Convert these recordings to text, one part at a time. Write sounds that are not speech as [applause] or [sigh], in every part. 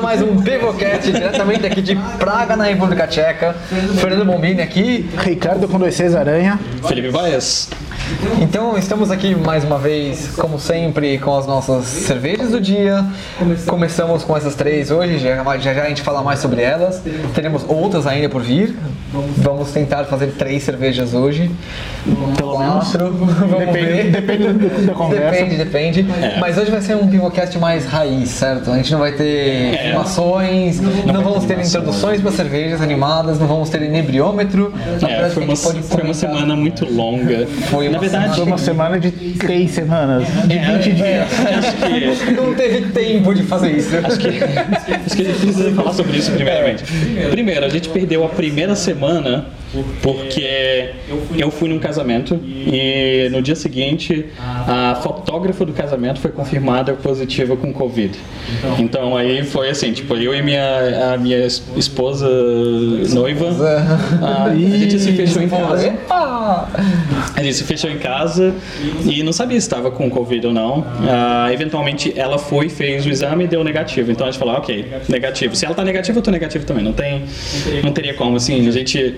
mais um Pivocast diretamente aqui de Praga, na República Tcheca. Fernando Bombini aqui. Ricardo com dois seis aranha. Felipe Baez. Então, estamos aqui mais uma vez, como sempre, com as nossas cervejas do dia. Começamos com essas três hoje, já já, já a gente fala mais sobre elas. Teremos outras ainda por vir. Vamos tentar fazer três cervejas hoje. Pelo menos. Quatro. [laughs] Vamos ver. Depende, depende do- da conversa. Depende, depende. Mas hoje vai ser um Pivocast mais raiz, certo? A gente não vai ter informações, não, vamos ter introduções para cervejas animadas, não vamos ter inebriômetro. Na É, verdade, foi a uma, gente pode foi uma comentar. semana muito longa. Foi uma Na verdade, Foi uma semana de três semanas. De É, 20 dias. acho que, Não teve tempo de fazer isso. né? acho que a gente precisa falar sobre isso primeiramente. É, Primeiro, a gente perdeu a primeira semana porque eu fui num casamento e no dia seguinte a fotógrafa do casamento foi confirmada positiva com Covid. Então aí foi assim, tipo, eu e minha, a minha es- esposa [laughs] noiva, a, a gente se fechou em casa. Epa! A gente se fechou em casa e não sabia se estava com Covid ou não. Ah, eventualmente ela foi, fez o exame e deu negativo. Então a gente falou, ok, negativo. Se ela tá negativa, eu tô negativo também. Não tem. Não teria como, assim. A gente.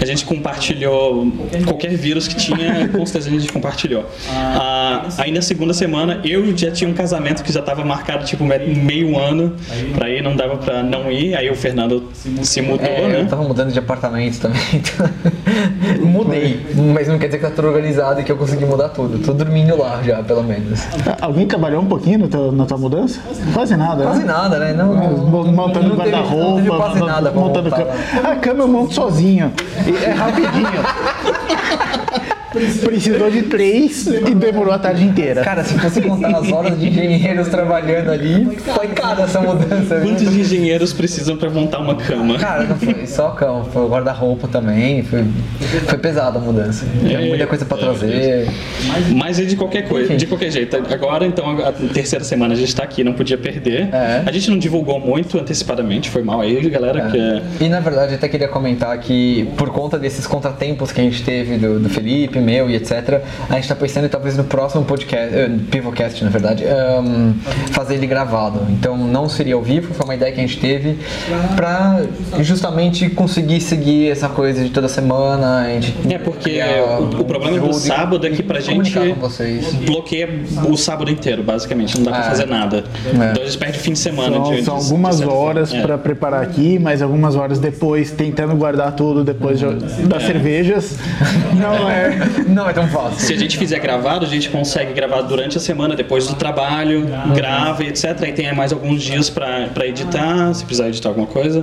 A gente compartilhou qualquer vírus que tinha, com certeza a gente compartilhou. Ah, aí na segunda semana eu já tinha um casamento que já estava marcado tipo me- meio ano pra ir, não dava pra não ir. Aí o Fernando se mudou, É, eu né? tava mudando de apartamento também. então- [laughs] Mudei, mas não quer dizer que tá tudo organizado e que eu consegui mudar tudo. Tô dormindo lá já, pelo menos. Alguém trabalhou um pouquinho na tua, na tua mudança? Quase nada. Quase né? nada, né? Não, não- Montando não teve- Não teve guarda-roupa, quase nada pra montando montar. cama. A cama eu monto sozinho. E É rapidinho. Precisou de três e demorou a tarde inteira. Cara, se fosse contar as horas de engenheiros trabalhando ali, foi cara essa mudança. viu? Quantos engenheiros precisam pra montar uma cama? Cara, não foi só cão, foi guarda-roupa também, foi, foi pesada a mudança. Tinha É, muita coisa pra é, trazer. Mas é de qualquer coisa, de qualquer jeito. Agora, então, a terceira semana a gente tá aqui, não podia perder. É. A gente não divulgou muito antecipadamente, foi mal aí, galera. Que é- E na verdade eu até queria comentar que por conta desses contratempos que a gente teve do, do Felipe, meu e etc, a gente tá pensando talvez no próximo podcast, eh, Pivocast na verdade, ehm, fazer ele gravado. Então não seria ao vivo, foi uma ideia que a gente teve pra justamente conseguir seguir essa coisa de toda semana. A gente É porque criar o, o problema um do conteúdo e sábado é que pra gente comunicar com [laughs] vocês. bloqueia o sábado inteiro, basicamente. Não dá pra É. fazer nada. É. Então a gente perde fim de semana. São, de, são de- de algumas certa forma. horas É. pra preparar aqui, mas algumas horas depois, tentando guardar tudo depois de- das cervejas. Não é. Não é tão fácil. Se a gente fizer gravado, a gente consegue gravar durante a semana, depois do trabalho, grava, etc. Aí tem mais alguns dias pra pra editar, se precisar editar alguma coisa.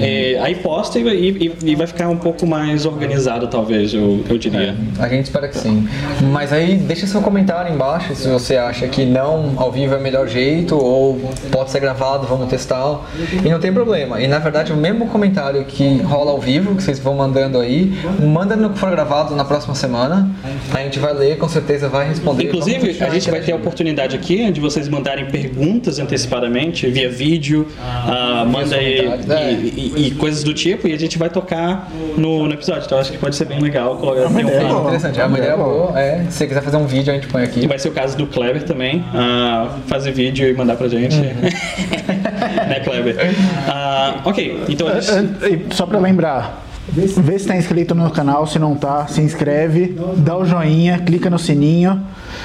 É, aí posta e, e- e vai ficar um pouco mais organizado, talvez, eu, eu diria. A gente espera que sim. Mas aí deixa seu comentário embaixo se você acha que não, ao vivo é o melhor jeito, ou pode ser gravado, vamos testar. E não tem problema. E na verdade o mesmo comentário que rola ao vivo, que vocês vão mandando aí, manda no que for gravado na próxima semana. A gente vai ler, com certeza vai responder. Vamos Inclusive, continuar a gente vai ter a interagindo. oportunidade aqui de vocês mandarem perguntas antecipadamente, via vídeo, ah, manda aí novidades, é. e, e- e coisas do tipo, e a gente vai tocar no, no episódio. Então acho que pode ser bem legal colocar ter um ideia papo. boa. Interessante, é uma ideia boa. É, se você quiser fazer um vídeo, a gente põe E aqui. vai ser o caso do Kleber também, ah, fazer vídeo e mandar pra gente. [laughs] né, Kleber? Ah, ok, então É, a gente... E Só pra lembrar, vê se tá inscrito no canal, se não tá, se inscreve, dá o joinha, clica no sininho.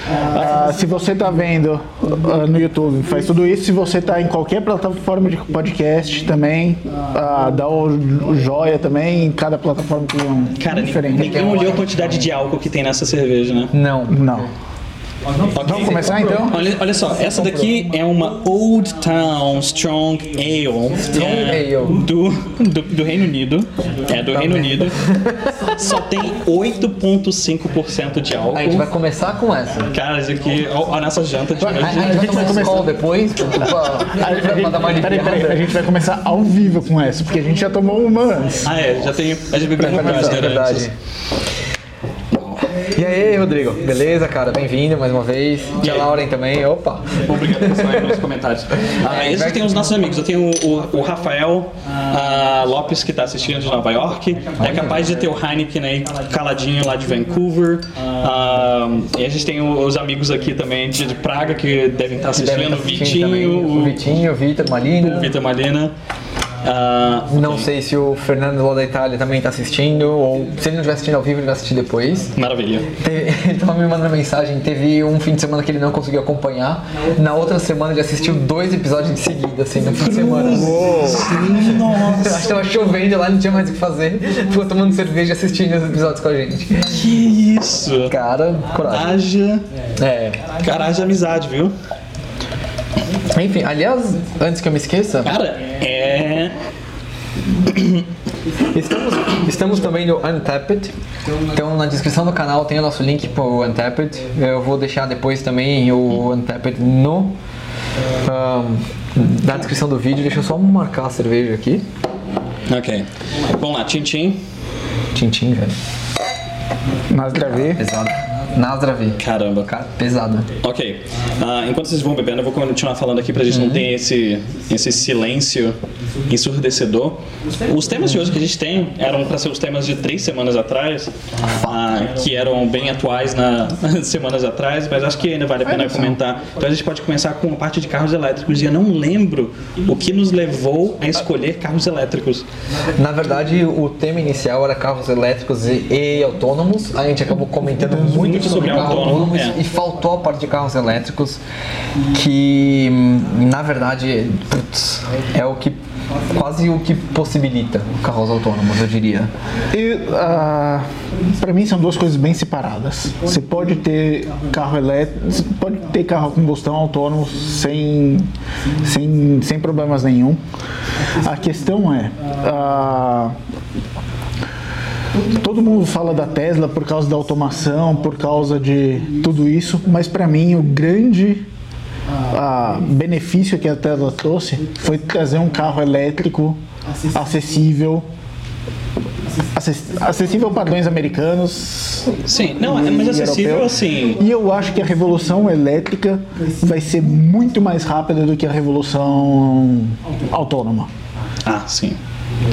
Ah, se você tá vendo ah, no YouTube, faz tudo isso. Se você tá em qualquer plataforma de podcast também, ah, dá o joia também, em cada plataforma tem um Cara, ni- diferente. ninguém olhou a quantidade de álcool que tem nessa cerveja, né? Não. Não. Vamos começar então? Olha, olha só, essa daqui é uma Old Town Strong Ale, Ale. é, Do, do, do Reino Unido. É do Reino Unido. Só tem 8,5% de A gente vai álcool. começar com essa. Cara, isso aqui, ó, a nossa janta de A a hoje. gente vai tomar um call depois. A, A a gente vai mandar mais gente, de peraí, peraí, piada. a gente vai começar ao vivo com essa, porque a gente já tomou uma antes. Ah, é, já tem. A gente bebeu uma Pra começar, brasileira antes. verdade. E aí, Rodrigo? Beleza, cara? Bem-vindo mais uma vez. E a aí? Lauren também. Opa! Obrigado, pessoal, aí pelos [laughs] comentários. Ah, É, esses vai- tem os nossos amigos. Eu tenho o, o- o Rafael ah, Lopes, que está assistindo de Nova York. É capaz de ter o Heineken aí caladinho lá de Vancouver. Ah, e a gente tem o- os amigos aqui também de de Praga, que devem estar assistindo. Devem estar o assistindo também. o Vitinho, Vitinho, o Vitor, o, Malina. o Vitor Malena. Ah, Não sei se o Fernando lá da Itália também tá assistindo, ou se ele não estiver assistindo ao vivo, ele vai assistir depois. maravilha. Teve- [laughs] Ele tava me mandando mensagem, teve um fim de semana que ele não conseguiu acompanhar. Na outra semana ele assistiu dois episódios em seguida, assim, no fim de semana. [laughs] Nossa, Acho que tava chovendo lá, não tinha mais o que fazer. Ficou tomando cerveja e assistindo os episódios com a gente. que isso! Cara, coragem. Haja, É. cara, haja amizade, viu? Enfim, aliás, antes que eu me esqueça, Cara, é. Estamos, estamos também no Untapped. Então na descrição do canal tem o nosso link pro Untapped. Eu vou deixar depois também o Untapped no. ahn, na descrição do vídeo. Deixa eu só marcar a cerveja aqui. Ok. Vamos lá, Tchim Tchim. Tintim, velho. Mas gravei. Pesado. Nasra V. Caramba. Cara, pesado. Ok. Ah, enquanto vocês vão bebendo, eu vou continuar falando aqui pra gente Uhum. não ter esse, esse silêncio ensurdecedor. Os temas de hoje que a gente tem eram para ser os temas de três semanas atrás, ah, que eram bem atuais na [laughs] semanas atrás, mas acho que ainda vale a pena comentar. Então a gente pode começar com a parte de carros elétricos. E eu não lembro o que nos levou a escolher carros elétricos. Na verdade, o tema inicial era carros elétricos e, e autônomos. A gente acabou comentando Uhum. muito, muito sobre sobre carros autônomo, autônomos é. e faltou a parte de carros elétricos, que hum, na verdade putz, é o que quase o que possibilita carros autônomos, eu diria. E ah, para mim são duas coisas bem separadas. Você pode ter carro elétrico, pode ter carro a combustão autônomo sem, sem, sem problemas nenhum. A questão é ah, Todo mundo fala da Tesla por causa da automação, por causa de tudo isso, mas para mim o grande ah, benefício que a Tesla trouxe foi trazer um carro elétrico acessível, acess- acessível a padrões americanos. Sim, não, é mais e acessível europeu. assim. E eu acho que a revolução elétrica vai ser muito mais rápida do que a revolução autônoma. Ah, sim.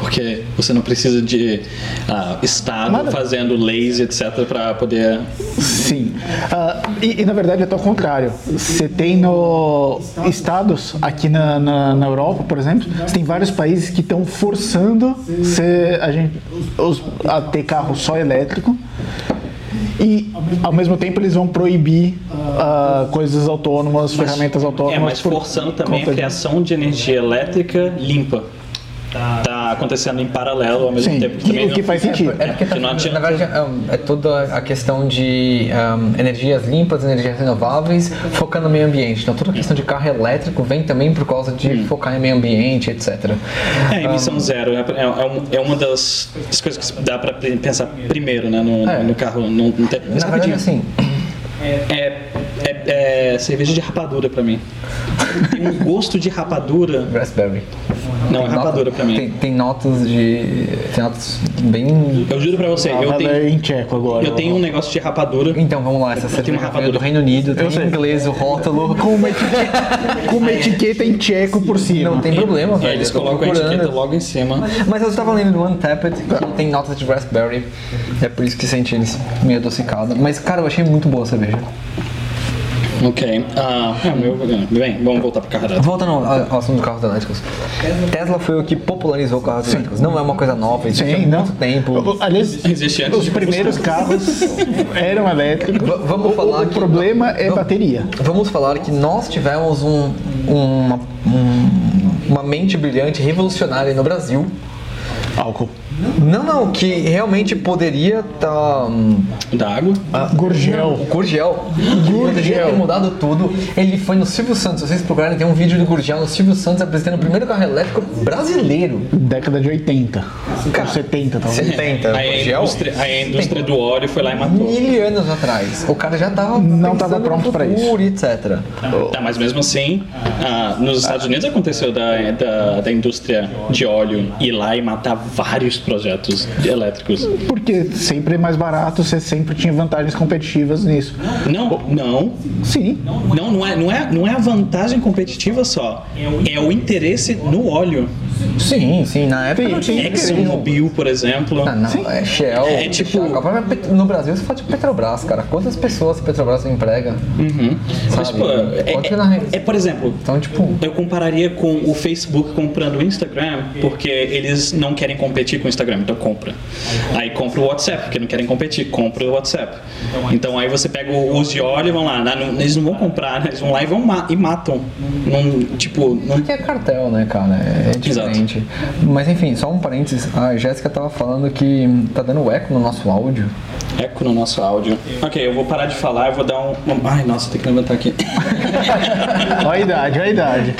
Porque você não precisa de ah, Estado Nada. fazendo leis, etc., para poder. Sim. Ah, e, e, na verdade é até o contrário. Você tem no estados, aqui na, na, na Europa, por exemplo, você tem vários países que estão forçando cê- a, gente, os- a ter carro só elétrico. E ao mesmo tempo eles vão proibir ah, coisas autônomas, ferramentas autônomas. É, mas por forçando também a conta de- criação de energia elétrica limpa. Tá acontecendo em paralelo ao mesmo Sim, tempo que que- também. o que não- faz sentido. É porque, tá- Porque não adianta- na verdade, é, é toda a questão de ahm, energias limpas, energias renováveis, focar no meio ambiente. Então, toda a questão de carro elétrico vem também por causa de focar em meio ambiente, etc. É, emissão zero é, é- é um- é uma das, das coisas que dá para pensar primeiro, né? No, É. no carro. No, no te... Mas Na verdade, rapidinho. assim, É, é- é cerveja de rapadura para mim. Tem um gosto de rapadura. Raspberry. Não, é Tem rapadura nota- para mim. Tem, tem notas de. Tem notas bem. Eu juro pra você, é, eu Tava tenho, em tcheco agora. eu tenho um negócio de rapadura. Então vamos lá, essa tenho uma cerveja veio rapadura. do Reino Unido, tem sei. em inglês o rótulo. [laughs] com uma etiqueta, com uma etiqueta em tcheco por cima. Não tem problema, E aí velho. É, eles eu tô colocam a procurando. etiqueta logo em cima. Mas eu estava lendo do Untapped que tem notas de raspberry. É por isso que senti eles meio adocicado. Mas cara, eu achei muito boa a cerveja. Ok. Ah, é, meu. Bem, vamos voltar pro carro dela. Voltando ao, ao assunto dos carros elétricos. Tesla foi o que popularizou carros elétricos. Não é uma coisa nova, existe há Sim, muito não. tempo. Aliás, Existe antes os de primeiros [laughs] carros eram elétricos. V- vamos falar O que- problema é Vamos- bateria. Vamos falar que nós tivemos um- uma, um- uma mente brilhante, revolucionária no Brasil. Álcool. Não, não, que realmente poderia tá, hum, Da água. o Ah, Gorgel. Gurgel. Poderia ter mudado tudo. Ele foi no Silvio Santos. Se vocês procurarem, tem um vídeo do Gurgel no Silvio Santos apresentando o primeiro carro elétrico brasileiro. Década de 80. Cara, Ou 70, talvez. 70. Aí a indústria, aí a indústria do óleo foi lá e matou. Mil anos atrás. O cara já tava Não pensando tava pronto no pra futuro, etc. Tá, mas mesmo assim, ah, nos Estados Unidos aconteceu da, da, da indústria de óleo ir lá e matar vários projetos elétricos. Porque sempre é mais barato, você sempre tinha vantagens competitivas nisso. Não, não, Sim. não, não é, não é, não é a vantagem competitiva só, é o interesse no óleo. Sim, sim, na época não tinha Exxon Mobil, por exemplo. Ah, não, é Shell. É, é tipo- Shell. Agora, Pet- no Brasil você fala de Petrobras, cara. Quantas pessoas a Petrobras emprega? Uhum. Mas, Sabe? né? pô, é, Quanto que na re- é- é, por exemplo, Então, tipo, eu compararia com o Facebook comprando o Instagram, porque eles não querem competir com o Instagram, então compra. Aí compra o WhatsApp, porque não querem competir, compra o WhatsApp. Então aí você pega o uso de óleo e vão lá, né, não- eles não vão comprar, né, eles vão lá e vão ma- e matam. Não, tipo, não- Porque é cartel, né, cara? É diferente. Mas enfim, só um parênteses. A Jéssica tava falando que tá dando eco no nosso áudio. eco no nosso áudio. Ok, eu vou parar de falar, eu vou dar um. Ai, nossa, tem que levantar aqui. Olha a idade, olha a idade.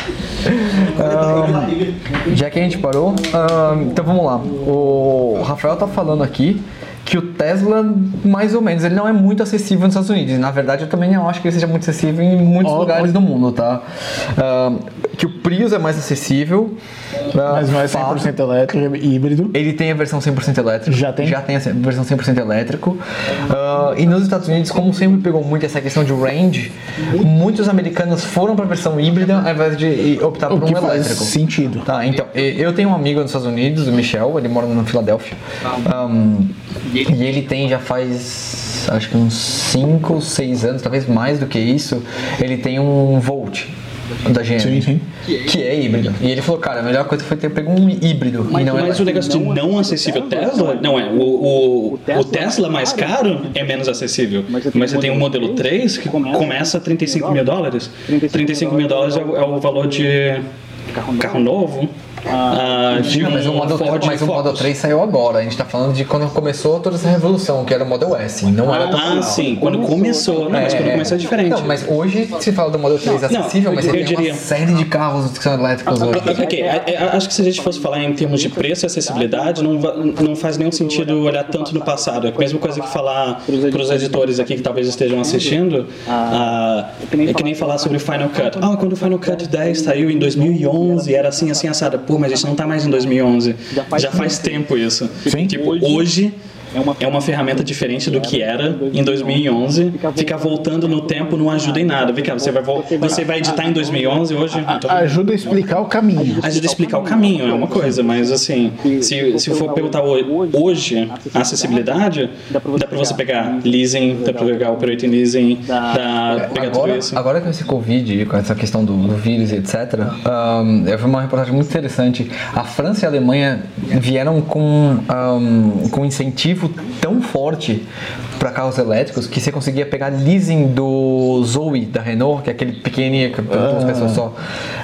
Já que a gente parou, ahn, então vamos lá. O Rafael tá falando aqui que o Tesla, mais ou menos, ele não é muito acessível nos Estados Unidos. Na verdade, eu também não acho que ele seja muito acessível em muitos Ó, lugares do mundo, tá? Ahn, que o Prius é mais acessível. ah, Mas não é fato. 100% elétrico, é híbrido. Ele tem a versão 100% elétrico. Já tem? Já tem a versão 100% elétrico. Ah, e nos Estados Unidos, como sempre pegou muito essa questão de range, muitos americanos foram para a versão híbrida ao invés de e, optar O por um que faz elétrico. sentido. Tá, então, e- eu tenho um amigo nos Estados Unidos, o Michel, ele mora na Filadélfia. Ahm, e ele tem já faz acho que uns 5, 6 anos, talvez mais do que isso, ele tem um Volt da GM. Sim, sim. Que é híbrido. E ele falou, cara, a melhor coisa foi ter pego um híbrido. e Mas, um não um." mas elétrico. o negócio de é não acessível Tesla, não é. O, o, o Tesla mais caro é menos acessível. Mas você tem um modelo 3 que começa a 35 mil dólares. 35 mil dólares é o, é o valor de carro novo. ah, de Não, mas o Model, Ford mas o Focus. Model 3 saiu agora. A gente tá falando de quando começou toda essa revolução, que era o Model S. Não era tão Ah, sim. Quando começou. Não, mas quando começou é diferente. Não, mas hoje se fala do Model 3 Não, acessível, eu- mas você eu tem diria- uma série de carros que são elétricos hoje. Ah, Ok, a- a- acho que se a gente fosse falar em termos de preço e acessibilidade, não, va- não faz nenhum sentido olhar tanto no passado. É a mesma coisa que falar para os editores aqui que talvez estejam assistindo, ah, é que nem falar sobre o Final Cut. Ah, quando o Final Cut 10 saiu em 2011, era assim, assim, assada. Pô, mas isso não está mais em 2011. Já faz tempo isso. Sim. Tipo, hoje é uma É, ferramenta diferente do que era em 2011. Ficar voltando no tempo não ajuda em nada. Vem cá, você vai, vol- você vai editar em 2011 hoje? Então- Ajuda a explicar o caminho. Ajuda a explicar o caminho, é uma coisa, mas assim, se, se for perguntar ho- hoje a acessibilidade, dá pra você pegar leasing, dá pra pegar operating leasing, dá pra pegar tudo Agora, isso. agora com esse Covid, com essa questão do, do vírus e etc., ahm, eu vi uma reportagem muito interessante. A França e a Alemanha vieram com, ahm, com um incentivo tão forte para carros elétricos que você conseguia pegar leasing do Zoe da Renault, que é aquele pequenininho que duas Ah. pessoas só.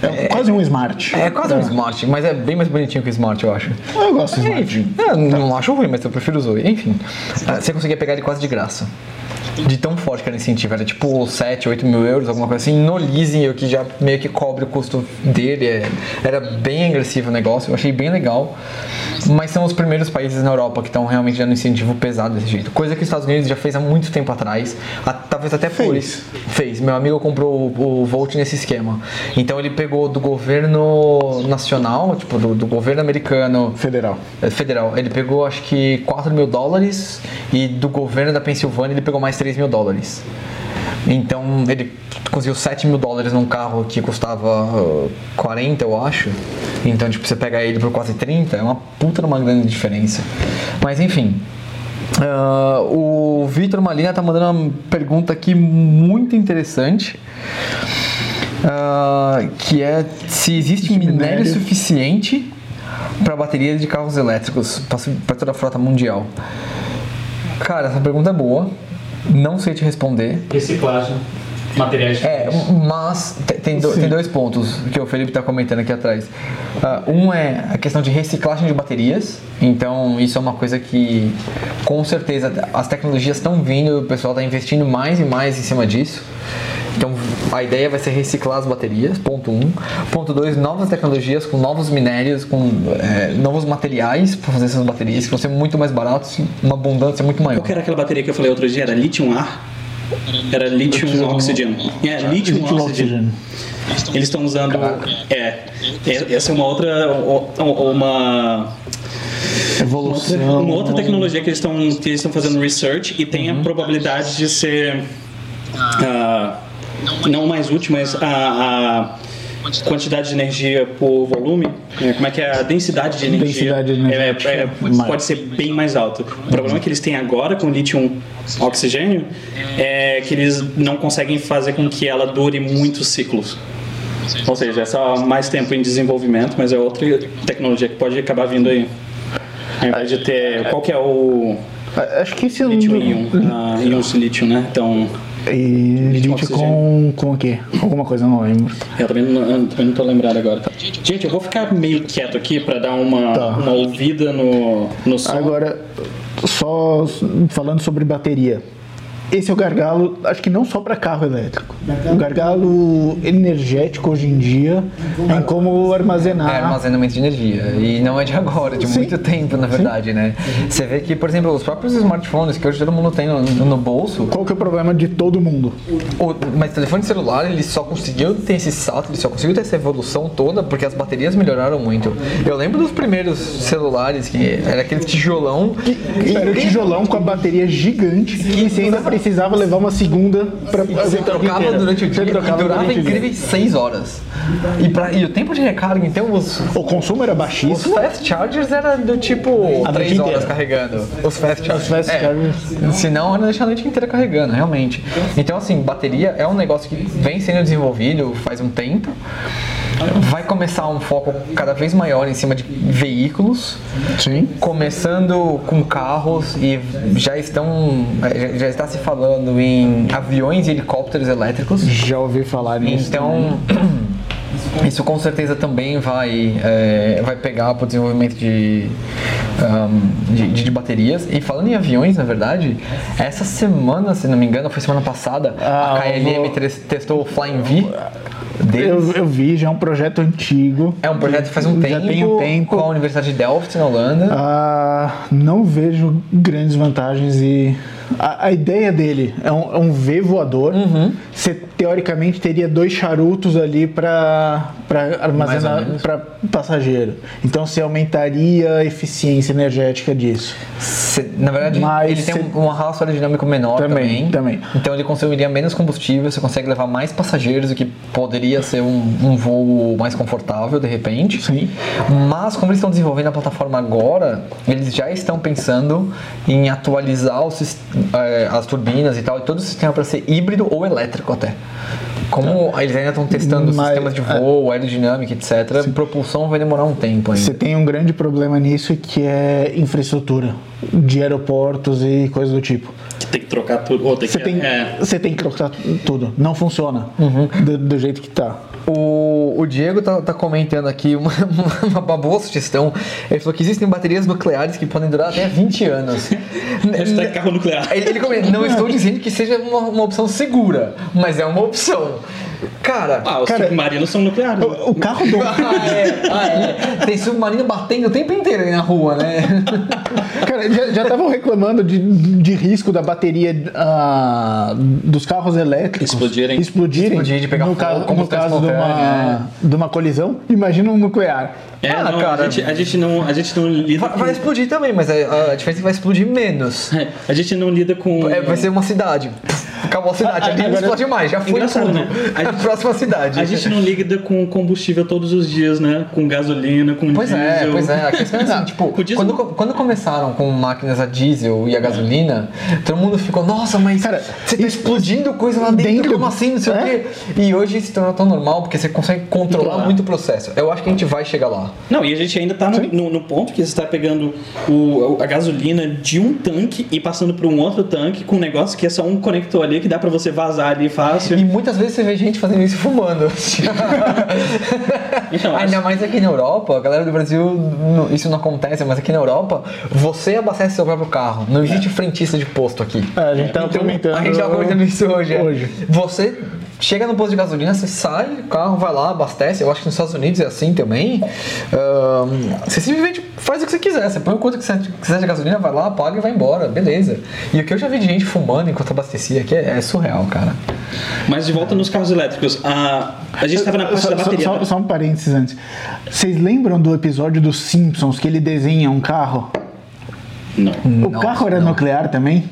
É quase um smart. É quase um smart, mas é bem mais bonitinho que o smart, eu acho. Eu gosto de É, smart. enfim, eu não acho ruim, mas eu prefiro o Zoe. Enfim, ah, você conseguia pegar ele quase de graça. De tão forte que era o incentivo, era tipo 7, 8 mil euros, alguma coisa assim, no leasing, o que já meio que cobre o custo dele. é- Era bem agressivo o negócio, eu achei bem legal. Mas são os primeiros países na Europa que estão realmente dando incentivo pesado desse jeito. Coisa que os Estados Unidos já fez há muito tempo atrás, a- talvez até por Fez. isso. Fez. Meu amigo comprou o, o Volt nesse esquema. Então ele pegou do governo nacional, tipo, do- do governo americano, Federal. é, federal. Ele pegou acho que 4 mil dólares e do governo da Pensilvânia ele pegou mais 3 mil dólares. Então ele conseguiu 7 mil dólares num carro que custava ah, 40, eu acho. Então, tipo, você pegar ele por quase 30, é uma puta numa grande diferença. Mas enfim. Ah, o Vitor Malina tá mandando uma pergunta aqui muito interessante. Ah, que é se existe minério, minério. suficiente para baterias de carros elétricos para toda a frota mundial. Cara, essa pergunta é boa. Não sei te responder. Reciclagem, materiais É, mas te- tem, do- tem dois pontos que o Felipe está comentando aqui atrás. Ah, um é a questão de reciclagem de baterias. Então, isso é uma coisa que, com certeza, as tecnologias estão vindo, o pessoal está investindo mais e mais em cima disso. Então, a ideia vai ser reciclar as baterias, ponto um. Ponto dois, novas tecnologias com novos minérios, com eh, novos materiais para fazer essas baterias, que vão ser muito mais baratos, uma abundância muito maior. Qual que era aquela bateria que eu falei outro dia? Era lítio-ar? Era lítio oxigênio. É, lítio oxigênio. Eles estão usando. É. é, Essa é uma outra. o- o- Uma. Evolução. Uma outra, uma outra tecnologia que eles estão que eles estão fazendo research e tem a probabilidade de ser ah, não mais útil, mas a, a quantidade de energia por volume, né, como é que é a densidade de energia, Densidade de energia. é- é- é- pode ser bem mais alta. O problema é que eles têm agora com lítio oxigênio é que eles não conseguem fazer com que ela dure muitos ciclos. Ou seja, é só mais tempo em desenvolvimento, mas é outra tecnologia que pode acabar vindo aí. Ao invés de ter. Qual que é o A- Ah, Acho que esse é um. lítio íon? Ah, íons de lítio, né? Então. E gente com, com o quê? Alguma coisa, não lembro. Eu também não, eu também não tô lembrado agora. tá? Gente, eu vou ficar meio quieto aqui pra dar uma, Tá. uma ouvida no, no som. Agora, só falando sobre bateria. Esse é o gargalo, acho que não só para carro elétrico. O gargalo energético hoje em dia é em como É armazenar. armazenamento de energia. E não é de agora, de muito tempo, na verdade, né? Você vê que, por exemplo, os próprios smartphones que hoje todo mundo tem no, no bolso, Qual que é o problema de todo mundo? o, mas telefone celular, ele só conseguiu ter esse salto, ele só conseguiu ter essa evolução toda porque as baterias melhoraram muito. Eu lembro dos primeiros celulares, que era aquele tijolão. e Era o tijolão com a bateria gigante e você ainda precisava levar uma segunda para Você trocava durante o dia e durava incríveis 6 horas. E, pra, e o tempo de recarga, então, os, O consumo era os baixíssimo. fast chargers era do tipo A 3 noite horas inteira. carregando. Os fast chargers. Os fast é. chargers. Senão era deixar a noite inteira carregando, realmente. Então, assim, bateria é um negócio que vem sendo desenvolvido faz um tempo. Vai começar um foco cada vez maior em cima de veículos. Sim. Começando com carros e já estão. já- Já está se falando em aviões e helicópteros elétricos. Já ouvi falar nisso. Então, [clears throat] isso com certeza também vai, é, vai pegar para o desenvolvimento de, ahm, de, de- de baterias. E falando em aviões, na verdade, essa semana, se não me engano, foi semana passada, Ah, a KLM eu vou- tres- testou o Flying V deles. Eu, eu vi, já é um projeto antigo. É um projeto que faz um Já tempo, tem um tempo. com a Universidade de Delft, na Holanda. Ah, não vejo grandes vantagens e a, a ideia dele é um, é um V voador. Uhum. Você teoricamente teria dois charutos ali para Mais ou armazenar menos. para passageiro. Então você aumentaria a eficiência energética disso. Se- na verdade, Mas ele tem se- um, um arrasto aerodinâmico menor Também, também, também. Então ele consumiria menos combustível, você consegue levar mais passageiros, o que poderia ser um, um voo mais confortável de repente. Sim. Mas como eles estão desenvolvendo a plataforma agora, eles já estão pensando em atualizar os sis- eh, as turbinas e tal, e todo o sistema para ser híbrido ou elétrico até. Como eles ainda estão testando Ah. Mas- é. sistemas de voo, aerodinâmica, etc., propulsão vai demorar um tempo ainda. Você tem um grande problema nisso que é infraestrutura de aeroportos e coisas do tipo. Que tem que trocar tudo. Ou tem Você que, tem, é, você tem que trocar tudo. Não funciona Uhum. do, do jeito que tá. O, o Diego tá, tá comentando aqui uma, [laughs] uma, uma boa sugestão. Ele falou que existem baterias nucleares que podem durar até 20 [laughs] anos. hashtag carro nuclear. ele, ele comenta, não estou dizendo que seja uma, uma opção segura, mas é uma opção. Cara. Ah, os Cara, submarinos são nucleares. né? O carro do. [laughs] Ah, é, ah, é. Tem submarino batendo o tempo inteiro aí na rua, [laughs] né? [laughs] Cara, já já estavam reclamando de, de risco da bateria ah, dos carros elétricos Explodirem. explodirem Explodir, de pegar no, fogo, ca- como no caso de espontâneo, uma, de uma colisão. Imagina um nuclear. É, Ah, não, cara. A, gente, a gente não, a gente não lida. Vai, Com, é, vai explodir também, mas a, a diferença é que vai explodir menos. a gente não lida com. É, vai ser uma cidade. Acabou a cidade, ali não Agora- explode mais, já foi Engraçado, tudo. né? [laughs] A A gente- próxima cidade. A gente não lida com combustível todos os dias, né? Com gasolina, com Pois diesel. é, pois é. A questão é assim, tipo, O diesel- quando, co- quando começaram com máquinas a diesel e a gasolina, todo mundo ficou, nossa, mas Cara, você tá explodindo coisa lá dentro, dentro- como assim, não sei É? o quê. E hoje se tornou tão normal, porque você consegue controlar Controlar. muito o processo. Eu acho que a gente vai chegar lá. Não, e a gente ainda tá no, no- no ponto que você está pegando o- a gasolina de um tanque e passando por um outro tanque com um negócio que é só um conector ali que dá pra você vazar ali fácil. E muitas vezes você vê gente fazendo isso fumando. Então, Ainda acho- mais aqui na Europa, a galera do Brasil, não- isso não acontece, mas aqui na Europa, você abastece seu próprio carro. Não existe frentista de posto aqui. É, a gente tava comentando. A gente tava comentando isso tá hoje. é. Hoje. Você chega no posto de gasolina, você sai do carro, vai lá, abastece. Eu acho que nos Estados Unidos é assim também. Ahn, você simplesmente faz o que você quiser. Você põe o quanto que você quiser de gasolina, vai lá, paga e vai embora. Beleza. E o que eu já vi de gente fumando enquanto abastecia aqui é, é surreal, cara. Mas de volta nos carros elétricos, a, a gente estava na parte Só- da só- bateria. tá? né? Só, só um parênteses antes. Vocês lembram do episódio dos Simpsons que ele desenha um carro? Não. o carro era nuclear [laughs] também?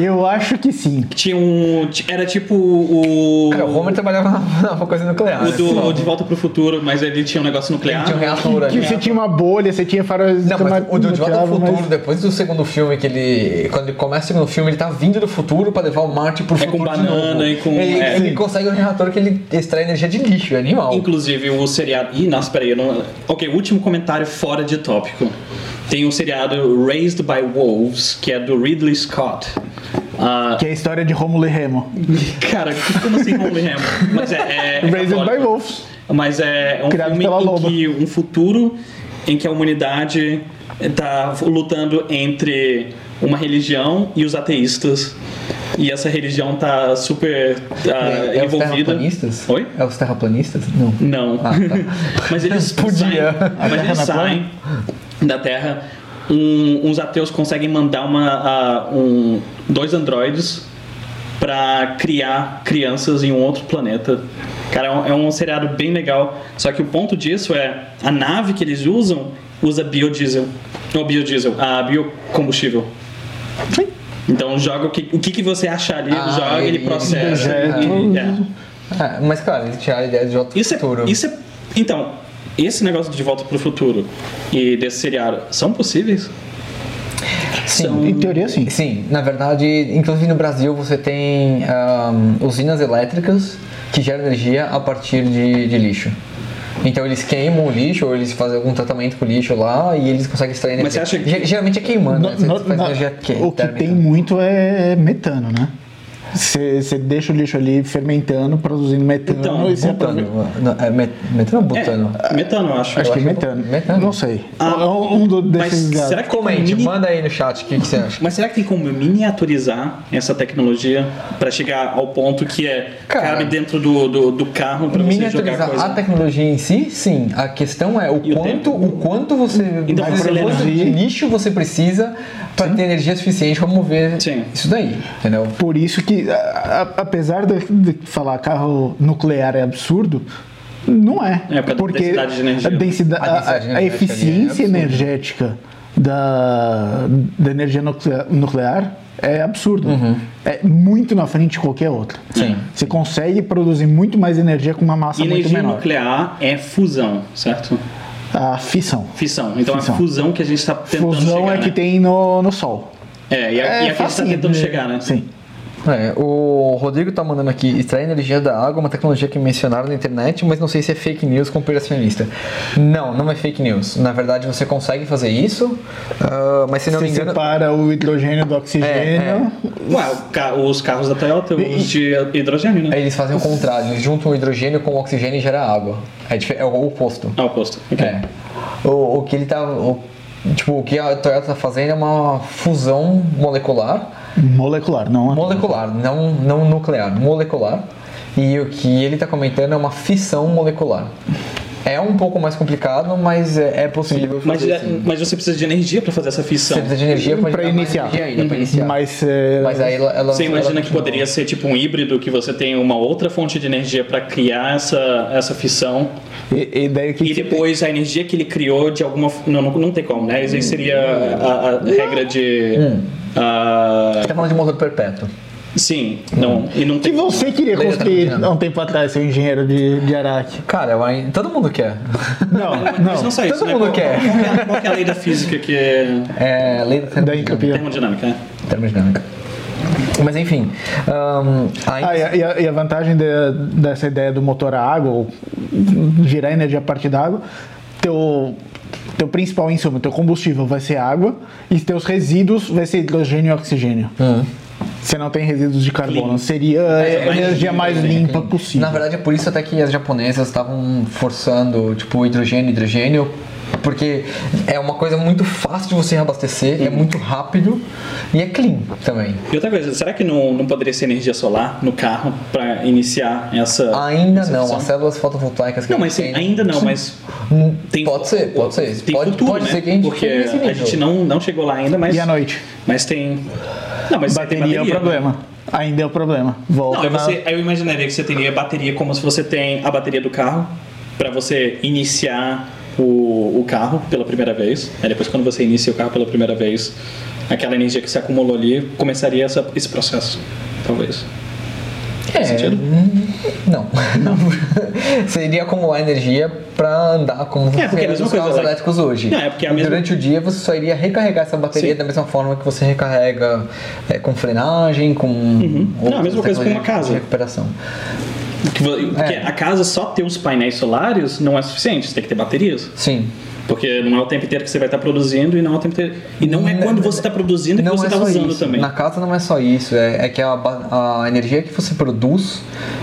Eu acho que sim. Tinha um. ti- Era tipo o. Cara, o Homer trabalhava na- [laughs] numa coisa nuclear. o né? do De Volta pro Futuro, mas ele tinha um negócio nuclear. Tinha um reator Que ali. você tinha uma bolha, você tinha faróis Não, mas o do De Volta ao desbloqueados, mas- Futuro, depois do segundo filme, que ele. Quando ele começa o segundo filme, ele tá vindo do futuro pra levar o Marte pro É com futuro. de banana novo. e com- Ele, é. ele consegue um reator que ele extrai energia de lixo, é animal. Inclusive o seriado. Ih, nossa, peraí. Eu não... Ok, último comentário fora de tópico. Tem o seriado Raised by Wolves, que é do Ridley Scott. Ah, Que é a história de Romulo e Remo. [laughs] cara, como assim Holy Ham? Mas é. é, é Raised católico. by Wolves. Mas é um Criado filme pela em loba. que um futuro em que a humanidade está lutando entre uma religião e os ateístas. E essa religião tá super ah, É, é os envolvida. terraplanistas? Oi? Hum. É os terraplanistas? Não. Não. Ah, tá. [laughs] Mas [laughs] eles Podia. saem, A mas Terra eles não é plana? saem da Terra. Um- uns ateus conseguem mandar uma, ah, um, dois androides pra criar crianças em um outro planeta. Cara, é um, é um seriado bem legal. Só que o ponto disso é a nave que eles usam usa biodiesel. Não biodiesel, a biocombustível. Então joga o que, o que, que você achar ali, Ah, joga, ele, ele- processa. ele e- injeta. é. Ah, mas, cara, eles tiraram a ideia de Volta ao Isso é, Futuro. isso é. Então, esse negócio de volta pro futuro e desse seriado são possíveis? Sim. Em teoria, sim. Sim, na verdade, inclusive no Brasil você tem ahm, usinas elétricas que geram energia a partir de, de lixo. Então eles queimam o lixo ou eles fazem algum tratamento com o lixo lá e eles conseguem extrair energia. Mas você acha que- Ge- Geralmente é queimando, né? No- Você no- faz na- energia que, é né? o que térmica. tem muito é metano, né? Você você deixa o lixo ali fermentando, produzindo metano. Então, e você Butano. aproveita- Não, é met- metano ou butano? É, metano, eu acho. Acho que acho é que é metano. metano. Não sei. Ah, É um um do, Mas desses gases. será que tem como Comente, é mini- manda aí no chat o que, que você acha. Mas será que tem como miniaturizar essa tecnologia pra chegar ao ponto que é Cara, cabe dentro do, do, do carro pra você jogar Miniaturizar coisa? a tecnologia em si, sim. A questão é o E o quanto, o quanto você Então, o acelerar. quanto de lixo você precisa para ter energia suficiente para mover Sim. isso daí, entendeu? Por isso que, a- a- apesar de, de falar carro nuclear é absurdo, não é. É, por causa da porque densidade de energia. A, densida- A densidade a- a- energética a ali é eficiência absurda. energética da, da energia nucle- nuclear é absurda. É muito na frente de qualquer outra. Uhum. Sim. Você consegue produzir muito mais energia com uma massa é muito Energia menor. nuclear é fusão, certo? A fissão. Fissão. Então é Fissão. fusão que a gente tá tentando Fusão chegar, é que né? tem no, no Sol. É, e a, e a que a gente tá facinho, né? tentando chegar, né? Sim. É, o Rodrigo tá mandando aqui, extrair energia da água, uma tecnologia que mencionaram na internet, mas não sei se é fake news conspiracionista. Não, não é fake news. Na verdade, você consegue fazer isso, ah, mas se não Você me engano, É, separa o hidrogênio do oxigênio. Ué, o ca- os carros da Toyota, os de hidrogênio, né? Aí eles fazem o contrário, eles juntam o hidrogênio com o oxigênio e gera água. É, dife- é o oposto. Ah, oposto. Ok. É. O, o que ele tá. o- tipo, o que a Toyota tá fazendo é uma fusão molecular. Molecular, não Molecular, não, não nuclear, molecular. E o que ele tá comentando é uma fissão molecular. É um pouco mais complicado, mas é, é possível Mas, fazer. é- sim. mas você precisa de energia para fazer essa fissão. um. Você precisa de energia pra, Pra gerar mais iniciar. energia ainda, pra iniciar. Mas, é, Mas aí ela, ela- Você imagina ela- que poderia ser tipo um híbrido, que você tem uma outra fonte de energia para criar essa, essa fissão, e, e daí o que e que- depois a energia que ele criou de alguma. f- Não, não, não tem como, né? Isso Hum. aí seria a, a regra de. ah, Você tá falando de motor perpétuo. sim, não, Hum. e não que tem. você queria Leia construir Tarantino. há um tempo atrás, seu engenheiro de, de Araque. Cara, eu ai- todo mundo quer. [laughs] Não, Mas não não. só isso, Todo né? mundo Qual- quer. Qual, que é, a- qual que é a lei da física que é É, lei da Da termodinâmica. entropia. termodinâmica, né? termodinâmica. Mas enfim, ahn, aí- Ah, e a, e a- e a vantagem de- dessa ideia do motor a água, ou gerar energia a partir da água, teu, teu principal insumo, teu combustível vai ser água, e teus resíduos vai ser hidrogênio e oxigênio. Hum. Você não tem resíduos de carbono. Clean. Seria É, a mais energia limpa, mais né? limpa possível. é na verdade é por isso até que as japonesas estavam forçando tipo hidrogênio, hidrogênio porque é uma coisa muito fácil de você reabastecer, é Uhum. muito rápido e é clean também. E outra coisa, será que não, não poderia ser energia solar no carro para iniciar essa. Ainda essa não, opção? as células fotovoltaicas que Não, mas a gente sim, tem- ainda não, mas. Hum, Tem, pode ser, pode ser. Tem pode futuro, pode né? ser que a gente Porque chegue nesse a nível. gente não, não chegou lá ainda, mas. E à noite? Mas tem. Não, mas você tem Bateria é o né? problema. Ainda é o problema. Não, Volta. aí na- você, aí eu imaginaria que você teria bateria como se você tem a bateria do carro para você iniciar o, o carro pela primeira vez. Aí depois quando você inicia o carro pela primeira vez, aquela energia que se acumulou ali começaria essa- esse processo, talvez. É, sentido? hum, Não. [laughs] Seria acumular energia pra andar como porque é a funcionam mesma os coisa, carros like- elétricos hoje. Não, é porque é a mesma- Durante o dia você só iria recarregar essa bateria Sim. da mesma forma que você recarrega é, com frenagem, com. Uhum. Não, a outras mesma coisa com uma tecnologias casa. De recuperação. Que É. vo- Porque a casa só ter os painéis solares não é suficiente, você tem que ter baterias. Sim. Porque não é o tempo inteiro que você vai estar produzindo e não é o tempo inteiro. E não é quando você está produzindo que Não você é está só usando isso. também. Na casa não é só isso, é, é que a, ba- a energia que você produz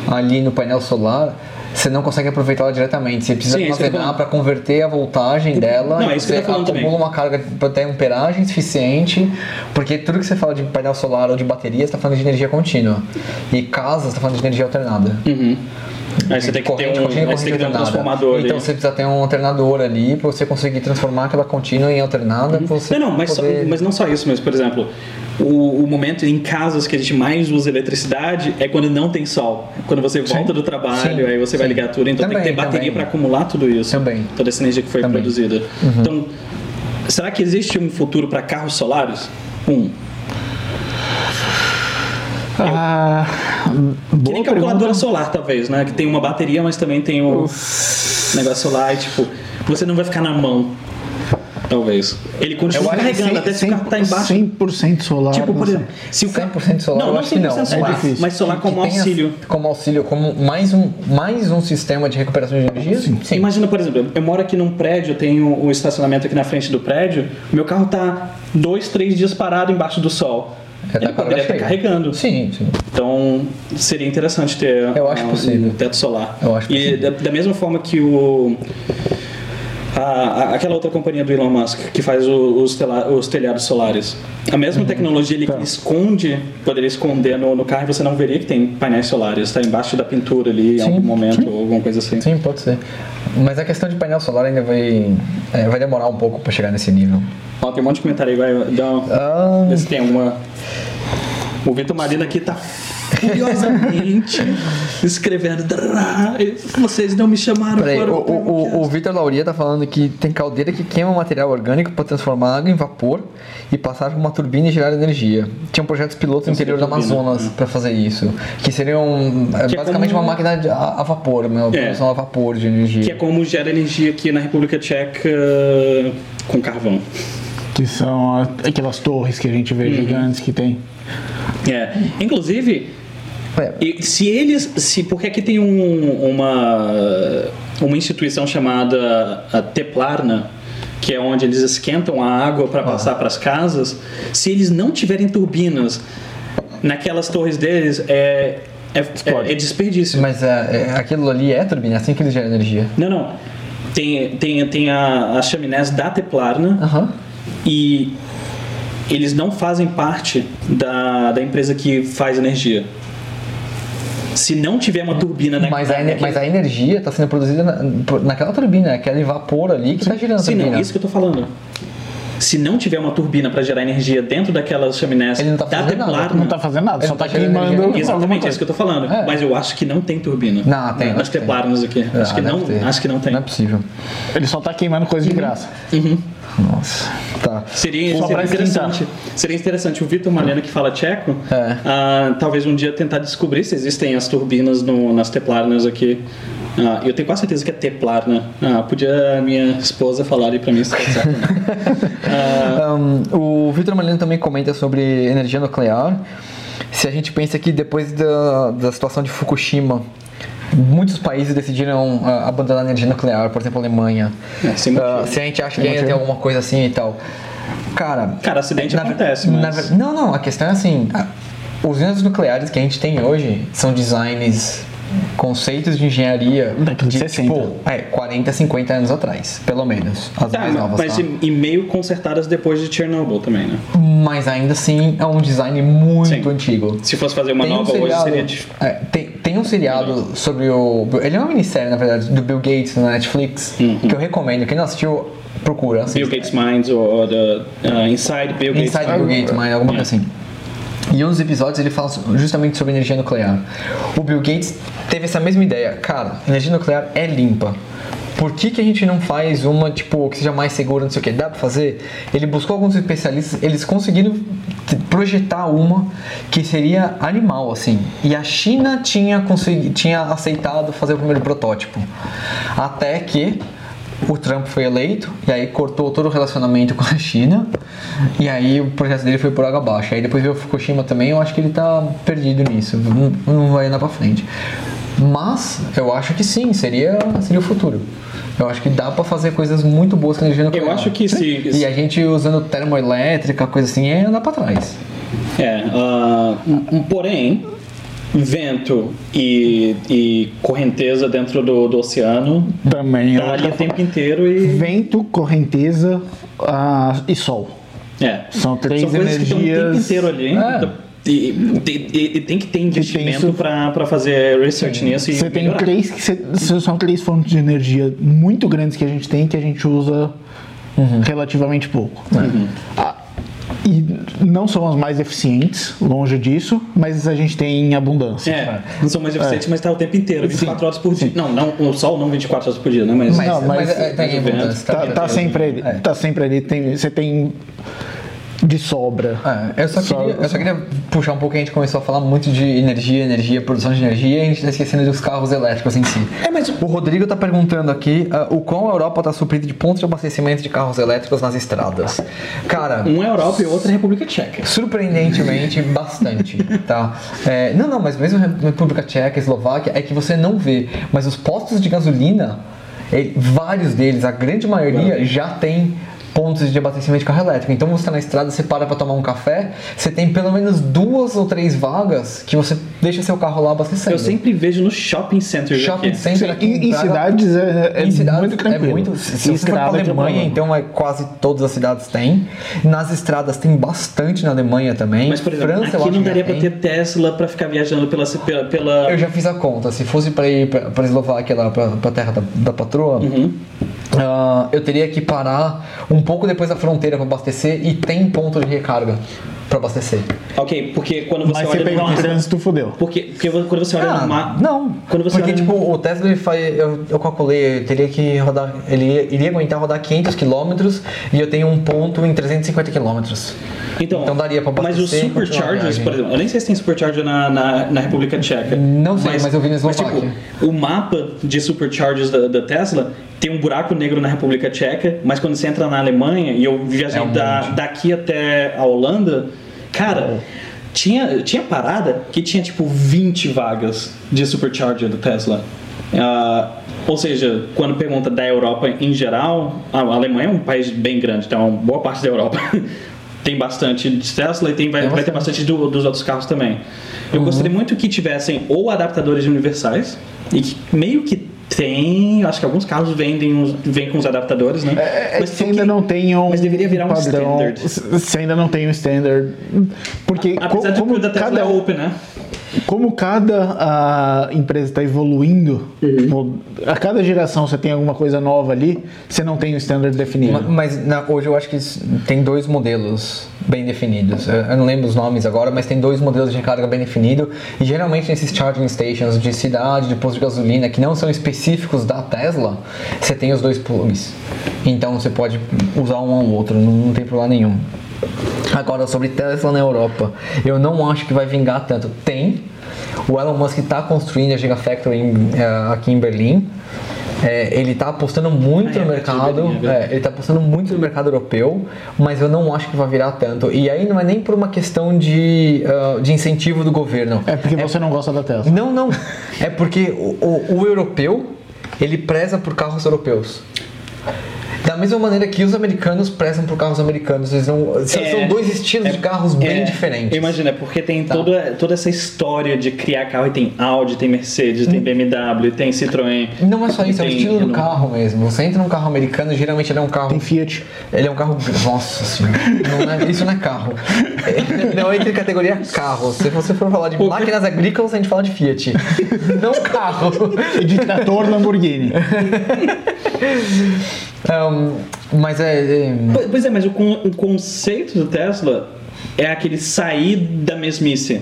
ali no painel solar, você não consegue aproveitá-la diretamente. Você precisa Sim, é isso que eu tô armazenar falando. para converter a voltagem dela Não, é e isso que eu você tô falando acumula também. uma carga para ter amperagem suficiente, porque tudo que você fala de painel solar ou de bateria, você está falando de energia contínua. E casa, você está falando de energia alternada. Uhum. Aí você tem que ter um, continua, aí você tem que ter um alternada. transformador é Então ali. você precisa ter um alternador ali para você conseguir transformar aquela contínua em alternada. pra você Uhum. Não, não, mas, só- poder... mas não só isso, mas, por exemplo, o, o momento em casas que a gente mais usa eletricidade é quando não tem sol. Quando você volta do trabalho, Sim. aí você vai Sim. ligar tudo, então tem Também, que ter bateria também. para acumular tudo isso. Também. Toda essa energia que foi Também. Uhum. produzida. Então, será que existe um futuro para carros solares? Um. Ah, Que nem boa calculadora pergunta. solar, talvez, né? Que tem uma bateria, mas também tem o negócio lá e, tipo, você não vai ficar na mão. Talvez. Ele continua carregando até se o carro tá embaixo. 100% solar. né? Tipo, por não sei. exemplo, se o carro... 100% solar, Não, eu não acho que 100% não. solar, É difícil. mas solar Que como tenha- auxílio. Como auxílio, como mais um, mais um sistema de recuperação de energia? Sim. Imagina, por exemplo, eu moro aqui num prédio, eu tenho o estacionamento aqui na frente do prédio, meu carro tá dois, três dias parado embaixo do sol. Já tá Ele com a poderia estar carga cheia. carregando. Sim, sim. Então, seria interessante ter Eu acho ah, possível. um teto solar. Eu acho e da, possível. da mesma forma que o a- a- aquela outra companhia do Elon Musk que faz o- os, tela- os telhados solares. A mesma Uhum. tecnologia ele Tá. esconde, poderia esconder no, no carro e você não veria que tem painéis solares, está embaixo da pintura ali em Sim, algum momento ou alguma coisa assim. Sim, pode ser. Mas a questão de painel solar ainda vai, é, vai demorar um pouco para chegar nesse nível. Ó, tem um monte de comentário aí, vai um- dar uma... Ah, Vê se tem alguma. O Vitor Marino aqui tá [laughs] furiosamente escrevendo. "Drá, Vocês não me chamaram peraí, para o, o o, o, o Vitor Lauria tá falando que tem caldeira que queima material orgânico para transformar água em vapor e passar por uma turbina e gerar energia. Tinha um projeto piloto no interior do turbina, Amazonas para fazer isso, que seria um, é, né? Que é basicamente como- É. uma máquina de- a, a vapor, uma produção a vapor de energia. Que é como gera energia aqui na República Tcheca com carvão. Que são a- aquelas torres que a gente Uhum. vê gigantes que tem. É. Inclusive, É, e se eles. Se, porque aqui tem um- uma, uma instituição chamada a Teplarna, que é onde eles esquentam a água Ah. para passar para as casas. Se eles não tiverem turbinas naquelas torres deles, é, é, é, é desperdício. Mas é, é, aquilo ali é turbina, é assim que ele gera energia. Não, não. Tem, tem, tem a, as chaminés da Teplarna. Aham. e eles não fazem parte da, da empresa que faz energia. Se não tiver uma turbina na Mas, a, ener- naquele- mas a energia está sendo produzida na- por- naquela turbina, aquele vapor ali que está girando a Sim, não, turbina. isso que eu tô falando. Se não tiver uma turbina para gerar energia dentro daquelas chaminés Ele não tá da fazendo nada. Teplarna, Não tá fazendo nada, Ele só não tá tá gerando energia queimando. nenhuma. alguma Exatamente, é coisa. isso que eu tô falando. É. Mas eu acho que não tem turbina. Não, tem, Nas acho que tem. Teplarnas aqui. acho que Ah, não, deve ter. acho que não tem. Não é possível. Ele só tá queimando coisa de Uhum. graça. Nossa. Tá. Seria, Só seria pra esquentar. interessante. Seria interessante o Vitor Malena, que fala tcheco, É. ah, talvez um dia tentar descobrir se existem as turbinas no- nas teplarnas aqui. Ah, eu tenho quase certeza que é teplarna. Ah, podia a minha esposa falar ali pra mim se tá certo. [laughs] ou não. Ahn, o Vitor Malino também comenta sobre energia nuclear. Se a gente pensa que depois da, da situação de Fukushima, muitos países decidiram ah, abandonar a energia nuclear, por exemplo, a Alemanha. É, sem motivo. Ah, se a gente acha que ainda tem alguma coisa assim e tal. Cara, Cara, acidente Na- acontece, na- mas... Não, não, a questão é assim: a- os usos nucleares que a gente tem hoje são designs conceitos de engenharia Daqui de 60. é, 40, 50 anos atrás, pelo menos. As Tá, mais novas. mas tá? e- e meio consertadas depois de Chernobyl também, né? Mas ainda assim é um design muito Sim. antigo. Se fosse fazer uma Tem um nova hoje, seriado- seria difícil. é, tem, tem um seriado sobre o. Ele é uma minissérie, na verdade, do Bill Gates na Netflix, Uhum. que eu recomendo. Quem não assistiu, procura. assista. Bill Gates Minds ou, ou the, uh, Inside Bill Gates Inside Bill Gates, mas alguma coisa assim. E um dos episódios ele fala so- justamente sobre energia nuclear. O Bill Gates teve essa mesma ideia. Cara, energia nuclear é limpa. Por que, que a gente não faz uma, tipo, que seja mais segura, não sei o que? Dá pra fazer? Ele buscou alguns especialistas, eles conseguiram t- projetar uma que seria animal, assim. E a China tinha, consegui- tinha aceitado fazer o primeiro protótipo. Até que o Trump foi eleito e aí cortou todo o relacionamento [laughs] com a China e aí o projeto dele foi por água abaixo. Aí depois veio o Fukushima também, eu acho que ele tá perdido nisso, não, não vai andar pra frente. Mas eu acho que sim, seria, seria o futuro. Eu acho que dá pra fazer coisas muito boas com energia nuclear. Eu acho que se... E a gente usando termoelétrica, coisa assim, é andar pra trás. É, ah, um- um- porém, vento e, e correnteza dentro do, do oceano Também. é tá ali o tempo inteiro e... Vento, correnteza ah, e sol. É. São três São coisas que estão o tempo energias- inteiro ali. Então, É. E, e- e- e tem que ter investimento isso- pra para fazer research nisso e Você tem melhorar. três, que você- são três fontes de energia muito grandes que a gente tem que a gente usa Uhum. relativamente pouco. Ah, e não são as mais eficientes, longe disso, mas a gente tem em abundância. É, não são mais eficientes, mas tá o tempo inteiro, 24 horas por dia. Não, não, o sol não 24 horas por dia, né? Mas, Mas, Não, mas- mas, é, tem vento mudança, Tá, ligado? tá sempre ali, É. tá sempre ali. tem- você tem de sobra. É, eu só, Só- queria, eu só queria puxar um pouco que a gente começou a falar muito de energia, energia, produção de energia, e a gente tá esquecendo dos carros elétricos em si. É, mas- O Rodrigo tá perguntando aqui ah, o quão a Europa tá suprida de pontos de abastecimento de carros elétricos nas estradas. Cara, um é Europa e outro é República Tcheca. surpreendentemente bastante, tá? É, não, não, mas mesmo na República Tcheca, Eslováquia, é que você não vê, mas os postos de gasolina, ele- vários deles, a grande maioria, já tem pontos de abastecimento de carro elétrico. Então você está na estrada, você para para tomar um café, você tem pelo menos duas ou três vagas que você deixa seu carro lá abastecendo. Eu sempre vejo no shopping center Shopping aqui. center aqui em, em Braga- cidades é, é em cidades muito tranquilo. É muito, se se Em você for pra estrada que é Alemanha, problema. então é quase todas as cidades têm. Nas estradas tem bastante na Alemanha também. Mas, por exemplo, França, eu aqui acho que não já daria pra tem. ter Tesla pra ficar viajando pela... pela, pela- Eu já fiz a conta. Se fosse pra ir pra, pra Eslováquia lá, pra, pra terra da, da patroa, Uhum. ah, eu teria que parar um pouco depois da fronteira pra abastecer e tem ponto de recarga pra abastecer. Ok, porque quando você Mas você olha no pega um mapa- trânsito, fodeu. Porque, porque quando você olha no mapa... Ah, não. Quando você Porque, olha tipo, o Tesla, ele faz, eu, eu calculei, eu teria que rodar, ele ia- iria aguentar rodar 500 km e eu tenho um ponto em 350 km. Então, Então daria pra Mas os abastecer e continuar a superchargers, viagem. por exemplo, eu nem sei se tem supercharger na, na, na República Tcheca. Não sei, mas eu vi na tipo, Eslováquia. o mapa de superchargers da, da Tesla tem um buraco negro na República Tcheca, mas quando você entra na Alemanha, e eu viajei É um da- monte. daqui até a Holanda, É. cara. Tinha, tinha parada que tinha tipo 20 vagas de supercharger da Tesla. Ah, ou seja, quando pergunta da Europa em geral, a Alemanha é um país bem grande, então boa parte da Europa [laughs] tem bastante de Tesla e tem, vai, Tem Uhum. vai ter bastante do- dos outros carros também. Eu gostaria muito que tivessem ou adaptadores universais, e que meio que tem, acho que alguns carros vendem uns, vêm com os adaptadores, né? É, Mas se tem ainda que- não tem um mas deveria virar um padrão, standard. se- se ainda não tem um standard, porque co- Apesar de que o como, da Tesla cada, é open, né? como cada ah, empresa está evoluindo, Uhum. tipo, a cada geração você tem alguma coisa nova ali, você não tem um standard definido. Ma- Mas na- hoje eu acho que s- tem dois modelos bem definidos. Eu, eu não lembro os nomes agora, mas tem dois modelos de recarga bem definido. E geralmente nesses charging stations de cidade, de posto de gasolina, que não são específicos da Tesla, você tem os dois plugs. Então você pode usar um ao outro, não, não tem problema nenhum. Agora, sobre Tesla na Europa, eu não acho que vai vingar tanto. Tem. O Elon Musk está construindo a Gigafactory em, eh, aqui em Berlim. É, ele está apostando muito Ah, é, no perto de mercado. Berlim, é é, ele está apostando muito no mercado europeu, mas eu não acho que vai virar tanto. E aí não é nem por uma questão de, ah, de incentivo do governo. É porque você não gosta da Tesla. Não, não. É porque o, o- o europeu, ele preza por carros europeus. Da mesma maneira que os americanos prezam por carros americanos, eles não. são- É, são dois estilos é, de carros bem é, diferentes. Imagina, porque tem Tá. toda, toda essa história de criar carro e tem Audi, tem Mercedes, tem BMW, tem Citroën. Uhum. Não é só isso, é o tem estilo do Renault. carro mesmo. Você entra num carro americano, geralmente ele é um carro. Tem Fiat. Ele é um carro. Nossa senhora. Não é- isso não é carro. [laughs] É, Não entra em categoria carro. Se você for falar de máquinas agrícolas, a gente fala de Fiat. [laughs] Não carro. E de trator [laughs] Lamborghini. Um, mas é. é- Po- Pois é, mas o, con- o conceito do Tesla é aquele sair da mesmice.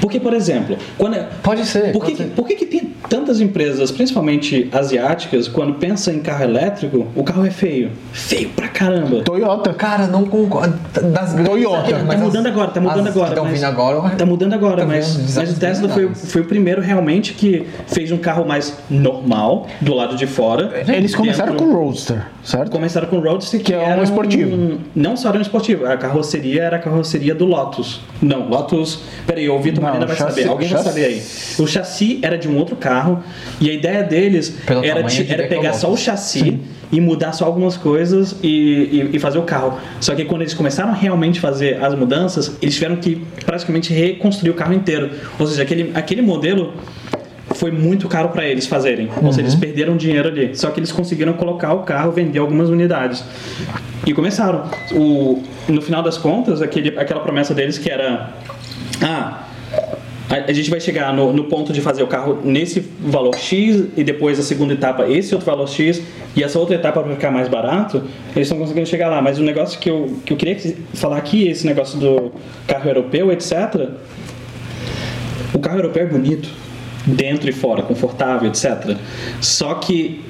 Porque, por exemplo, quando. é, Pode ser. Por, que, pode ser. por que, que tem tantas empresas, principalmente asiáticas, quando pensa em carro elétrico, o carro é feio? Feio pra caramba. Toyota. Cara, não concordo. Das grandes. Toyota. mas tá mudando as- agora, tá mudando as agora. Que estão mas- vindo agora. Tá mudando agora, tá mas, vendo? mas Designs o Tesla foi, milionários. foi o primeiro realmente que fez um carro mais normal, do lado de fora. Eles começaram Dentro- com Roadster, certo? Começaram com o Roadster, que, Que é um era esportivo. não só era um esportivo, a carroceria era a carroceria do Lotus. Não, Lotus. Peraí, o Vitor Não, Marina vai chassi- saber. Alguém vai chassi- saber aí. O chassi era de um outro carro e a ideia deles Pelo era, tamanho, ti- eu diria era que é o pegar só o Lotus. chassi e mudar só algumas coisas e, e- e fazer o carro. Só que quando eles começaram a realmente fazer as mudanças, eles tiveram que praticamente reconstruir o carro inteiro. Ou seja, aquele, aquele modelo foi muito caro para eles fazerem. Ou seja, eles Uhum. perderam dinheiro ali. Só que eles conseguiram colocar o carro, vender algumas unidades. E começaram. O, no final das contas, aquele, aquela promessa deles que era. Ah, a, a gente vai chegar no, no ponto de fazer o carro nesse valor X e depois a segunda etapa esse outro valor X e essa outra etapa para ficar mais barato, eles estão conseguindo chegar lá. Mas o negócio que eu, que eu queria que- falar aqui, esse negócio do carro europeu, etc. O carro europeu é bonito, dentro e fora, confortável, etc. Só que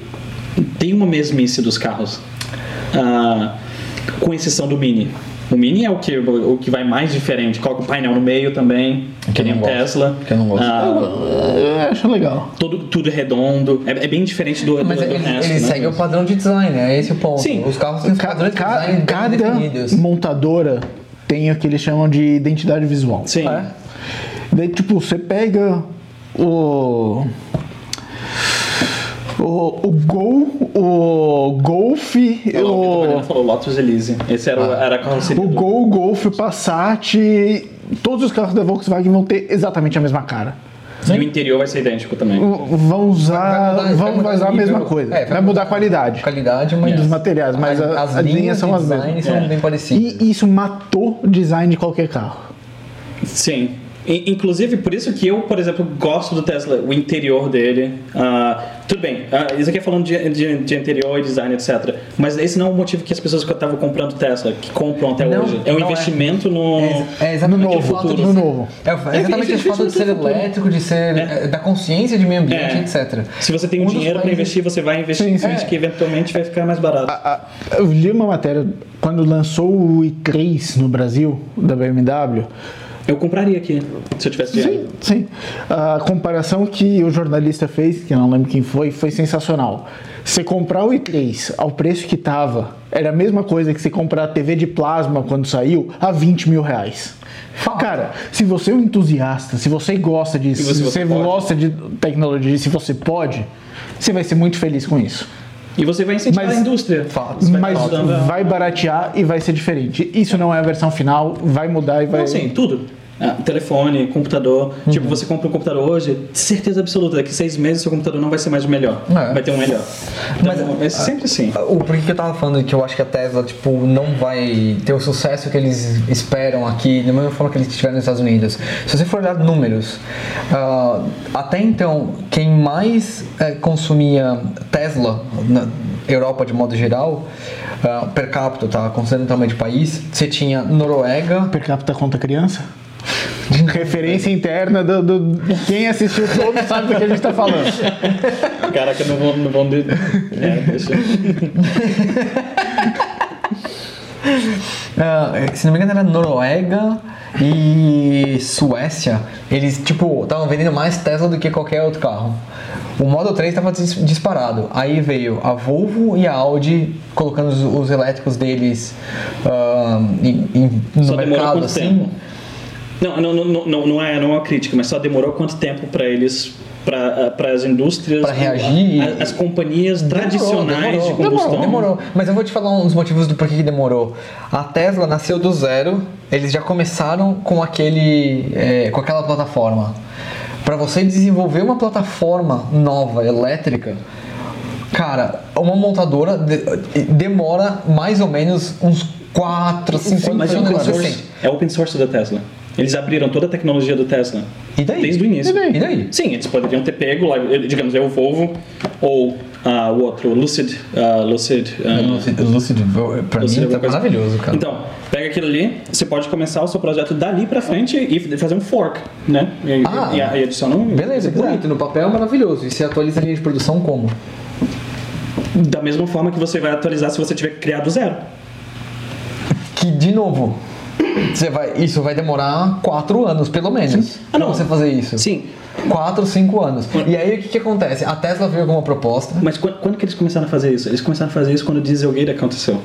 tem uma mesmice dos carros, Ah, com exceção do Mini. O Mini é o que, o que vai mais diferente, coloca o painel no meio também, que nem não o gosto. Tesla. Que eu não gosto. Ah, Eu acho legal. todo, tudo é redondo, é, é bem diferente do, do, Mas do ele, resto. ele né? segue o padrão de design, é esse o ponto. Sim. Os carros têm os Ca- padrões ca- de design bem cada definidos. montadora tem o que eles chamam de identidade visual. É. Sim. né? Daí, tipo, você pega o. O, o Gol, o Golf, É O o, tá Marina falou Lotus Elise. Esse era, o- Ah. era a carroceria. o do- Gol, o Golf, o Passat, todos os carros da Volkswagen vão ter exatamente a mesma cara. E o interior vai ser idêntico também. Vão usar, Vai mudar- vai vão mudar usar Ah, a o nível. mesma coisa. É, vai vai, mudar a mudar- qualidade Qualidade, mas. dos materiais, mas as, a- as as linhas, linhas são de as design mesmas. são É. bem parecidas. E isso matou o design de qualquer carro. Sim. I- Inclusive, por isso que eu, por exemplo, gosto do Tesla, o interior dele. Ah, tudo bem, ah, isso aqui é falando de, de, de interior e design, etc. Mas esse não é o motivo que as pessoas que estavam comprando Tesla, que compram até Não, hoje. É um não é. investimento no. É, é exatamente No o novo, fato de no ser- novo. É, é exatamente É, o fato de ser é, é, elétrico, de ser. é. é, da consciência de meio ambiente, É. etc. Se você tem o Um dos dinheiro para países- Ah, investir, você vai investir Sim, sim. nisso que eventualmente vai ficar mais barato. A- Eu li uma matéria quando lançou o i3 no Brasil, da BMW. ah. Eu compraria aqui, se eu tivesse dinheiro. Sim, sim. A comparação que o jornalista fez, que eu não lembro quem foi, foi sensacional. Você comprar o i3 ao preço que tava, era a mesma coisa que você comprar a TV de plasma quando saiu a 20 mil reais. Cara, se você é um entusiasta, se você gosta disso, você- se você você pode. gosta de tecnologia, se você pode, você vai ser muito feliz com isso. E você vai incentivar Mas- a indústria. Fato. Você vai Mas ajudando a- vai baratear e vai ser diferente. Isso não é a versão final, vai mudar e vai. Então, assim, tudo. Ah, telefone, computador. Uhum. Tipo, você compra um computador hoje, certeza absoluta, daqui seis meses seu computador não vai ser mais o melhor. É. Vai ter um melhor. Então, Mas- ah, é sempre assim. O porquê que eu tava falando que eu acho que a Tesla, tipo, não vai ter o sucesso que eles esperam aqui, da mesma forma que eles tiveram nos Estados Unidos. Se você for olhar números, ah, até então, quem mais eh, consumia Tesla na Europa de modo geral, ah, per capita, tá? Considerando também de país, você tinha Noruega, Per capita conta criança? Referência interna do, do- Quem assistiu todo sabe do que a gente tá falando. Caraca, não vão. Não vão de... [laughs] é, deixa. Ah, se não me engano era Noruega e Suécia, eles tipo estavam vendendo mais Tesla do que qualquer outro carro. O Model 3 estava disparado. Aí veio a Volvo e a Audi colocando os, os elétricos deles ah, em- em- no Só demorou mercado quanto assim. tempo? Não, não, não, não, não é, não é uma crítica, mas só demorou quanto tempo pra eles para as indústrias, Pra reagir. a- as companhias tradicionais de combustão. Demorou, demorou. Mas eu vou te falar uns motivos do porquê que demorou. A Tesla nasceu do zero, eles já começaram com aquele. é, com aquela plataforma. Para você desenvolver uma plataforma nova, elétrica, cara, uma montadora de- demora mais ou menos uns 4, 5 anos pra Mas é open, fazer um negócio source, assim. é open source da Tesla. Eles abriram toda a tecnologia do Tesla. E daí? Desde o início. E daí? E daí? Sim, eles poderiam ter pego, lá, digamos, é o Volvo ou ah, o outro, o Lucid. ah, Lucid, ah, Lucid, Lucid, pra Ou seja, mim tá alguma coisa- maravilhoso, cara. Então, pega aquilo ali, você pode começar o seu projeto dali pra frente e f- fazer um fork, né? E, Ah. e, e adiciona um. Beleza, se quiser. bonito, no papel é maravilhoso. E você atualiza a linha de produção como? Da mesma forma que você vai atualizar se você tiver criado zero. que de novo você vai, isso vai demorar quatro anos pelo menos Ah, não. pra você fazer isso Sim. quatro cinco anos e aí o que, que acontece a Tesla veio com uma proposta Mas quan- quando, que eles começaram a fazer isso? Eles começaram a fazer isso quando o Dieselgate aconteceu.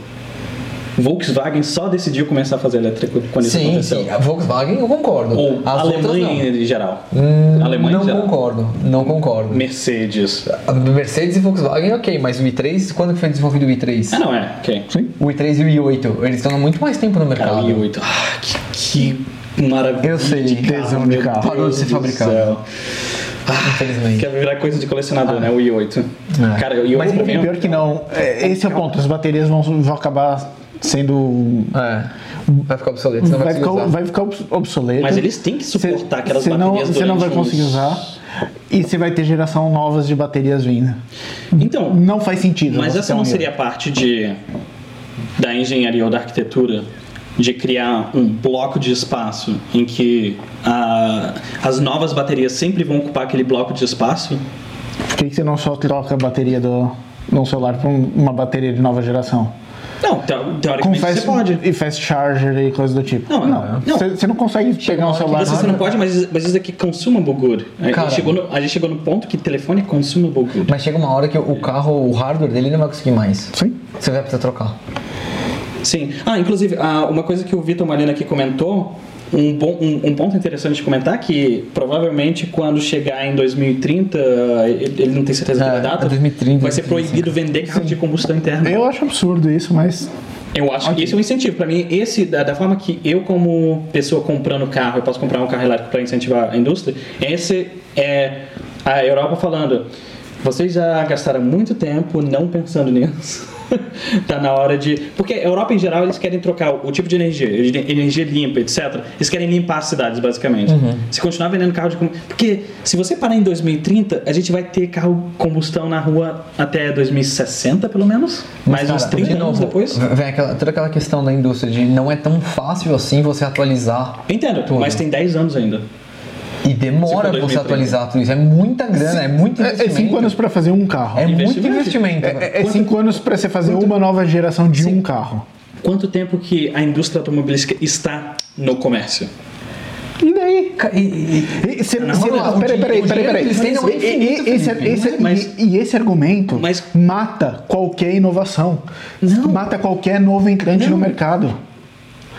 Volkswagen só decidiu começar a fazer elétrico quando isso sim aconteceu. sim a Volkswagen eu concordo Ou As Alemanha outras, em geral. não. Alemanha em não geral. concordo não concordo Mercedes. A Mercedes e Volkswagen ok mas o i3 quando que foi desenvolvido o i3 Ah, não, é. Ok. Sim. o i3 e o i8 eles estão há muito mais tempo no Cara, mercado o i8. Ah, que, que maravilha. Eu sei, de carro, tesão de meu carro. Parou de Deus ser do fabricado. céu. infelizmente Quer virar coisa de colecionador, né? O i8. Cara, o i8 Ah. Mas, pra mim é um- Pior que não. É, Esse é o ponto. As baterias vão, vão acabar sendo. é. vai ficar obsoleto não vai, Vai conseguir ficar, usar. vai ficar obs- obsoleto. Mas eles têm que suportar aquelas Você não, baterias você não vai durante conseguir uns- usar. E você vai ter geração novas de baterias vindo. Então, Não faz sentido. mas você ter essa um não euro. seria parte de da engenharia ou da arquitetura de criar um bloco de espaço em que ah, as novas baterias sempre vão ocupar aquele bloco de espaço? Por que que você não só troca a bateria do, de um celular para uma bateria de nova geração? Não, teo- Com teoricamente fast, você pode. E fast charger e coisa do tipo. Não, não. Você você não consegue pegar um uma hora que celular. Você, você não pode, mas, mas isso daqui consuma bulgur. A Cara. gente, chegou no, a gente chegou no ponto que telefone consuma bulgur. mas chega uma hora que o carro o hardware dele não vai conseguir mais Sim. Você vai precisar trocar. Sim. Ah, inclusive, ah, uma coisa que o Vitor Marina aqui comentou, um, bom, um, um ponto interessante de comentar, que provavelmente quando chegar em 2030, ah, ele, ele não tem certeza da É, data, é 2030, vai ser proibido vender carro de combustão interna. Eu acho absurdo isso, mas. é Eu acho que esse é um incentivo. Pra mim, esse, da, da forma que eu, como pessoa comprando carro, eu posso comprar um carro elétrico para incentivar a indústria, esse é a Europa falando. Vocês já gastaram muito tempo não pensando nisso. [laughs] tá na hora de. Porque a Europa, em geral, eles querem trocar o tipo de energia, de energia limpa, etc. Eles querem limpar as cidades, basicamente. Se continuar vendendo carro de combustão. Porque se você parar em 2030, a gente vai ter carro combustão na rua até 2060, pelo menos. Mais uns cara, 30 anos depois. Vem aquela, toda aquela questão da indústria de não é tão fácil assim você atualizar. Entendo, Tudo. mas tem 10 anos ainda. E Se for demora você 2030. atualizar tudo isso. É muita grana, é muito É, é investimento. cinco anos para fazer um carro. É É, muito Investimento. investimento. é cinco anos para você fazer uma nova geração de um carro. Quanto tempo que a indústria automobilística está no comércio? E daí? Ca- e- e- E, cê, Não, cê- vamos lá, o peraí, dinhe- peraí, o dinheiro peraí, que peraí. eles têm não é E- infinito, e- esse, Felipe. esse- Não é, mas- e, e esse argumento Mas- mata qualquer inovação. Mata qualquer novo entrante no mercado.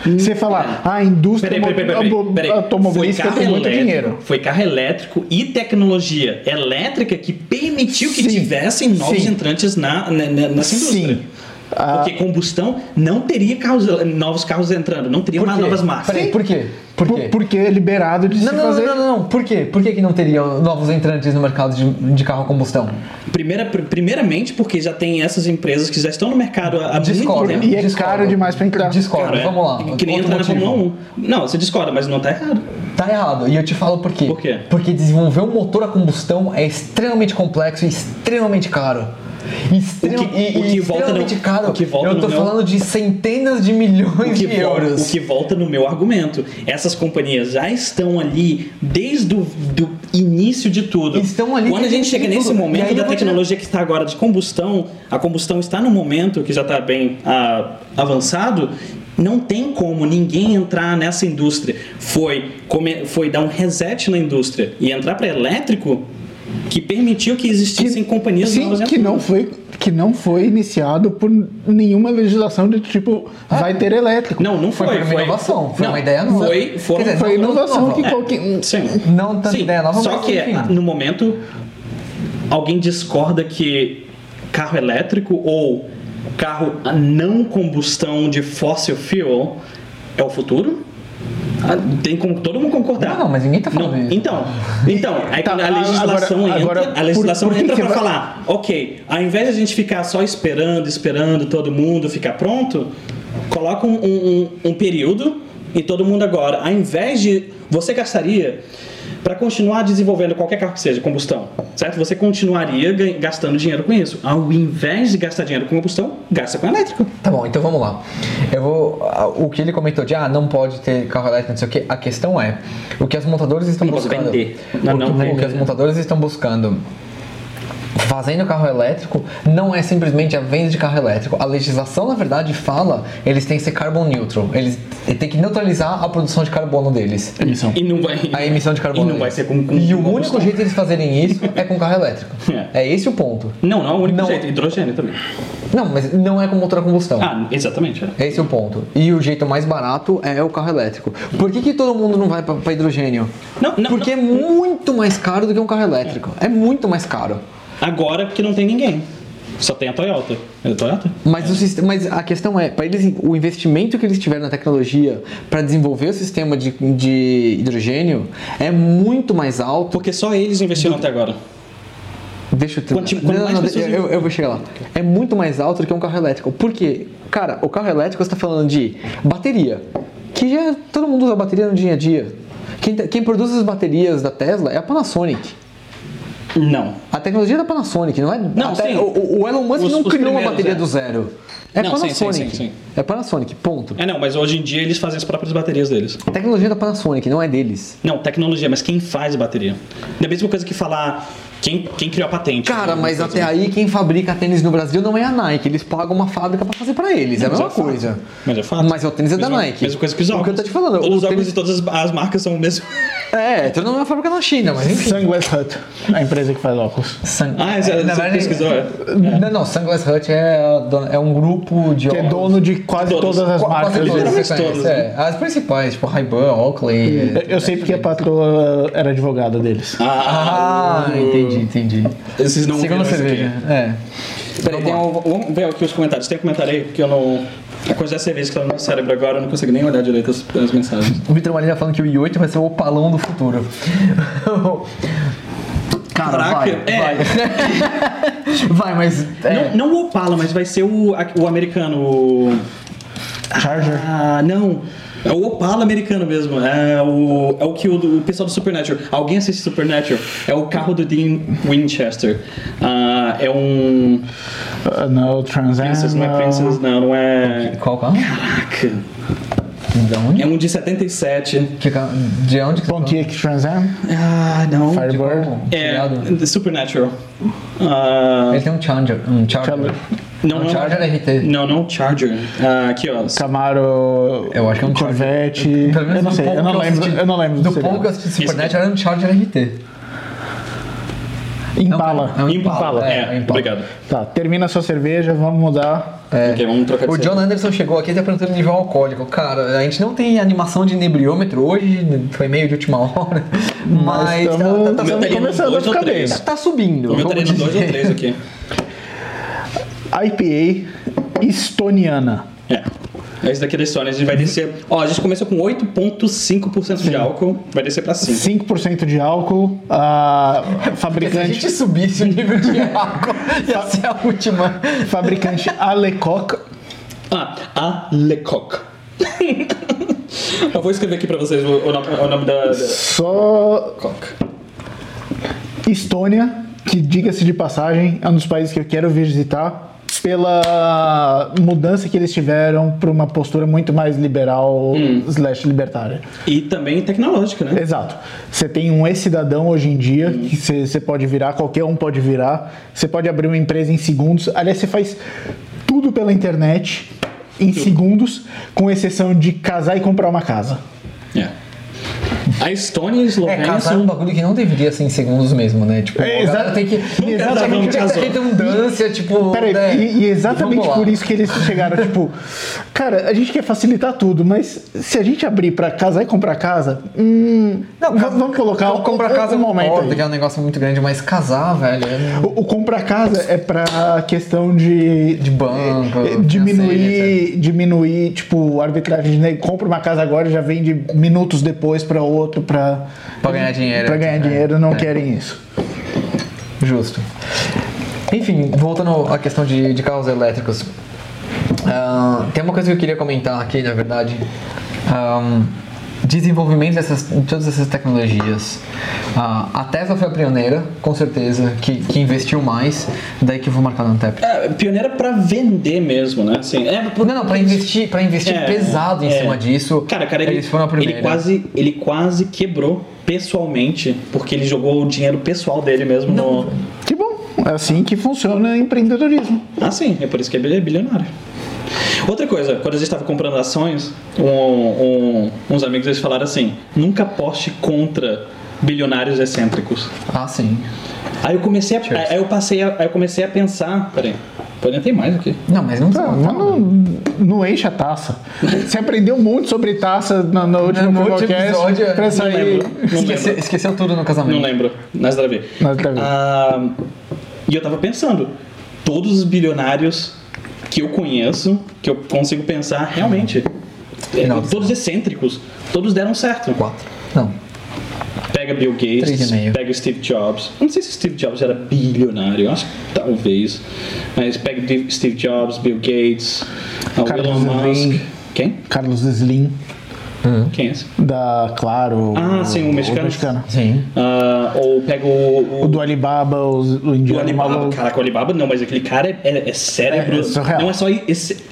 Você falar, ah, a indústria Hum. Peraí, peraí, peraí, peraí, automo- peraí. é automobilística tem muito elétrico, dinheiro. Foi carro elétrico e tecnologia elétrica que permitiu que Sim. tivessem novos Sim. entrantes na, na- na- nessa indústria. Sim. Ah. Porque combustão não teria carros, novos carros entrando, não teria Por mais quê? novas marcas. Peraí, por quê? Por Por- quê? porque é liberado de Não, se não, fazer. não, não, não. Por quê? Por que, que não teriam novos entrantes no mercado de, de carro a combustão? Primeira, pr- primeiramente porque já tem essas empresas que já estão no mercado há há muito Discordo. tempo. E é discordo. caro demais pra entrar. Discordo, Cara, vamos lá. é Que nem Outro entrar na motivo. Fórmula 1. Não, você discorda, mas não tá errado. Tá errado. E eu te falo por quê. Por quê? Porque desenvolver um motor a combustão é extremamente complexo e extremamente caro. Extrem... O que- e, o e que volta extremamente no- caro. o que volta eu no tô meu- falando de centenas de milhões O de que, vol- euros. o que volta no meu argumento. Essas companhias já estão ali desde o do início de tudo. Estão ali Quando a desde gente o chega início de nesse tudo. E momento aí da eu vou te- tecnologia que está agora de combustão, a combustão está num momento que já está bem ah, avançado. Não tem como ninguém entrar nessa indústria. Foi, come- foi dar um reset na indústria e entrar para elétrico que permitiu que existissem companhias Sim, novas que entrando. não foi que não foi iniciado por nenhuma legislação de tipo vai ter elétrico. Não, não foi. Foi uma inovação, foi uma ideia nova. Foi, foram, Quer dizer, Foi não, não, inovação não, que não. qualquer. Sim. Não tanta Sim, ideia nova, Só mas que enfim. no momento alguém discorda que carro elétrico ou carro a não combustão de fossil fuel é o futuro? Ah, Tem como todo mundo concordar. Não, não, mas ninguém tá falando isso. Então, então é que Tá, a legislação agora- agora, entra, a legislação por- por que entra que para vai- falar, ok, ao invés de a gente ficar só esperando, esperando todo mundo ficar pronto, coloca um, um- um- um período e todo mundo agora, ao invés de você gastaria para continuar desenvolvendo qualquer carro que seja combustão, certo? Você continuaria gan- gastando dinheiro com isso. Ao invés de gastar dinheiro com combustão, gasta com elétrico. Tá bom, então vamos lá. Eu vou. ah, O que ele comentou de ah, não pode ter carro elétrico, não sei o que, a questão é, o que as montadoras estão Não posso buscando. vender. Não, o, não o vender. que as montadoras estão buscando fazendo carro elétrico não é simplesmente a venda de carro elétrico. A legislação, na verdade, fala eles têm que ser carbon neutral. Eles têm que neutralizar a produção de carbono deles. E não vai. A emissão de carbono. E não vai deles. ser com- com e o combustão. único jeito de eles fazerem isso é com carro elétrico. [laughs] É. É esse o ponto. Não, não é o único Não. jeito. Hidrogênio também. Não, mas não é com motor a combustão. Ah, exatamente. é. Esse é o ponto. E o jeito mais barato é o carro elétrico. Por que, que todo mundo não vai pra pra hidrogênio? Não, não, Porque é muito mais caro do que um carro elétrico. É muito mais caro. Agora porque não tem ninguém. Só tem a Toyota. É da Toyota? Mas, o sistema, mas a questão é, para eles, o investimento que eles tiveram na tecnologia para desenvolver o sistema de, de hidrogênio é muito mais alto. Porque só eles investiram até agora. Deixa eu te... Quanto- quanto mais pessoas eu, eu vou chegar lá. É muito mais alto do que um carro elétrico. Por quê? Cara, o carro elétrico você tá falando de bateria. Que já todo mundo usa bateria no dia a dia. Quem, te- quem produz as baterias da Tesla é a Panasonic. Não. A tecnologia é da Panasonic, não é? Não, Até- sim. o- o, o Elon Musk Os- não os criou uma primeiros, bateria é. do zero. É Não, sim, sim, Panasonic. sim, sim. É Panasonic, ponto. É não, mas hoje em dia eles fazem as próprias baterias deles. A tecnologia é da Panasonic, não é deles. Não, tecnologia, mas quem faz bateria? É a mesma coisa que falar quem, quem criou a patente. Cara, Né? mas até aí quem fabrica tênis no Brasil não é a Nike. Eles pagam uma fábrica pra fazer pra eles. É a Mas mesma é fato. coisa. Mas é fato. Mas o tênis é da Mesma- Nike. Mesma coisa que os É óculos. O que eu tô te falando. Todos os o óculos tênis... e todas as, as marcas são o [laughs] mesmo. É, então não é uma fábrica na China, mas enfim. Sunglass Hut, é a empresa que faz óculos. Sun- [laughs] Ah, você, na você verdade- pesquisou? é. Não, não. Sunglass Hut é, a dona- é um grupo de Que é óculos. dono de quase Todas. todas as Qua- quase marcas. todas deles. você Todas, conhece, é. As principais, tipo Ray-Ban, [laughs] Oakley. Eu- Eu sei é, porque a patroa era advogada deles. Ah, entendi, entendi. Esses não Segunda viram isso cerveja. É. aqui. Peraí, tem um, vamos ver aqui os comentários. Tem um comentário aí que eu não. A coisa da cerveja que tá no meu cérebro agora, eu não consigo nem olhar direito as, as mensagens. O Vitor Maria falando que o i8 vai ser o opalão do futuro. [laughs] Cara, vai, é. vai. Vai, mas. é. Não, não o Opala, mas vai ser o, a- o americano. o- Charger. Ah, não. É o Opala americano mesmo. É o, é o que o, do- o pessoal do Supernatural. Alguém assiste Supernatural? É o carro do Dean Winchester. Ah, é um. Uh, no Trans Am. Princess, não é no- Princess, não, não é. Qual carro? Caraca. De onde? É um de 77. Que carro? De onde que você Pontiac Trans Am. Ah, não. De qual Firebird. seriado? É, Supernatural. Ah, Ele tem um Challenger. Um Charger. não, é um não, Charger RT. não, não, Charger. Ah, aqui, ó. Camaro. Eu acho que é um Corvette. Pelo menos do Eu não sei, pouco eu não que lembro. assisti- Eu não lembro Do seriado. pouco que eu assisti de Isso Supernatural era um Charger RT. Impala. É um Impala. É, É, um Impala. obrigado. Tá, termina a sua cerveja, vamos mudar. Ok, vamos é trocar de É. O John cerveja. Anderson chegou aqui e tá perguntando nível alcoólico. Cara, a gente não tem animação de nebriômetro hoje, foi meio de última hora, mas tá, estamos- tá- tá- meu tá- começando a dois ou ficar bem. três. tá subindo. O meu tá vamos de dois ou dizer. três aqui. IPA estoniana. É. Esse daqui da Estônia, a gente vai descer. Ó, a gente começou com 8,5% de álcool, vai descer pra 5. 5% de álcool. ah, Se [laughs] a gente fabricante, subisse o nível de álcool, ia ser a última. fabricante Alecoque. Ah, a Lecoq. [laughs] Eu vou escrever aqui pra vocês o, o nome, o nome da, da Só Coca. Estônia, que diga-se de passagem, é um dos países que eu quero visitar pela mudança que eles tiveram para uma postura muito mais liberal slash libertária. E também tecnológica, né? Exato. Você tem um e-cidadão hoje em dia, que você você pode virar, qualquer um pode virar. Você pode abrir uma empresa em segundos. Aliás, você faz tudo pela internet em segundos, com exceção de casar e comprar uma casa. É. A Estônia e a É, Eslovênia casar é um são. bagulho que não deveria ser em segundos mesmo, né? Tipo, É, a galera exato. tem que. Não, Tinha cara, que vamos ter essa casar. redundância, tipo. Peraí, né? e, e exatamente Vamos lá. por isso que eles chegaram, tipo, cara, a gente quer facilitar tudo, mas se a gente abrir pra casar e comprar casa, hum, Não, va- casa- vamos colocar Então, comprar casa é um momento. aí. que é um negócio muito grande, mas casar, velho. é- O, o comprar casa é pra questão de. De banco, é. é, é, financeiro, diminuir, diminuir, tipo, arbitragem. Né? Compra uma casa agora e já vende minutos depois pra outro, pra. Pra ganhar dinheiro. Pra ganhar É, dinheiro, não é. querem isso. Justo. Enfim, voltando à questão de, de carros elétricos. Ah, tem uma coisa que eu queria comentar aqui, na verdade. Ahm, desenvolvimento dessas, de todas essas tecnologias. Ah, a Tesla foi a pioneira, com certeza, que, que investiu mais. Daí que eu vou marcar no TEP. É, pioneira pra vender mesmo, né? Assim, é, Não, não, pra investir, pra investir É, pesado em é. cima disso. Cara, cara, ele, eles foram a primeira. ele quase, ele quase quebrou pessoalmente, porque ele jogou o dinheiro pessoal dele mesmo no. Que bom. É assim que funciona o empreendedorismo. Ah, sim, é por isso que ele é bilionário. Outra coisa, quando a gente estava comprando ações, um- um- uns amigos eles falaram assim: nunca aposte contra bilionários excêntricos. Ah, sim. Aí eu comecei a, aí eu passei a, aí eu comecei a pensar, peraí, pode ter mais aqui. Não, mas não Ah, tá. mas não, não enche a taça. Você aprendeu muito sobre taça na, na última No último podcast, episódio, pra não sair- lembro. Não Esqueceu, lembro. esqueceu tudo no casamento. Não lembro, nada a ver. Nada a ver. Ah, e eu tava pensando, todos os bilionários que eu conheço, que eu consigo pensar realmente, é, Nossa. todos excêntricos, todos deram certo. Quatro. Não. Pega Bill Três Gates, e meio. pega o Steve Jobs. Eu não sei se Steve Jobs era bilionário, eu acho que talvez. Mas pega o Steve Jobs, Bill Gates, o Carlos Elon Musk. Slim. Quem? Carlos Slim, Quem é esse? da Claro. Ah, sim, o mexicano. Sim. Ah, ou pega o, O o, do Alibaba, o, o do indiano Alibaba. maluco. Caraca, o Alibaba não, mas aquele cara é, é, é cérebro. É, é surreal. não é só esse.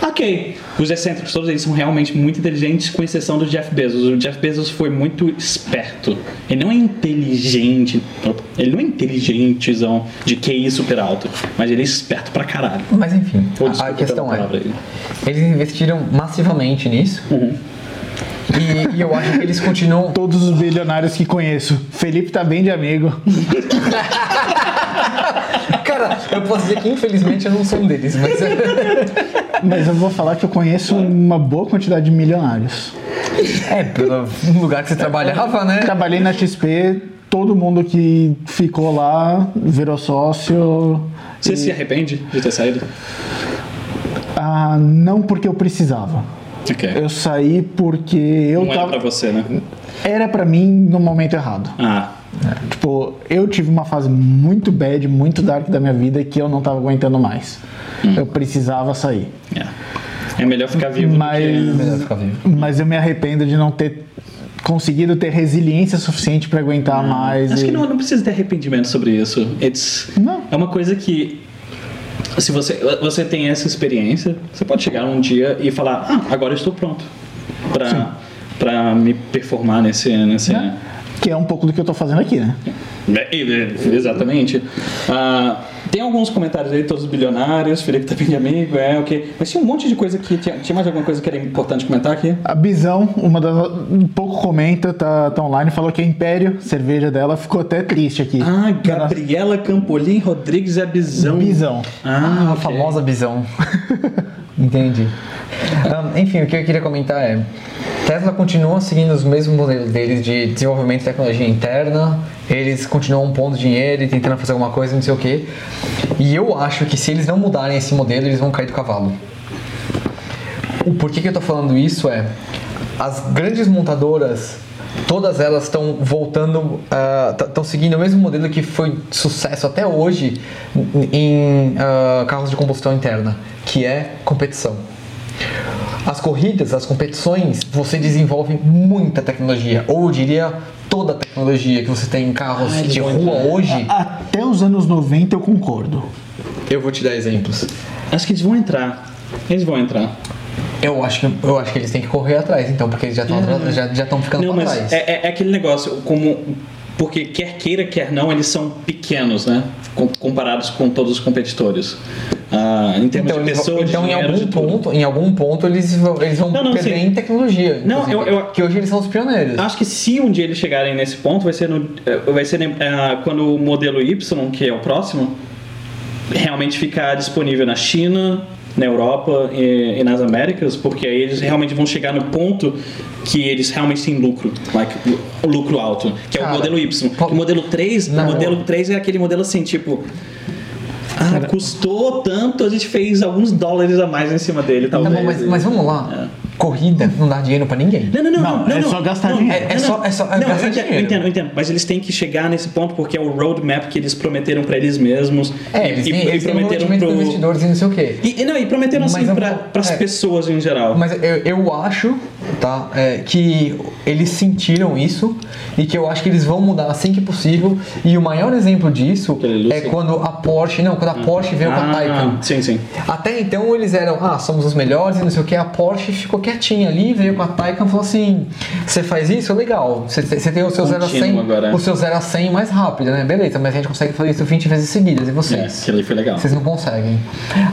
Ok, os excêntricos todos eles são realmente muito inteligentes, com exceção do Jeff Bezos. O Jeff Bezos foi muito esperto. Ele não é inteligente, ele não é inteligentezão de QI super alto, mas ele é esperto pra caralho. Mas enfim, Pô, a- a, desculpa questão pela é, palavra aí. Uhum. eles investiram massivamente nisso e, e eu acho que eles [laughs] continuam. Todos os bilionários que conheço. Felipe tá bem de amigo. [laughs] Cara, eu posso dizer que infelizmente eu não sou um deles, [laughs] mas é, Mas eu vou falar que eu conheço uma boa quantidade de milionários. é pelo lugar que você trabalhava, né? Tá. Trabalhei na XP, todo mundo que ficou lá virou sócio. Você se arrepende de ter saído? Ah, não porque eu precisava. Ok. Eu saí porque eu não era tava. pra você, né? Era pra mim no momento errado. Ah, Tipo, eu tive uma fase muito bad, muito dark da minha vida que eu não tava aguentando mais. Eu precisava sair. é. É melhor ficar vivo do Mas, que... Melhor ficar vivo. mas eu me arrependo de não ter conseguido ter resiliência suficiente pra aguentar Hum. mais. Acho e- que não, não precisa ter arrependimento sobre isso. It's- Não. É uma coisa que. Se você, você tem essa experiência, você pode chegar um dia e falar: Ah, agora eu estou pronto pra, pra me performar nesse. nesse... Né? Que é um pouco do que eu tô fazendo aqui, né? É, é, Exatamente. Ah, tem alguns comentários aí, todos bilionários, Felipe tá bem de amigo, é o que. Mas tinha um monte de coisa que. Tinha, tinha mais alguma coisa que era importante comentar aqui? A Bizão, uma das. um Pouco comenta, tá, tá online, falou que a Império, cerveja dela, ficou até triste aqui. Ah, assim. Gabriela Campolim Rodrigues é bisão. Bizão. Ah, Ah, a ok. famosa [laughs] visão. Entendi. Ahn, enfim, o que eu queria comentar é: Tesla continua seguindo os mesmos modelos deles de desenvolvimento de tecnologia interna, eles continuam pondo dinheiro e tentando fazer alguma coisa, não sei o quê. E eu acho que se eles não mudarem esse modelo, eles vão cair do cavalo. O porquê que eu tô falando isso é as grandes montadoras, todas elas estão voltando, estão seguindo o mesmo modelo que foi sucesso até hoje em- em ah, carros de combustão interna, que é competição. As corridas, as competições, você desenvolve muita tecnologia, ou eu diria toda a tecnologia que você tem em carros Ah, eles de vão rua entrar. hoje. Até os anos 90 eu concordo. Eu vou te dar exemplos. Acho que eles vão entrar. Eles vão entrar. Eu acho que, eu acho que eles têm que correr atrás, então, porque eles já estão já, já tão ficando É. Não, pra mas trás. é, é- é aquele negócio, como. Porque quer queira, quer não, eles são pequenos, né? Com- Comparados com todos os competidores. ah, em termos Então, de eles vão- pessoas, então de em dinheiro, algum de tudo. ponto, em algum ponto eles vão, eles vão Não, não, perder sim. em tecnologia. Não, inclusive, eu- eu- que hoje eles são os pioneiros. Acho que se um dia eles chegarem nesse ponto, vai ser, no, eh, vai ser eh, quando o modelo Y, que é o próximo, realmente ficar disponível na China, na Europa e, e nas Américas, porque aí eles realmente vão chegar no ponto que eles realmente têm lucro, like, o lucro alto, que é Cara, o modelo Y. po- O modelo 3, na o modelo 3 é aquele modelo assim, tipo... Ah, custou tanto, a gente fez alguns dólares a mais em cima dele, Tá talvez. é. bom, mas, mas vamos lá. Corrida não dá dinheiro pra ninguém. Não, não, não. Não, não, é não. só gastar Não, dinheiro. É- é só- é só- é não, gastar eu entendo, dinheiro. Eu entendo, eu entendo. Mas eles têm que chegar nesse ponto porque é o roadmap que eles prometeram pra eles mesmos. É, eles, têm, eles têm um rendimento para investidores e não sei o quê. E, e não, e prometeram Mas assim eu pra, vou- pras é. pessoas em geral. Mas eu, eu acho, tá, é, que eles sentiram isso e que eu acho que eles vão mudar assim que possível. E o maior exemplo disso Aquele Lucid. Hum. Ah. é quando a Porsche, não, quando a Porsche veio com a Taycan. Sim, sim. Até então eles eram, ah, somos os melhores e não sei o que. A Porsche ficou quietinha ali, veio com a Taycan e falou assim: você faz isso? Legal. Você te- você tem o seu 0 a 100, Contínuo agora, é. o seu 0 a 100 mais rápido, né? Beleza, mas a gente consegue fazer isso 20 vezes seguidas. E É, vocês? aquilo ali foi legal. Vocês não conseguem.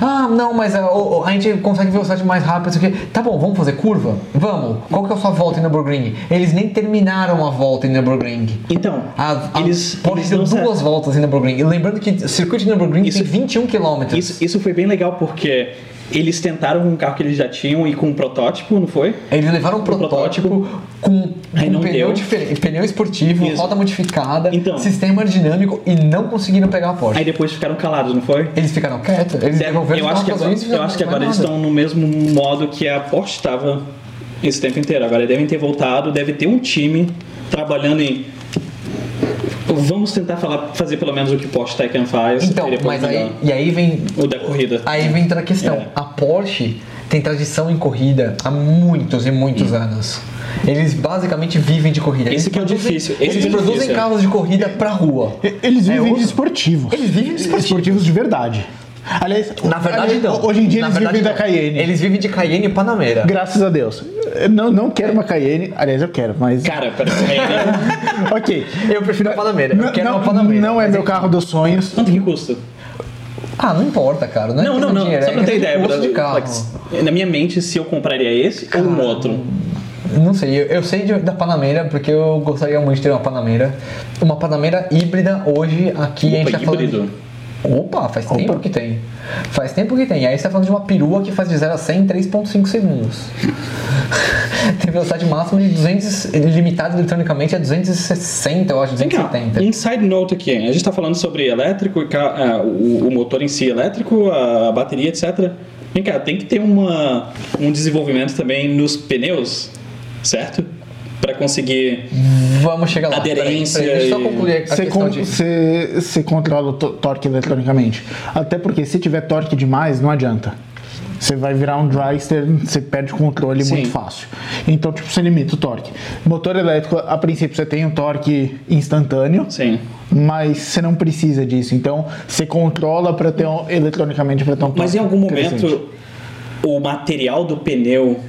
Ah, não, mas a, o- o- a gente consegue velocidade mais rápida, não sei o quê. Tá bom, vamos fazer curva? Vamos. Qual que é a sua volta em Nürburgring? Eles nem terminaram a volta em Nürburgring. Então, A, a eles, Porsche eles deu não duas sa- voltas em Nürburgring. E lembrando que o circuito de Nürburgring Isso- tem 21 km. Isso, isso foi bem legal porque eles tentaram com um carro que eles já tinham e com um protótipo, não foi? Eles levaram um protótipo, protótipo. com, Aí com não pneu, deu. diferente, pneu esportivo, Isso. roda modificada, Então. sistema aerodinâmico e não conseguiram pegar a Porsche. Aí depois ficaram calados, não foi? Eles ficaram quietos, eles Deve- devolveram É, eu os acho que carros agora, aos juízes e eu acho que não fizeram agora eles mais nada. estão no mesmo modo que a Porsche estava esse tempo inteiro. Agora devem ter voltado, deve ter um time trabalhando em. Vamos tentar falar, fazer pelo menos o que Porsche Taycan faz. Então, e depois mas aí, mudar e aí vem O da corrida. Aí vem outra questão. É. A Porsche tem tradição em corrida há muitos e muitos anos. Eles basicamente vivem de corrida. Eles Esse que é o produzem- difícil, esse Eles que é o produzem difícil, é. carros de corrida pra rua. E- Eles vivem outro. de esportivos. É, Eles vivem de esportivos. de verdade. Aliás, Na verdade, aliás, não. hoje em dia Na eles verdade, vivem da não. Cayenne. Eles vivem de Cayenne e Panamera. Graças a Deus. Eu Não, não quero uma Cayenne. Aliás, eu quero, mas. Cara, é, peraí. [laughs] ok. Eu prefiro a Panamera. Não, Eu quero não, uma Panamera. não é Mas meu carro dos sonhos. Quanto que custa? Ah, não importa, cara. Não, é Não, questão de não, não. dinheiro, Só é pra questão ter de ideia, gosto de Brasil. carro. Like, na minha mente, se eu compraria esse ou um outro. Não sei, eu, eu sei de- da Panamera porque eu gostaria muito de ter uma Panamera. Uma Panamera híbrida hoje aqui a gente tá Opa, híbrido. falando. Opa, faz tempo Opa. que tem. Faz tempo que tem. Aí você tá falando de uma perua que faz de 0 a 100 em 3,5 segundos. [laughs] tem velocidade máxima de 200, limitada eletronicamente a 260, eu acho, Vem cá, 270. inside Então, um note aqui. A gente está falando sobre elétrico, e ca- ah, o, o motor em si elétrico, a, a bateria, etc. Vem cá, tem que ter uma, um desenvolvimento também nos pneus, certo? Para conseguir. Vamos chegar lá. Aderência Peraí, peraí, deixa eu só e- concluir a Você questão con- de... você- você controla o to- torque eletronicamente. Até porque se tiver torque demais, não adianta. Você vai virar um dragster, você perde o controle Sim. muito fácil. Então, tipo, você limita o torque. Motor elétrico, a princípio, você tem um torque instantâneo, Sim. mas você não precisa disso. Então, você controla para ter um, eletronicamente para ter um torque. Mas em algum crescente. momento o material do pneu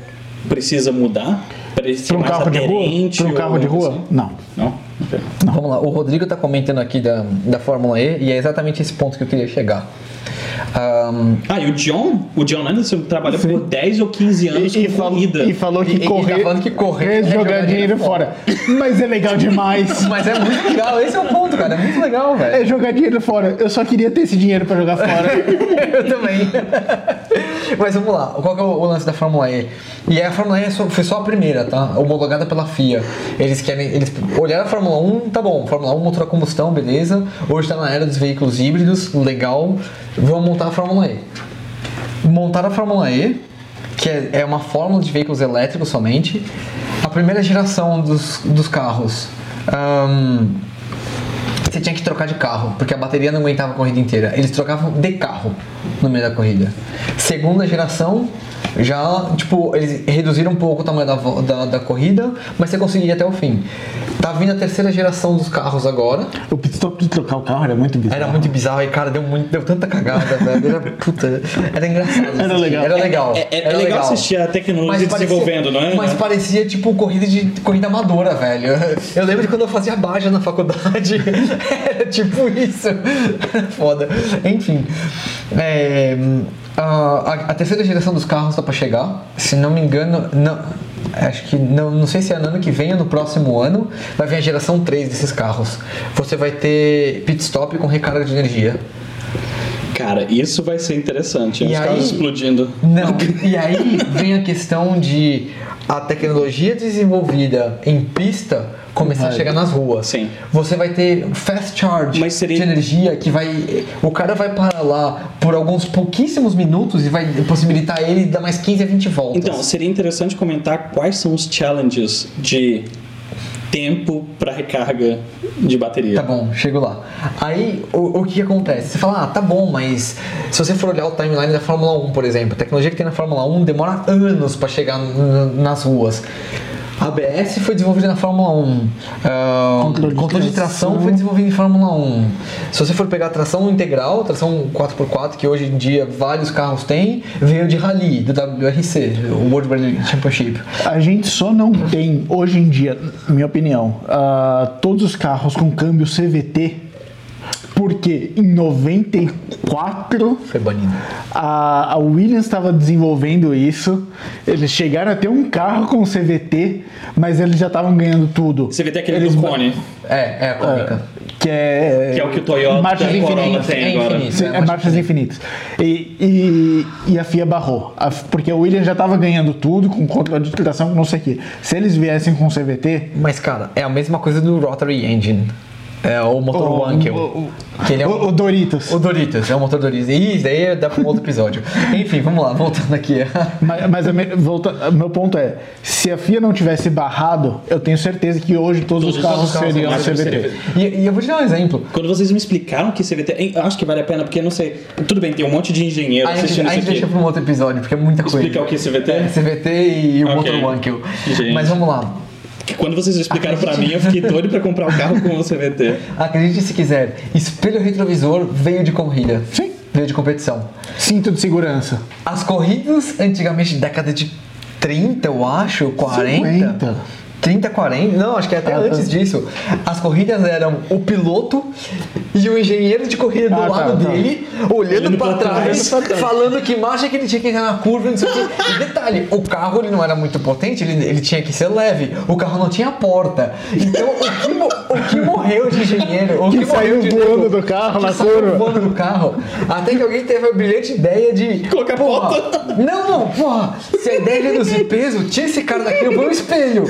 precisa mudar? Para ele ser Pra um mais carro de rua? aderente? Pra um ou carro de algo rua? assim? Não. Não? Ok. Vamos lá, o Rodrigo está comentando aqui da, da Fórmula E e é exatamente esse ponto que eu queria chegar. Ahn, Ah, e o John? O John Anderson trabalhou por 10 ou 15 anos E, e com falou, corrida. e falou E- que e tá correr, falando que correr é é jogar jogar dinheiro dinheiro fora. Mas é legal demais. Mas é muito legal, esse é o ponto, cara. É muito legal, velho. É jogar dinheiro fora. Eu só queria ter esse dinheiro pra jogar [laughs] fora. [laughs] Eu também. Mas vamos lá, qual que é o, o lance da Fórmula E? E aí a Fórmula E é só- foi só a primeira, tá? Homologada pela FIA. Eles querem. Eles olharam a Fórmula 1, tá bom, Fórmula 1 motor a combustão, beleza. Hoje tá na era dos veículos híbridos, legal. Vamos montar a Fórmula E. Montaram a Fórmula E, que é, é uma fórmula de veículos elétricos somente. A primeira geração dos, dos carros. ahn, você tinha que trocar de carro, porque a bateria não aguentava a corrida inteira. Eles trocavam de carro no meio da corrida. Segunda geração, Já, tipo, eles reduziram um pouco o tamanho da, vo- da, da corrida, mas você conseguia ir até o fim. Tá vindo a terceira geração dos carros agora. O pit stop de trocar o carro era muito bizarro. Era muito bizarro e, cara, deu, muito, deu tanta cagada, velho. Era, puta, era engraçado. Era assistir. legal. Era legal. É, é- é legal, assistir a tecnologia parecia- desenvolvendo, não é? Mas parecia tipo corrida de corrida amadora, velho. Eu lembro de quando eu fazia baixa na faculdade. [laughs] Era tipo isso. Era Foda. Enfim. É, a, a terceira geração dos carros tá pra chegar. Se não me engano. Não, acho que. Não, não sei se é no ano que vem ou no próximo ano. Vai vir a geração 3 desses carros. Você vai ter pit stop com recarga de energia. Cara, isso vai ser interessante. E os aí- carros explodindo. Não, e aí vem a questão de a tecnologia desenvolvida em pista começar a chegar nas ruas. Uhum. Sim. Você vai ter fast charge Mas seria- de energia que vai. O cara vai parar lá por alguns pouquíssimos minutos e vai possibilitar ele dar mais 15 a 20 voltas. Então, seria interessante comentar quais são os challenges de tempo para recarga de bateria. Tá bom, chego lá. Aí, o, o que acontece? Você fala, ah, tá bom, mas se você for olhar o timeline da Fórmula 1, por exemplo, a tecnologia que tem na Fórmula 1 demora anos para chegar n- n- nas ruas. A ABS foi desenvolvida na Fórmula 1. Ah, Controle de controle de tração. tração foi desenvolvido em Fórmula 1. Se você for pegar a tração integral, tração 4x4, que hoje em dia vários carros têm, veio de rally, do WRC, o World Rally Championship. A gente só não tem, hoje em dia, minha opinião, ah, todos os carros com câmbio CVT, porque em 94 Foi banido. a, a Williams estava desenvolvendo isso, eles chegaram a ter um carro com CVT, mas eles já estavam ganhando tudo. Você vê até aquele Eles do ba- cone, É, é a cômica. Que é, que é o que o Toyota Marchas e o Corolla infinitas, tem é agora. infinito. Sim, é marchas infinitas. E, e, e a FIA barrou. A- porque a Williams já estava ganhando tudo com controle de tração, com não sei o quê. Se eles viessem com CVT, Mas, cara, é a mesma coisa do Rotary Engine. É o motor O- Wankel. o- que ele é o, o o, Doritos. o Doritos, é o motor Doritos. Ih, isso daí dá pra um outro [laughs] episódio. Enfim, vamos lá, voltando aqui. Mas, mas a me- volta- meu ponto é, se a FIA não tivesse barrado, eu tenho certeza que hoje todos, os carros seriam seriam CVT. CVT. E, e eu vou te dar um exemplo. Quando vocês me explicaram que CVT. hein, Eu acho que vale a pena, porque eu não sei. Tudo bem, tem um monte de engenheiro A gente, a assistindo gente isso aqui. deixa pra um outro episódio, porque é muita coisa. Explicar o que é CVT? É, CVT e o Ok. motor Wankel. Gente. Mas vamos lá. Que Quando vocês explicaram pra mim, eu fiquei doido pra comprar o carro com o CVT. Acredite se quiser, espelho retrovisor veio de corrida. Sim. Veio de competição. Cinto de segurança. As corridas, antigamente, década de 30, eu acho, 40. 50. 30, 40, não, acho que é até Ah, tá. antes disso. As corridas eram o piloto e o engenheiro de corrida do Ah, tá, lado tá. dele, olhando, Olhando pra pra trás, trás, olhando pra trás. falando que marcha que ele tinha que entrar na curva, não sei o que. E detalhe, o carro ele não era muito potente, ele, ele tinha que ser leve, o carro não tinha porta. Então, o que, mo- o que morreu de engenheiro? O que, Que saiu morreu de voando nego? do carro Que na saiu curva. voando do carro. Até que alguém teve a brilhante ideia de. Colocar porra, ponta. Não, não, porra! Se a ideia é reduzir [laughs] peso, tira esse cara daqui e põe um espelho.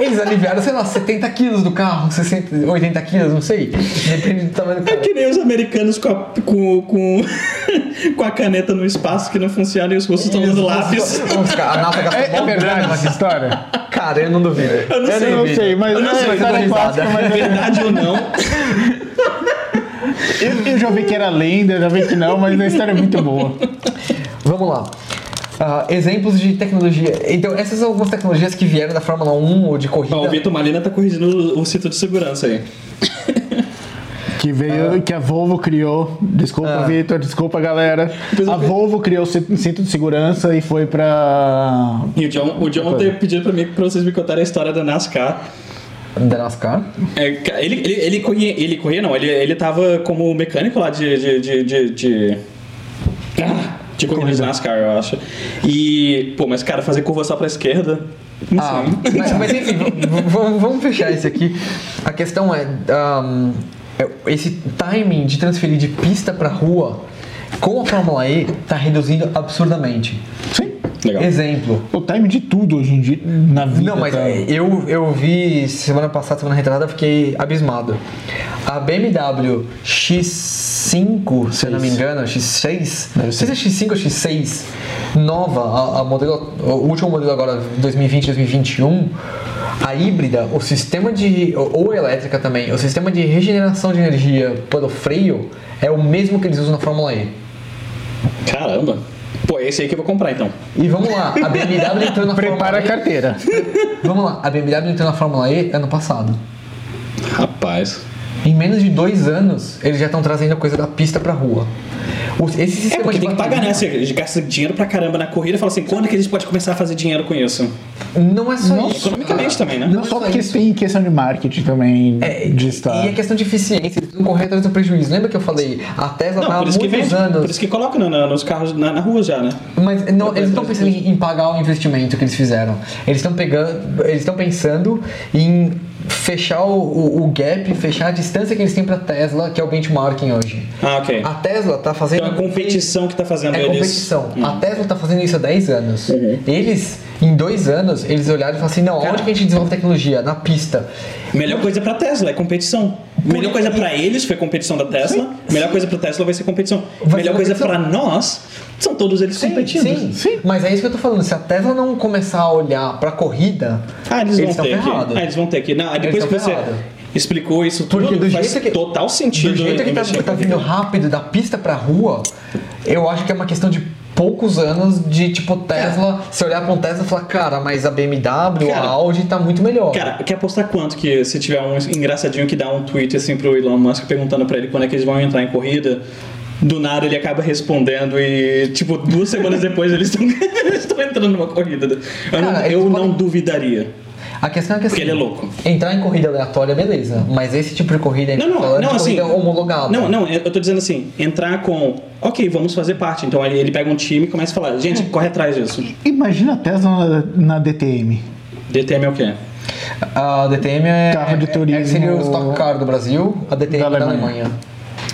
Eles aliviaram, sei lá, 70 quilos do carro, 60, 80 quilos, não sei. Depende do tamanho do É carro. que nem os americanos com a, com, com, [laughs] com a caneta no espaço que não funciona e os russos estão usando lápis. Os ca- A NASA gastou É, é mó verdade grana, essa mas- história? Cara, eu não duvido. Eu não sei, Eu não duvido. sei, mas Eu não é, sei, a mas eu dou história é risada. clássica, mas é- Verdade ou não? eu, eu já vi que era lenda, eu já vi que não, mas a história é muito boa. Vamos lá. Ah, exemplos de tecnologia. Então, essas são algumas tecnologias que vieram da Fórmula 1 ou de corrida. Ó, o Vitor Malina tá corrigindo o- o cinto de segurança aí. Que veio, que a Volvo criou. Desculpa, Ah. Vitor, desculpa, galera. Depois eu A vi- Volvo criou o cin- cinto de segurança e foi pra. E o John, o John ter pedido pra mim pra vocês me contarem a história da NASCAR. Da NASCAR. É, ca- ele, ele, ele corria, ele corria não, ele, ele tava como mecânico lá de. de, de, de, de, ah, de corrida de NASCAR, eu acho. E, pô, mas cara, fazer curva só pra esquerda. Não Ah, sei. mas, mas enfim, v- v- vamos vamos fechar isso aqui. A questão é, ahm, é, esse timing de transferir de pista pra rua com a Fórmula E tá reduzindo absurdamente. Sim. Legal. Exemplo. O time de tudo hoje em dia na vida. Não, mas tá? é, eu, eu vi semana passada, semana retrasada, eu fiquei abismado. A BMW X5, se eu não me engano, X6, não sei se é X5 ou X6, nova, a, a modelo, o último modelo agora, 2020, 2021, a híbrida, o sistema de, ou ou elétrica também, o sistema de regeneração de energia pelo freio é o mesmo que eles usam na Fórmula E. Caramba. Pô, é esse aí que eu vou comprar então. E vamos lá, a BMW entrou na [laughs] Prepara Fórmula a carteira. E. Vamos lá, a BMW entrou na Fórmula E ano passado. Rapaz. Em menos de dois anos, eles já estão trazendo a coisa da pista pra rua. Os- Esse É sistema porque de tem que pagar, né? bateria- Você gasta dinheiro pra caramba na corrida e fala assim, quando que a gente pode começar a fazer dinheiro com isso? Não é só né? Nossa, isso. economicamente também, né? Não é Não só só porque isso. tem questão de marketing também, É, de estar. e a questão de eficiência, eles não correr atrás do prejuízo. Lembra que eu falei? A Tesla Não, tá há por isso que muitos vende. Por anos. isso que coloca na- na- nos carros na, na rua já, né? Mas não, eles não estão atrás do pensando em, em pagar o investimento que eles fizeram. Eles estão pegando. Eles estão pensando em fechar o, o, o gap, fechar a distância que eles têm pra Tesla, que é o benchmarking hoje. Ah, ok. A Tesla tá fazendo. Então é a competição que tá fazendo É eles. Hum. Uhum. competição. A Tesla tá fazendo isso há 10 anos. Eles, em dois anos, eles olharam e falaram assim, não, Cara. onde que a gente desenvolve tecnologia? Na pista. Melhor coisa pra Tesla é competição. Melhor coisa pra eles foi competição da Tesla. Melhor coisa pra Tesla vai ser competição. Vai ser Melhor coisa pra competição. nós são todos eles competindo. Sim, Sim. Mas é isso que eu tô falando. Se a Tesla não começar a olhar pra corrida, Ah, eles, Eles tão vão ter que. ferrados. Ah, eles vão ter que. Não, depois Eles que tão você ferrados. explicou isso tudo, porque do faz jeito que... total sentido. né, Do jeito que tá, investir em tá corrida. vindo rápido da pista pra rua, eu acho que é uma questão de poucos anos de, tipo, Tesla... Se olhar pra um Tesla e falar, cara, mas a BMW, Cara. a Audi tá muito melhor. Cara, quer apostar quanto que se tiver um engraçadinho que dá um tweet assim pro Elon Musk perguntando pra ele quando é que eles vão entrar em corrida? Do nada ele acaba respondendo e, tipo, duas semanas depois [laughs] eles estão entrando numa corrida. Eu não, Cara, eles eu podem- não duvidaria. A questão é que assim, Porque ele é louco. Entrar em corrida aleatória, beleza. Mas esse tipo de corrida Não, não, falando não, de assim. corrida homologada. Não, não, eu tô dizendo assim, entrar com. Ok, vamos fazer parte. Então ele ele pega um time e começa a falar, É. gente, corre atrás disso. Imagina a Tesla na, na DTM. DTM é o quê? A DTM é. Carro de é- turismo. É, seria o Stock Car do Brasil, a DTM é da Da Alemanha. Alemanha.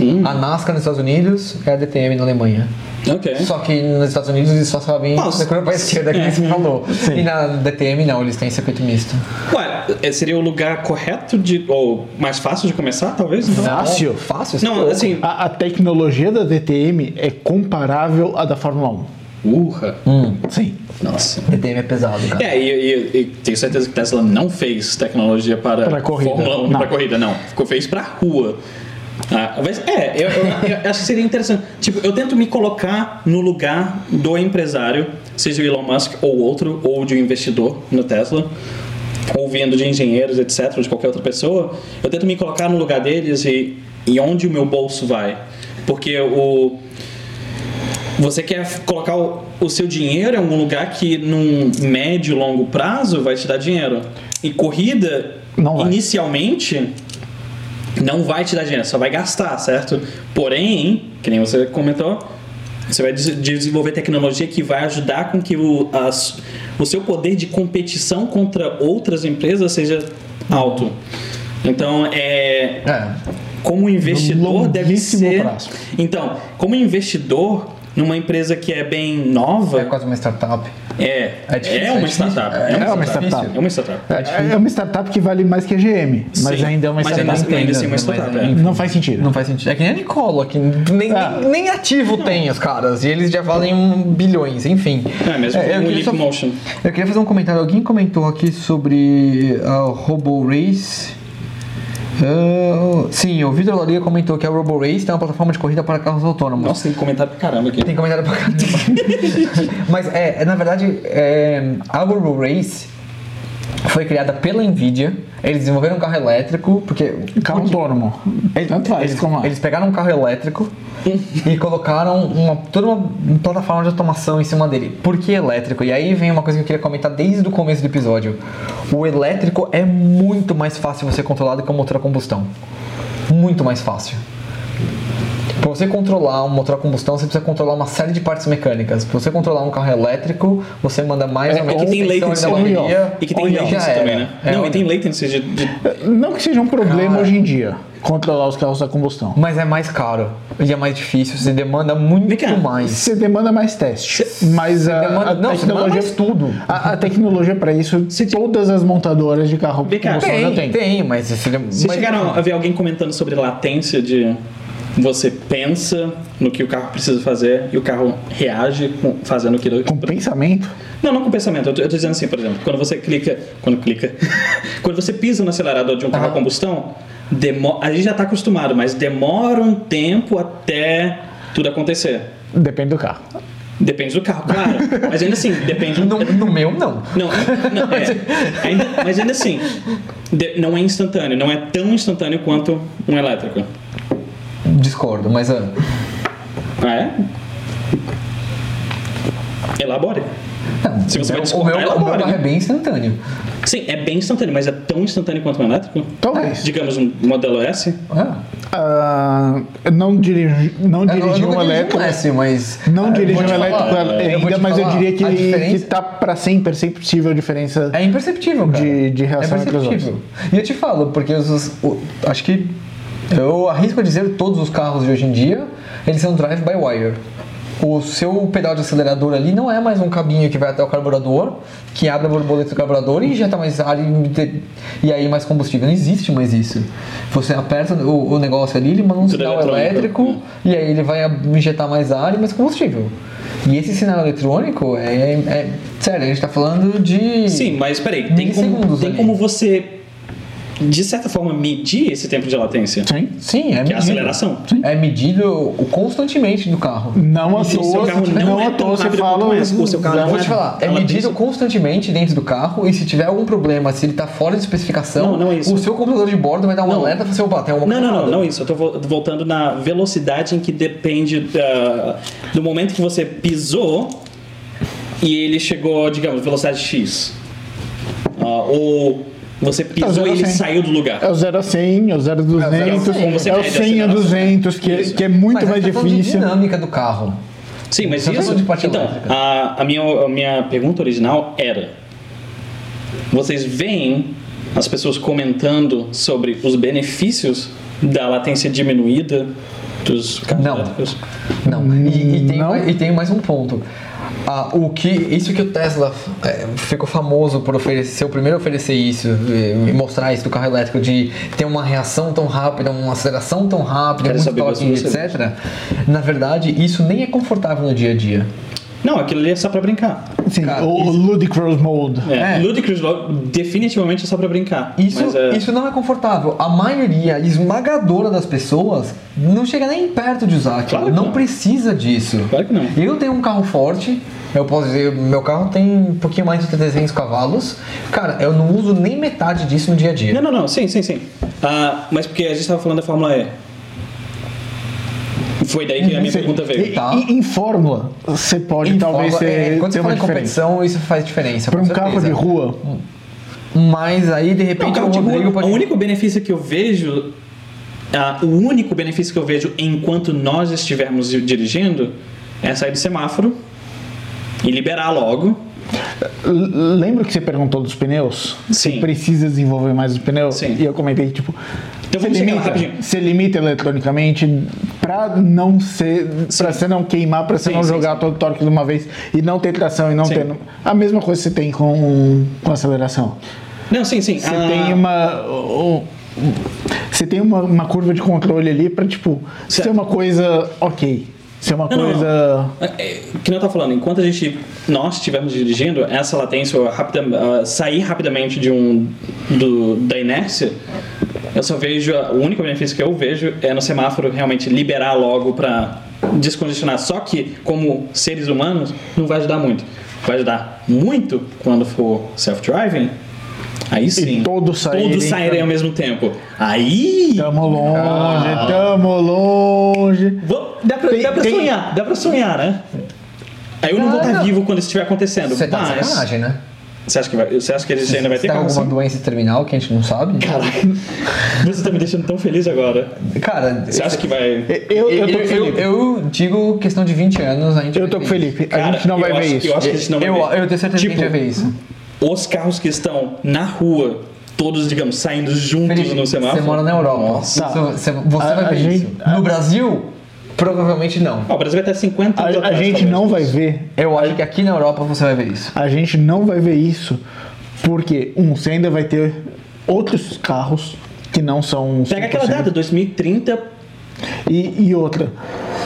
Hum, A NASCAR nos Estados Unidos é a DTM na Alemanha. ok. Só que nos Estados Unidos eles só sabem É? Nossa. da curva pra esquerda, que É. [laughs] você falou. E na DTM não, eles têm circuito misto. Ué, é- seria o lugar correto de. ou mais fácil de começar, talvez? Então? Fácil. Bom, Fácil? isso é Não, louco. assim. A, a tecnologia da DTM é comparável à da Fórmula Urra. Hum, 1. Sim. Nossa. DTM é pesado, cara. É, e, e- e tenho certeza que Tesla não fez tecnologia para Para corrida, Fórmula 1 não. para corrida, não. Ficou fez para rua. Ah, mas é, eu, eu- eu acho que seria interessante. Tipo, eu tento me colocar no lugar do empresário, seja o Elon Musk ou outro, ou de um investidor no Tesla, ouvindo de engenheiros, etc., de qualquer outra pessoa. Eu tento me colocar no lugar deles e, e onde o meu bolso vai. Porque o, você quer colocar o, o seu dinheiro em algum lugar que num médio e longo prazo vai te dar dinheiro. E corrida, Não vai. inicialmente, não vai te dar dinheiro, só vai gastar, certo? Porém, que nem você comentou, você vai des- desenvolver tecnologia que vai ajudar com que o, as- o seu poder de competição contra outras empresas seja alto. Então, é, É. como investidor deve longuíssimo ser. prazo. Então, como investidor numa empresa que é bem É nova, quase uma startup. é É difícil, uma é difícil. startup. É É uma startup. É uma startup. É, uma startup que vale mais que a GM, mas Sim, ainda é uma mas startup. ainda- ainda assim é uma mas startup. ainda- é. Não faz sentido. Não faz sentido. É que nem a Nicola, que nem, Ah. nem, nem ativo tem os caras. E eles já valem um bilhões, enfim. É, mesmo eu, como o queria só- Leapmotion. eu queria fazer um comentário. Alguém comentou aqui sobre a Robo Race. Ah, sim, o Vitor Laria comentou que a Robo Race é uma plataforma de corrida para carros autônomos. Nossa, tem comentário pra caramba aqui. Tem comentário pra caramba. [laughs] Mas é, é, na verdade, é, a Robo Race foi criada pela Nvidia. Eles desenvolveram um carro elétrico, porque Carro autônomo. Tanto faz eles, como é. eles pegaram um carro [laughs] elétrico e colocaram uma, toda uma plataforma de automação em cima dele. Por que elétrico? E aí vem uma coisa que eu queria comentar desde o começo do episódio. O elétrico é muito mais fácil você controlar do que o motor a combustão. Muito mais fácil. Para você controlar um motor a combustão, você precisa controlar uma série de partes mecânicas. Para você controlar um carro elétrico, você manda mais É, ou menos então, e que tem inspeção latency de on e bateria. off. E que tem On e off. latency Já também, era. né? É, não, on e tem latency de. de- Não que seja um problema Cara. hoje em dia controlar os carros a combustão. Mas é mais caro e é mais difícil, você demanda muito cá. mais. Você demanda mais testes, mas a, demanda- não, você a demanda tecnologia é mais tudo. A, a tecnologia para isso, todas as montadoras de carro a Vem cá. combustão já Tem, tem. tem, mas se Vocês chegaram então- a ver alguém comentando sobre latência de. Você pensa no que o carro precisa fazer e o carro reage com- fazendo aquilo. Com pensamento, Não, não com pensamento. Eu tô, eu tô dizendo assim, por exemplo, quando você clica. Quando clica. [laughs] quando você pisa no acelerador de um carro a Aham. combustão, demo, a gente já tá acostumado, mas demora um tempo até tudo acontecer. depende do carro. Depende do carro, [laughs] claro. Mas ainda assim, depende. No, no meu, não. Não, não é. Ainda- mas ainda assim, de- não é instantâneo, não é tão instantâneo quanto um elétrico. Discordo, mas. ah, Ah, é? Elabore. não, Se você vai o discordar, meu, o meu elabora, carro né? é bem instantâneo. Sim, é bem instantâneo, mas é tão instantâneo quanto um elétrico? Talvez. Digamos um modelo S? Ah, Ah, eu não dirigi, não eu dirigi nunca um dirigi elétrico. S, mas. Não ah, eu dirigi vou um te falar, elétrico eu vou ainda, te mas eu falar, diria que, a que diferença- tá pra ser imperceptível a diferença. É imperceptível, cara. De- de reação é entre os perceptível. E eu te falo, porque os, os- o- acho que eu arrisco dizer que todos os carros de hoje em dia, eles são drive by wire. O seu pedal de acelerador ali não é mais um cabinho que vai até o carburador, que abre a borboleta do carburador e injeta mais ar e, te- e aí mais combustível. Não existe mais isso. Você aperta o, o negócio ali, ele manda um Tudo sinal eletrônico. elétrico e aí ele vai ab- injetar mais ar e mais combustível. E esse sinal eletrônico é. é- sério, a gente tá falando de. Sim, Hum. mas peraí, tem, como, Milissegundos tem ali. como você, de certa forma, medir esse tempo de latência? Sim. Sim, é Que é a medido. aceleração. É medido constantemente do carro. Não à E se o seu toa, carro não não é à tão toa você rápido fala. quanto esse, o seu carro Eu não vou é- te falar, é ela tem medido esse- constantemente dentro do carro e se tiver algum problema, se ele tá fora de especificação, Não, não é isso. o seu computador de bordo vai dar uma Não. alerta e falar assim, opa, tem é um alguma Não, coisa não, não, errada. não isso. Eu tô vo- voltando na velocidade em que depende da- do momento que você pisou e ele chegou, digamos, velocidade X. Ah, ou você pisou Tá, zero e ele a cem. saiu do lugar. É o 0 a 100, é o 0 a 200, Como você é o mede a 100 a aceleração. 200, que, Isso. que é muito Mas a mais gente tá falando de difícil. dinâmica do carro. Sim, mas Você tá isso. falando de parte então, elétrica. a, a minha, a minha pergunta original era: vocês veem as pessoas comentando sobre os benefícios da latência diminuída dos carros Não. elétricos? Não. E, Hum, e tem, Não? mais- e tem mais um ponto. Ah, o que, isso que o Tesla eh, ficou famoso por oferecer, ser o primeiro a oferecer isso eh, e mostrar isso do carro elétrico, de ter uma reação tão rápida, uma aceleração tão rápida, Quero muito saber toque, você, você. etc. Na verdade, isso nem é confortável no dia a dia. Não, aquilo ali é só pra brincar. Sim, né, Cara, o isso- Ludicrous Mode. É, É. Ludicrous Law definitivamente é só pra brincar. Isso, mas, é, isso não é confortável. A maioria esmagadora das pessoas não chega nem perto de usar aquilo. Claro que não não. precisa disso. Claro que não. Eu tenho um carro forte, eu posso dizer, meu carro tem um pouquinho mais de 300 cavalos. Cara, eu não uso nem metade disso no dia a dia. Não, não, não, sim, sim, sim. Ah, mas porque a gente tava falando da Fórmula E. Foi daí que a minha Sim. pergunta E- veio. Tá. e em fórmula, você pode Em talvez forma- é, ter, quando ter você uma fala em diferença. competição, isso faz diferença. Para com um carro de certeza. rua, Mas aí, de Não, um repente, carro o de Rodrigo rua, pode. é Então, tipo, o único benefício que eu vejo, ah, o único benefício que eu vejo enquanto nós estivermos dirigindo é sair do semáforo e liberar logo. L- Lembra que você perguntou dos pneus? Sim. Você precisa desenvolver mais os pneus? Sim. E eu comentei, tipo, Então você, vamos chegar lá limita, rapidinho. você limita eletronicamente pra não ser. pra você não queimar, pra você Sim, não sim, jogar todo o torque de uma vez e não ter tração e não Sim. ter. A mesma coisa que você tem com, com aceleração. Não, sim, sim. Você ah, tem uma. o- o- você tem uma, uma curva de controle ali pra, tipo, Certo. ser uma coisa ok. Ser uma Não, não, não. coisa. É, que não tá falando, enquanto a gente nós estivermos dirigindo, essa latência ou rapida, ah, sair rapidamente de um do, da inércia, eu só vejo a- o único benefício que eu vejo é no semáforo realmente liberar logo pra descongestionar. Só que como seres humanos não vai ajudar muito. Vai ajudar muito quando for self-driving. Aí sim. todos saírem. né? Todos saírem ao mesmo tempo. Aí. Tamo longe, tamo longe. Vou- Dá pra, Tem- dá pra tem- sonhar, dá pra sonhar, né? Aí eu não, Não, vou estar não. vivo quando isso estiver acontecendo. Você tá de mas... sacanagem, né? Você acha que, vai, você acha que eles ainda vai Você ter tá com carro alguma assim? doença terminal que a gente não sabe? Caraca, [laughs] você tá me deixando tão feliz agora. Cara, Você acha que vai. É, Eu, eu, tô com o eu, Felipe. eu digo questão de 20 anos, a gente Eu tô com o vai ver isso. Felipe. A Cara, gente não eu vai acho- ver Eu isso. acho que a gente não vai eu, ver. eu tenho certeza tipo, que a gente vai ver isso. Os carros que estão na rua, todos, digamos, saindo juntos Felipe, no você semáforo. mora na Europa. Nossa. Tá. Isso- Você, você A- vai a ver gente- isso. No Brasil, provavelmente não. Ah, o Brasil vai estar 50 A, anos a atrás, gente talvez. não vai ver. Eu acho que aqui na Europa você vai ver isso. A gente não vai ver isso. Porque, um, você ainda vai ter outros carros que não são. Pega aquela 100%. data, 2030. E, e outra.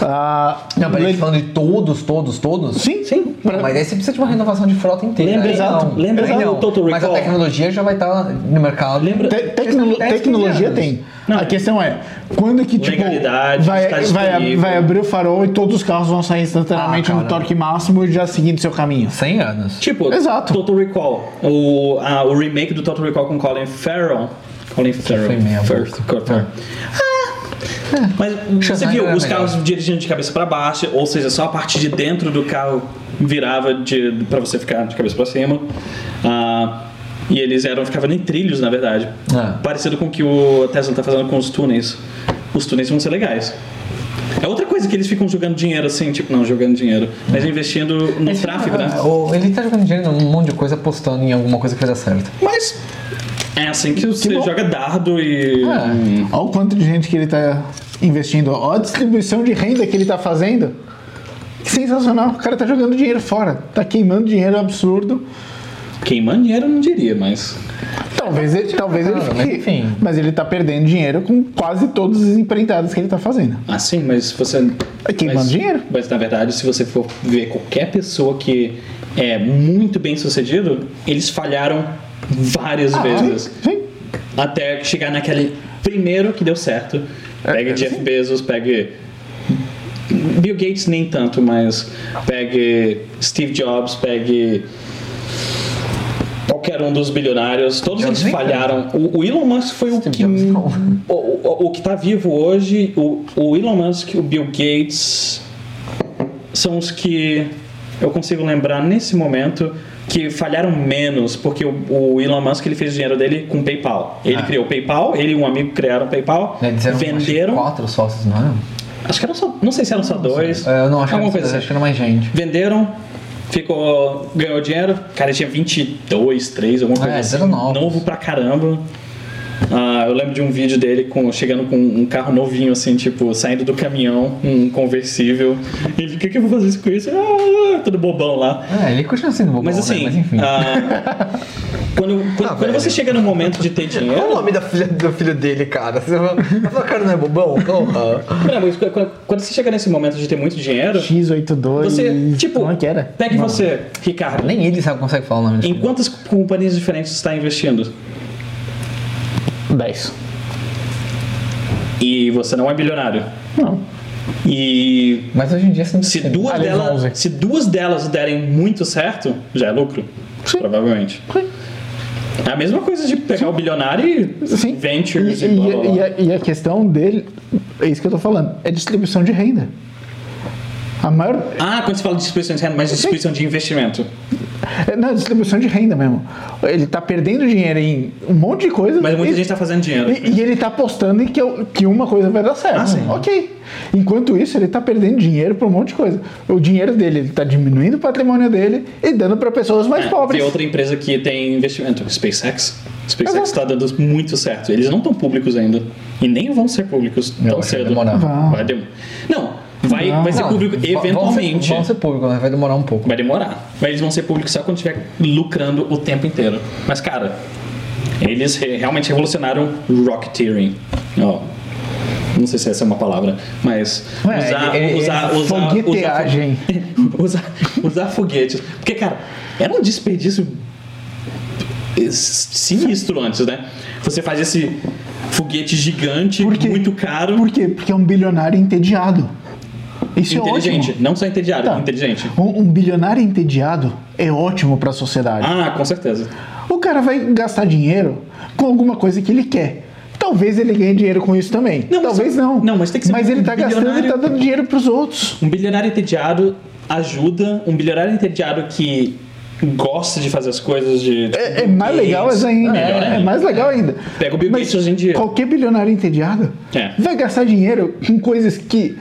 Ah, Não, peraí, le- falando de todos, todos, todos? Sim, Sim. Não, mas aí você precisa de uma renovação de frota inteira. Lembra- Aí exato. não. Lembra Aí do não. Total Mas a Recall? tecnologia já vai estar no mercado. Lembra- Te- tecno- 10, 15 tecnologia anos. tem. Não. A questão é, quando que tipo, Legalidade, vai, está vai, disponível. vai abrir o farol e todos os carros vão sair instantaneamente Ah, no cara. torque máximo e já seguindo seu caminho? 100 anos. Tipo, Exato. Total Recall. O, ah, o remake do Total Recall com Colin Farrell. Colin Farrell. foi meia Firth- Cutler. Ah. Mas você Schwarzenegger viu era os melhor. carros dirigindo de cabeça pra baixo, ou seja, só a parte de dentro do carro virava de, pra você ficar de cabeça pra cima. Ah, e eles eram, ficavam em trilhos, na verdade. Ah. Parecido com o que o Tesla tá fazendo com os túneis. Os túneis vão ser legais. É outra coisa que eles ficam jogando dinheiro assim, tipo, não, jogando dinheiro, mas investindo no tráfego, né? Ah, o- Ele tá jogando dinheiro num monte de coisa, apostando em alguma coisa que vai dar certo. Mas é assim que você bom. joga dardo e. Ah. Olha o quanto de gente que ele tá investindo, olha a distribuição de renda que ele tá fazendo. Que sensacional, o cara tá jogando dinheiro fora, tá queimando dinheiro absurdo. Queimando dinheiro eu não diria, mas. Talvez ele, talvez ele cara, fique, mas enfim. Ah, mas ele tá perdendo dinheiro com quase todas as empreitadas que ele tá fazendo. Assim, mas se você. É queimando mas, dinheiro. Mas na verdade, se você for ver qualquer pessoa que é muito bem sucedido, eles falharam várias Ah, vezes. Sim. Até chegar naquele primeiro que deu certo. Pegue Jeff Bezos, pegue. Bill Gates nem tanto, mas pegue Steve Jobs, pegue. Qualquer um dos bilionários, todos Jobs eles nem falharam. O, o Elon Musk foi o Steve que, Jobs, não. o, o, o que tá vivo hoje. O, o Elon Musk, o Bill Gates, são os que eu consigo lembrar nesse momento que falharam menos, porque o, o Elon Musk ele fez o dinheiro dele com PayPal. Ah. Ele criou o PayPal, ele e um amigo criaram o PayPal, Né? Eles eram, venderam. Acho, que quatro sócios, não é? Acho que eram só, não sei se eram só dois. É, Eu não acho alguma que coisa era, assim. acho que era mais gente. Venderam, ficou, ganhou dinheiro. Cara, ele tinha 22, 3, alguma coisa É, assim. zero novos. Novo pra caramba. Ah, eu lembro de um vídeo dele com, chegando com um carro novinho, assim, tipo, saindo do caminhão, um conversível. Ele, o que, que eu vou fazer isso com isso? Ah, tudo bobão lá. É, ele continua sendo bobão, Mas né? assim, Mas enfim. ah, quando, quando, Ah, quando velho. você chega no [laughs] momento de ter dinheiro. Qual é o nome da filha, do filho dele, cara? Você fala, "Essa cara não é bobão? Porra. Não, mas quando- quando você chega nesse momento de ter muito dinheiro, X82. você, tipo, Como é que era? pegue você, Ricardo. Nem ele sabe, consegue falar o nome do Em filho. quantas companhias diferentes você está investindo? 10. E você não é bilionário. Não. E Mas hoje em dia você não Ah, se precisa. duas, Aliás, delas, 11. se duas delas derem muito certo, já é lucro. Sim. Provavelmente. Sim. É a mesma coisa de pegar o bilionário e Sim. ventures E, e, blá, blá, blá. e- é- e a, e a questão dele, é isso que eu tô falando, é distribuição de renda. A maior. Ah, quando você fala de distribuição de renda, mas distribuição de investimento. é, Não, é distribuição de renda mesmo. Ele tá perdendo dinheiro em um monte de coisa. Mas muita e, gente tá está fazendo dinheiro. e, e ele tá apostando em que, o- que uma coisa vai dar certo. Ah, sim. Ok. Enquanto isso, ele tá perdendo dinheiro pra um monte de coisa. O dinheiro dele, ele tá diminuindo o patrimônio dele e dando pra pessoas mais É, pobres. Tem outra empresa que tem investimento, SpaceX. SpaceX Exato. está dando muito certo. Eles não estão públicos ainda. E nem vão ser públicos tão vai cedo. demorar. Vai. Vai dem- Não, vai, Não. vai ser público v- Vão eventualmente. ser, vão ser público, mas vai demorar um pouco. Vai demorar. Mas eles vão ser públicos só quando estiver lucrando o tempo inteiro. Mas, cara, eles re- realmente revolucionaram rocketeering. Ó. Não sei se essa é uma palavra, mas Ué, usar, ele- ele- usar, usar, usar, é, fogueteagem. [laughs] usar, usar foguetes. Porque, cara, era um desperdício sinistro antes, né? Você faz esse foguete gigante, Por quê? muito caro, Por quê? Porque é um bilionário entediado. Isso é inteligente. ótimo. não só entediado, Tá. inteligente. Um, um bilionário entediado é ótimo pra sociedade. Ah, com certeza. O cara vai gastar dinheiro com alguma coisa que ele quer. Talvez ele ganhe dinheiro com isso também. Não, mas- Talvez não. não, mas tem que ser Mas ele tá gastando e bilionário. tá dando dinheiro pros outros. Um bilionário entediado ajuda, um bilionário entediado que gosta de fazer as coisas de. tipo, É, é mais legal essa ainda. Melhor É, é ainda. mais legal ainda. Pega o Bill Mas Gates hoje em dia. Qualquer bilionário entediado É. vai gastar dinheiro com coisas que,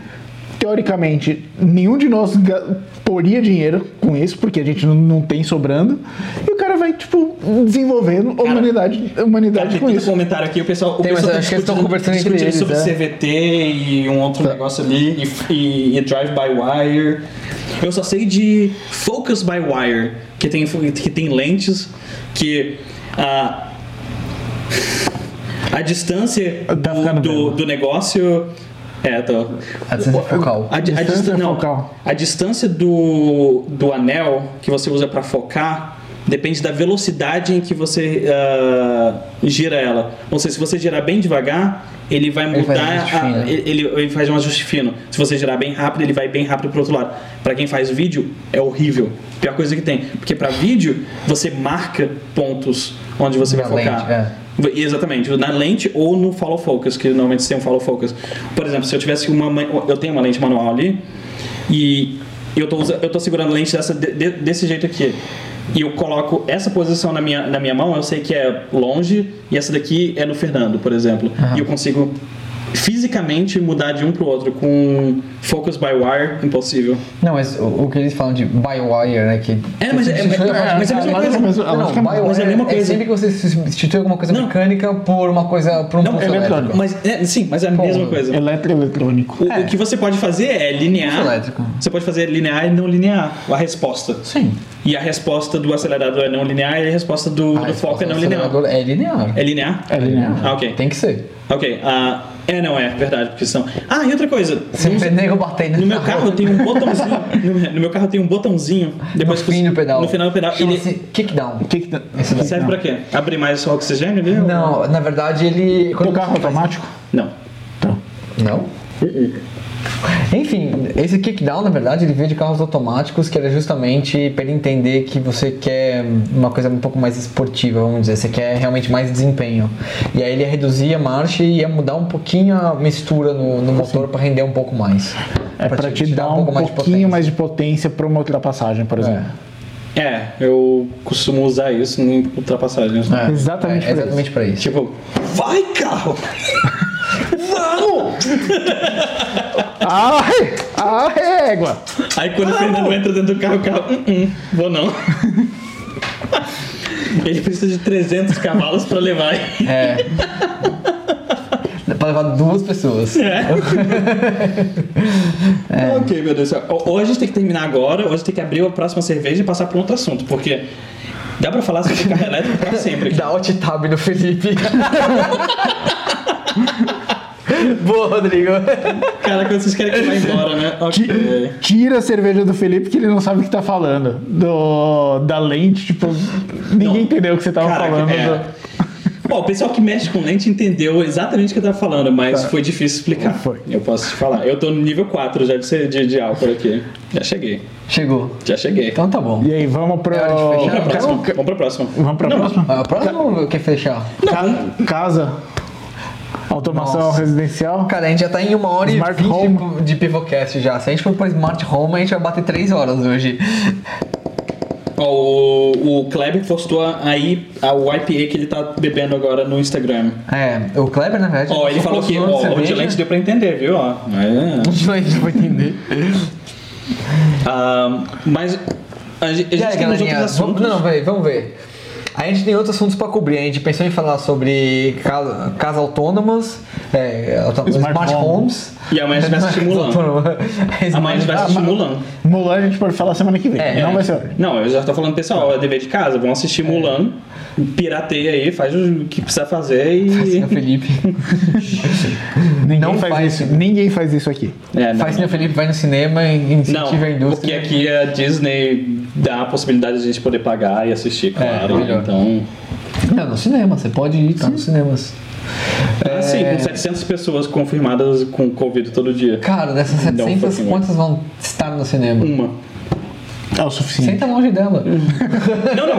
teoricamente, nenhum de nós ga- poria dinheiro com isso, porque a gente não, não tem sobrando. E o cara vai, tipo, desenvolvendo a humanidade, a Cara, humanidade tem com tanto isso. comentário aqui, o pessoal. O Tem, mas pessoal acho que eles discutindo- estão conversando entre discutindo eles, sobre né? é. CVT e um outro Tá. negócio ali, e, e- e drive by wire. Eu só sei de focus by wire, que tem, que tem lentes que. ah, [laughs] a distância Tá do, ficando do, bem. do negócio É, tô. A distância é focal. A, di- a Distância distan- não, focal. a distância do, do anel que você usa para focar depende da velocidade em que você ah, gira ela. Ou seja, se você girar bem devagar, ele vai Ele faz um mudar. ajuste a- fino, né? ele, ele- ele faz um ajuste fino. Se você girar bem rápido, ele vai bem rápido pro outro lado. Para quem faz vídeo, é horrível. Pior coisa que tem. Porque para vídeo, você marca pontos onde você Na vai focar. lente, é. E, Exatamente, na lente ou no follow focus, que normalmente tem um follow focus. Por exemplo, se eu tivesse uma. ma- Eu tenho uma lente manual ali e eu tô, usa- eu tô segurando a lente dessa, de- de- desse jeito aqui. E eu coloco essa posição na minha, na minha mão, eu sei que é longe, e essa daqui é no Fernando, por exemplo. E eu consigo fisicamente mudar de um pro outro com focus by wire impossível. Não, mas o, o que eles falam de by wire, né? Que É, mas é- é- mas é a mesma coisa. Não, não, by wire Mas é a mesma coisa. sempre que você substitui alguma coisa Não. mecânica por uma coisa, por um Não, pulso elétrico. eletrônico. Mas é, sim, mas é a Pô, mesma coisa. Eletroeletrônico. O, o que você pode fazer é linear. Pulso elétrico. Você pode fazer linear e não linear a resposta. Sim. E a resposta do acelerador é não linear e a resposta do, Ah, do foco é não o linear. acelerador É linear. É linear? É linear. Ah, ok. Tem que ser. Ok. ah, é, não é, verdade, porque são. Ah, e outra coisa. Se Vamos- o nego bater no meu carro tem um [laughs] botãozinho. no- No meu carro tem um botãozinho. Depois no que você- fim do pedal. No final do pedal. Chama-se Ele kickdown. O que tá- que... serve pra quê? Abrir mais o oxigênio ali? Não, na verdade ele. Teu quando carro você faz- automático? Não. Então. Não? Enfim, esse kickdown, na verdade, ele veio de carros automáticos, que era justamente para ele entender que você quer uma coisa um pouco mais esportiva, vamos dizer, você quer realmente mais desempenho. E aí ele ia reduzir a marcha e ia mudar um pouquinho a mistura no, no motor para render um pouco mais. É pra te dar um pouquinho mais de potência pra uma ultrapassagem, por potência. exemplo. É, eu costumo usar isso em ultrapassagens. né? É, é, Exatamente é, pra exatamente para isso. Tipo, vai carro! Vamos! Ai! A régua! Aí quando o Fernando entra dentro do carro, o carro, "Hum, hum, vou não. Ele precisa de 300 cavalos pra levar. É. Pra levar duas pessoas. Ok, meu Deus do céu. Ou ou a gente tem que terminar agora, ou a gente tem que abrir a próxima cerveja e passar pra um outro assunto, porque dá pra falar sobre carro elétrico pra sempre. Dá alt tab no [laughs] Felipe. Boa, Rodrigo. Cara, quando vocês querem que eu vá embora, né? Ok. Ti- Tira a cerveja do Felipe que ele não sabe o que tá falando. Do, da lente, tipo, ninguém Não. entendeu o que você tava Cara, falando. é. [laughs] do- Bom, o pessoal que mexe com lente entendeu exatamente o que eu tava falando, mas Tá. foi difícil explicar. Foi. Eu posso te falar. Eu tô no nível 4 já de, ser- de, de álcool aqui. Já cheguei. Chegou. Já cheguei. Então tá bom. E aí, vamos pro. É hora de fechar? Vamos Então, pra próxima. Vamos pra próxima. Vamos pra Não, próxima? Ah, o Tá. próximo quer fechar. Ca- casa. Automação Nossa. residencial. Cara, a gente já tá em uma hora Smart e vinte home. de pivocast já. Se a gente for por Smart Home, a gente vai bater três horas hoje. Ó, o, o Kleber postou aí a, o IPA que ele tá bebendo agora no Instagram. É, o Kleber, na verdade... Ó, ele falou que ó, o [laughs] de lente deu pra entender, viu? Ó. O de lente deu pra entender. Ah, mas a, gente- a E gente aí, tem uns galerinha, outros vamos, assuntos. não, peraí, vamos ver. A gente tem outros assuntos para cobrir. A gente pensou em falar sobre casa, casa autônomas, é, auto- Smart smart, home. homes. E amanhã a gente [laughs] vai assistir Casa Mulan. autônoma. Ah, Amanhã a gente vai assistir Mulan. Mulan a gente pode falar semana que vem. É, não é. vai ser hoje. Não, eu já tô falando, Tá. pessoal, é dever de casa, vão assistir Mulan, pirateia aí, faz o que precisa fazer e. é, Senhor [laughs] Felipe. Ninguém Não faz, faz. isso. Ninguém faz isso aqui. É, não, Faz Senhor Felipe, vai no cinema e não, incentiva a porque indústria. aqui a Disney dá a possibilidade de a gente poder pagar e assistir, claro. É, melhor. então. Não, no cinema, você pode ir, tá nos cinemas. É. Ah, sim, com 700 pessoas confirmadas com Covid todo dia. Cara, dessas Não, 700, fucking way. quantas vão estar no cinema? Uma. É o suficiente. Senta longe [laughs] dela. Não, não,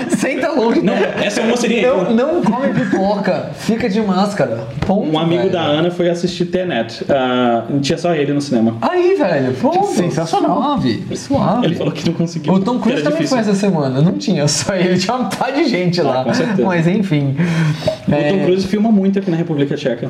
não. Senta longe Não, dela. essa é uma seria. Não, não come pipoca, fica de máscara. Ponto, Um amigo velho. da Ana foi assistir Tenet. Ah, tinha só ele no cinema. Aí, velho, ponto. Sensacional. Suave, suave. Ele falou que não conseguiu. Ah, O Tom Cruise Era também foi difícil. Ah, essa semana, não tinha só ele, tinha uma par de gente lá. com certeza. Mas enfim. O Tom é, Cruise filma muito aqui na República Tcheca.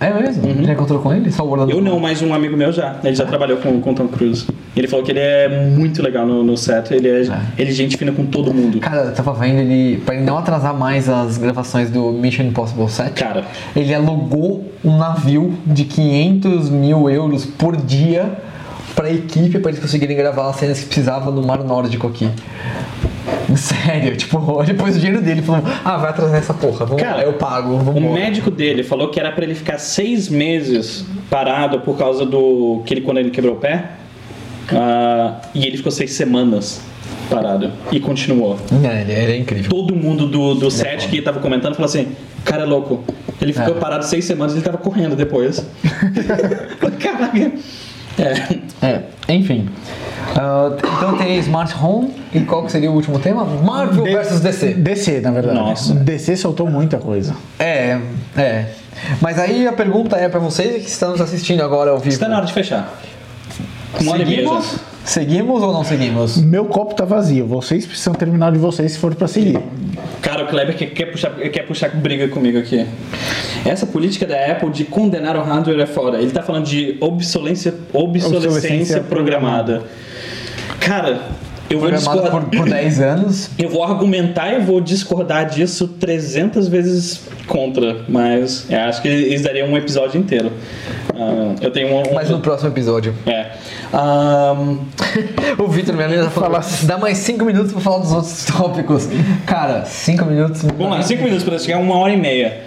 é mesmo? Já encontrou com ele? Só o Orlando Uhum. Eu não, mas um amigo meu já. Ele já trabalhou com com o Tom Cruise. Ele falou que ele é muito legal no, no set. Ele é, Ah. ele é gente fina com todo mundo. Cara, eu tava vendo ele, pra ele não atrasar mais as gravações do Mission Impossible 7, Cara. ele alugou um navio de 500 mil euros por dia pra equipe, pra eles conseguirem gravar as cenas que precisavam no Mar Nórdico aqui. [laughs] Sério, tipo, [laughs] depois o dinheiro dele falou, ah, vai atrasar essa porra, vamos Cara, um lá, eu pago, O vamos médico dele falou que era pra ele ficar seis meses parado por causa do. que ele, quando ele quebrou o pé. Ah, e ele ficou seis semanas parado. E continuou. É, ele, ele é incrível. Todo mundo do, é do set que tava comentando falou assim: cara é louco. Ele ficou É. parado seis semanas e ele tava correndo [laughs] depois. [laughs] Caraca. É. É, enfim. Ah, então tem Smart Home e qual que seria o último tema? Marvel vs DC. DC, na verdade. Nossa. DC soltou muita coisa. É, é. Mas aí a pergunta é pra vocês que estão nos assistindo agora ao vivo. Está na hora de fechar. Um ano e meio já. seguimos? Seguimos ou não seguimos? Meu copo tá vazio. Vocês precisam terminar o de vocês se for pra seguir. Cara, o Kleber quer, quer, puxar, quer puxar briga comigo aqui. Essa política da Apple de condenar o hardware é fora. Ele tá falando de obsolescência, obsolescência, Obsolescência programada. Cara, eu vou Programado discordar. por, por 10 anos. Eu vou argumentar e vou discordar disso 300 vezes contra, mas eu acho que isso daria um episódio inteiro. Ah, eu tenho um. Mas no próximo episódio. É. Ah, Ahn, O Vitor Melina tá falando. Dá mais 5 minutos pra falar dos outros [laughs] tópicos. Cara, 5 minutos. Vamos lá, 5 minutos para chegar, uma hora e meia.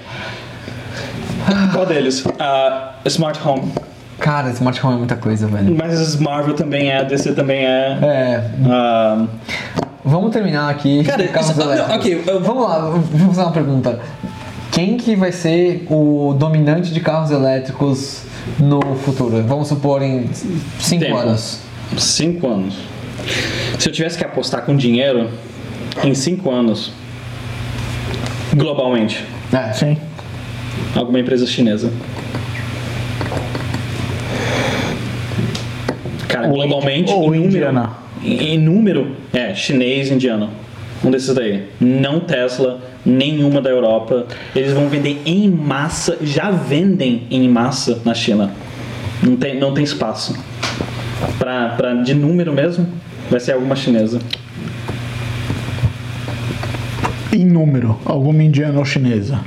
Qual deles? Ah, smart Home. Cara, Smart Home é muita coisa, velho. Mas Marvel também é, DC também é. É, Ah, vamos terminar aqui. Cara, com carros isso- ah, não, elétricos. ok, eu- Vamos lá, vamos fazer uma pergunta. Quem que vai ser o dominante de carros elétricos no futuro? Vamos supor em 5 Tempo. anos. cinco anos. Se eu tivesse que apostar com dinheiro, em cinco anos, globalmente, É, Sim. alguma empresa chinesa. Cara, globalmente, Ou em número, indiana. em em número, é chinês, indiano. Um desses daí. Não Tesla, nenhuma da Europa. Eles vão vender em massa, já vendem em massa na China. Não tem, não tem espaço. Pra, pra, de número mesmo, vai ser alguma chinesa. Em número, alguma indiana ou chinesa.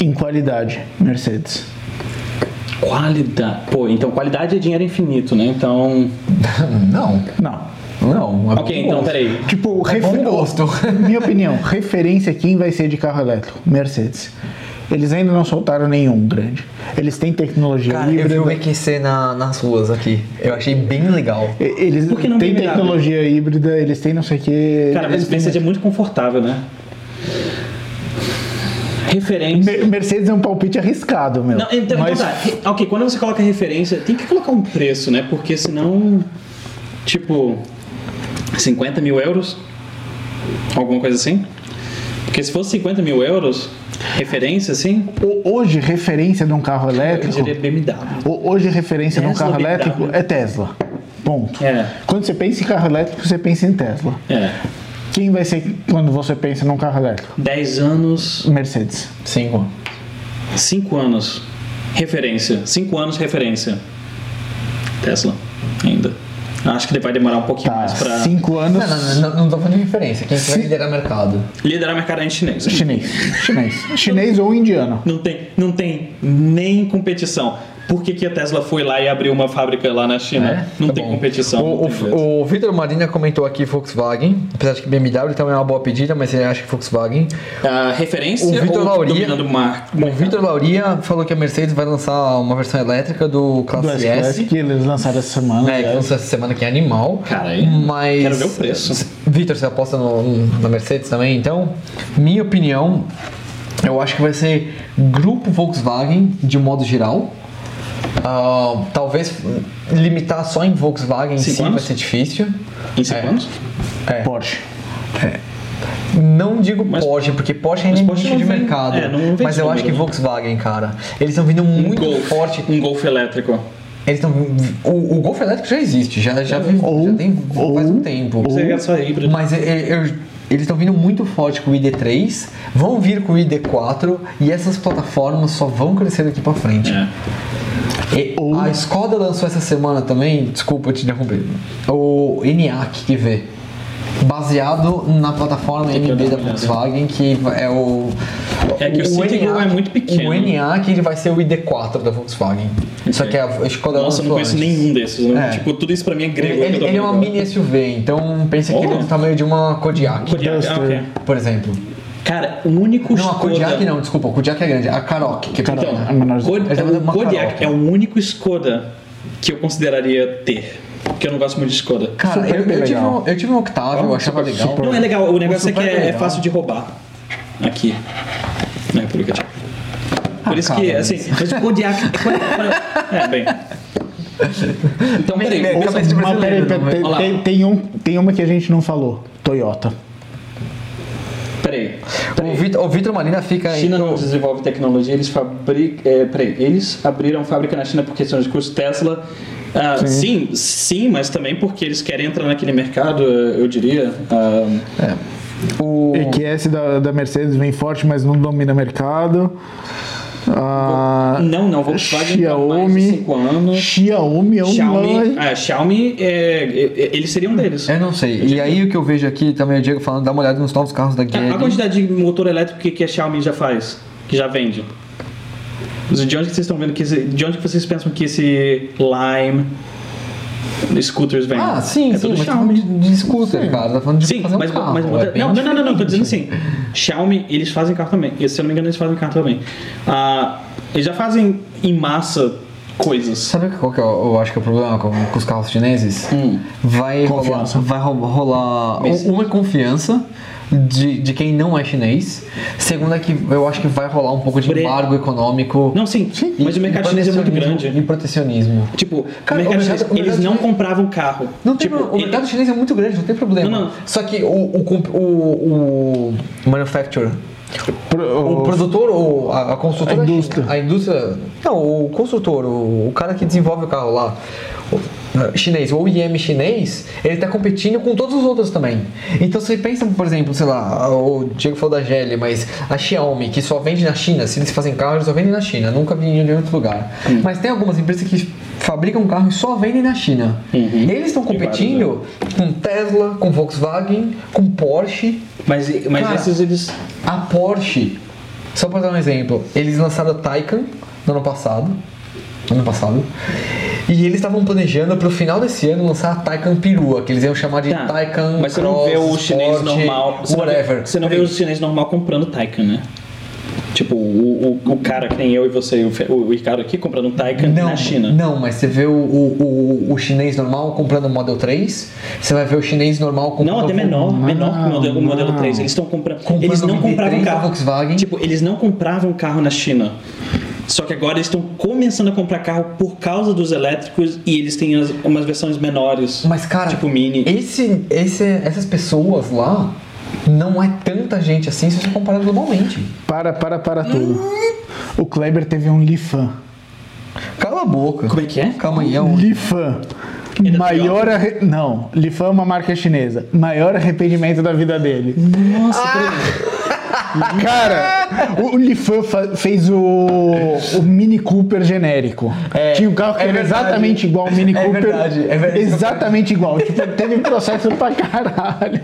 Em qualidade, Mercedes. Qualidade. Pô, então qualidade é dinheiro infinito, né? Então. [laughs] Não, Não. não. é Ok, bom então gosto. peraí. Tipo, É bom gosto. [laughs] minha opinião, referência quem vai ser de carro elétrico? Mercedes. Eles ainda não soltaram nenhum grande. Eles têm tecnologia Cara, eu vi híbrida. o EQC na, nas ruas aqui. Eu achei bem legal. e- Eles Por que não têm BMW? tecnologia híbrida, eles têm não sei o que. Cara, mas Mercedes é muito confortável, né? Referência. Mer- Mercedes é um palpite arriscado, meu. Não, então, mas então tá. Re- Ok, quando você coloca referência, tem que colocar um preço, né? Porque senão. Tipo. 50 mil euros? Alguma coisa assim? Porque se fosse 50 mil euros, referência, assim, ho- hoje, referência de um carro eu elétrico. diria BMW. ho- Hoje, referência de um Tesla, carro BMW. elétrico é Tesla. Ponto. É, Quando você pensa em carro elétrico, você pensa em Tesla. é. Quem vai ser quando você pensa num carro elétrico? 10 anos, Mercedes. Cinco. 5 anos, referência. 5 anos, referência. Tesla, ainda. Acho que vai demorar um pouquinho Tá, mais pra. cinco anos. Não, não, não, não tô falando de referência. Quem que vai Sim. liderar mercado? Liderar mercado em chinês. Chinês. Chinês. Chinês ou indiano. Não tem, não tem nem competição. Por que, que a Tesla foi lá e abriu uma fábrica lá na China? É? Não Tá tem bom. competição. não O, tem jeito. o, o Vitor Marina comentou aqui Volkswagen, apesar de que BMW também é uma boa pedida, mas ele acha que Volkswagen. Ah, referência o Vitor ou Lauria- dominando o mar- O Vitor Lauria falou que a Mercedes vai lançar uma versão elétrica do Do Classe S-Class S. que eles lançaram essa semana. Né, que aliás. lançou essa semana que é animal. Cara, aí, mas. quero ver o preço. Vitor, você aposta no, no- na Mercedes também? Então, minha opinião, eu acho que vai ser grupo Volkswagen de modo geral. Ah, talvez limitar só em Volkswagen em Cinco si vai anos? ser difícil. tá? Em cinco É. anos? Porsche. Não digo Mas- Porsche, porque Porsche ainda é mas Porsche nicho de não vem- mercado. é, não vem mas eu sobrando. acho que Volkswagen, cara. Eles estão vindo É, muito Golf. forte. Um Golf elétrico. Eles estão. O, o Golf elétrico já existe, já, já, vi- Ou- já tem faz um ou- tempo. Seria só híbrido. Mas e- e- eu- eles estão vindo muito forte com o ID3, vão vir com o ID4 e essas plataformas só vão crescer daqui pra frente. É. E a Skoda lançou essa semana também, desculpa te interromper, o ENIAC que vê. Baseado na plataforma que eu MB dar da uma olhada. Volkswagen, que é o, É que o Citigo é muito pequeno. O NA que ele vai ser o ID4 da Volkswagen. Só que a Skoda Nossa, eu não lançou conheço antes. nenhum desses. né? É. Tipo, tudo isso pra mim é grego. Ele, eu tô ele é uma aprendendo. mini SUV, então pensa que Oh. ele é do tamanho de uma Kodiaq, Kodiak, ah, ok. por exemplo. Cara, o único Não, a Skoda- Kodiaq não, desculpa, a Kodiaq é grande, a Karoq, que é Karoq. pequena. Então, a menor- Kod- Mas é uma o Kodiak Karoq. é o único Skoda que eu consideraria ter. Porque eu não gosto muito de Skoda. Cara, é Super eu, eu tive legal. um, eu tive um Octavio, eu achava legal. Um super- Não é legal, o negócio é que Super é, é legal. fácil de roubar. Aqui. Né, Na República Tcheca. Por isso que, cara, assim, mas o Kodiak. é, bem. Então, Bem, peraí. bem, ouça- cabeça de Mas peraí, brasileiro, peraí, não é? tem- né? Olha lá. tem, tem um, tem uma que a gente não falou: Toyota. Peraí. O Vitor, o Vitor Marina fica aí. China não desenvolve tecnologia, eles fabricam. peraí, eles abriram fábrica na China por questão de custo Tesla. Ah, sim. sim, mas também porque eles querem entrar naquele mercado, eh, eu diria. ah, O, É. EQS da, da Mercedes vem forte, mas não domina mercado. Ah, não, não, Volkswagen tá há mais de Xiaomi. 5 anos. Xiaomi é um Xiaomi, nome- ah, Xiaomi é, é- eles seriam um deles. Eu não sei. E aí o que eu vejo aqui também, o Diego falando, dá uma olhada nos novos carros é da Geely. Tá, A, a quantidade de motor elétrico que, que a Xiaomi já faz, que já vende. De onde que vocês estão vendo que esse, de onde que vocês pensam que esse Lime scooters vem? Ah, sim, é sim, tudo mas tá Xiaomi. falando de, de scooter, cara. Tá falando de Sim, fazer um mas, carro. mas é muda- bem não, não, não, não, não, tô dizendo assim. Xiaomi, eles fazem carro também. E, se eu não me engano, eles fazem carro também. Ah, eles já fazem em massa coisas. Sabe qual que eu, eu acho que é o problema com, com os carros chineses? Hum. Vai rolar, Confiança. vai ro- rolar um, Mesmo. uma confiança de, de quem não é chinês. Segunda é que eu acho que vai rolar um pouco de Bre- embargo econômico. Não, sim, E- mas o mercado e chinês é muito protecionismo- grande. E protecionismo. Tipo, Cara, o mercado o chinês, mercado- o eles mercado não chinês- compravam carro. Não tem Tipo, problema. o ele- mercado chinês é muito grande, não tem problema. Não, não. Só que o, o, comp- o, o, manufacturer, um o, Pro- produtor, ou a, a consultora. A indústria. A indústria. Não, o consultor, o, o cara que desenvolve o carro lá, o, eh, chinês, o OEM chinês, ele tá competindo com todos os outros também. Então você pensa, por exemplo, sei lá, o Diego falou da Gelli, mas a Xiaomi, que só vende na China, se eles fazem carro, eles só vendem na China, nunca vende em nenhum outro lugar. Hum. Mas tem algumas empresas que fabricam carro e só vendem na China. Uhum. Eles estão Tem competindo com Tesla, com Volkswagen, com Porsche. Mas, mas Cara, esses eles. A Porsche, só pra dar um exemplo, eles lançaram a Taycan no ano passado. Ano passado. E eles estavam planejando pro final desse ano lançar a Taycan Perua, que eles iam chamar de Tá, Taycan mas você Cross, não vê o chinês Sport, normal. Você Não whatever. vê, você não vê o chinês normal comprando Taycan, né? Tipo, o, o, o cara que nem eu e você, e o, Fe- o Ricardo aqui, comprando um Taycan na China. Não, mas você vê o, o, o, o chinês normal comprando o Model 3, você vai ver o chinês normal comprando Não, até menor, menor que o modelo, o modelo não. 3. Eles estão comprando. Comprando Eles não o compravam V3 da carro. Volkswagen. Tipo, eles não compravam carro na China. Só que agora eles estão começando a comprar carro por causa dos elétricos e eles têm as- umas versões menores. Mas, cara, tipo mini. Esse, esse, essas pessoas lá não é tanta gente assim se você comparar globalmente. Para, para, Hum? para tudo. O Kleber teve um Lifan. Cala a boca. Como é que é? Calma aí, é um. Lifan. É da Maior arre... Não, Lifan é uma marca chinesa. Maior arrependimento da vida dele. Nossa, peraí. Cara, o o Lifan fa- fez o, o Mini Cooper genérico. É, Tinha um carro que é era verdade. exatamente igual ao Mini É Cooper. verdade, é verdade. Exatamente igual. Tipo, teve processo pra caralho.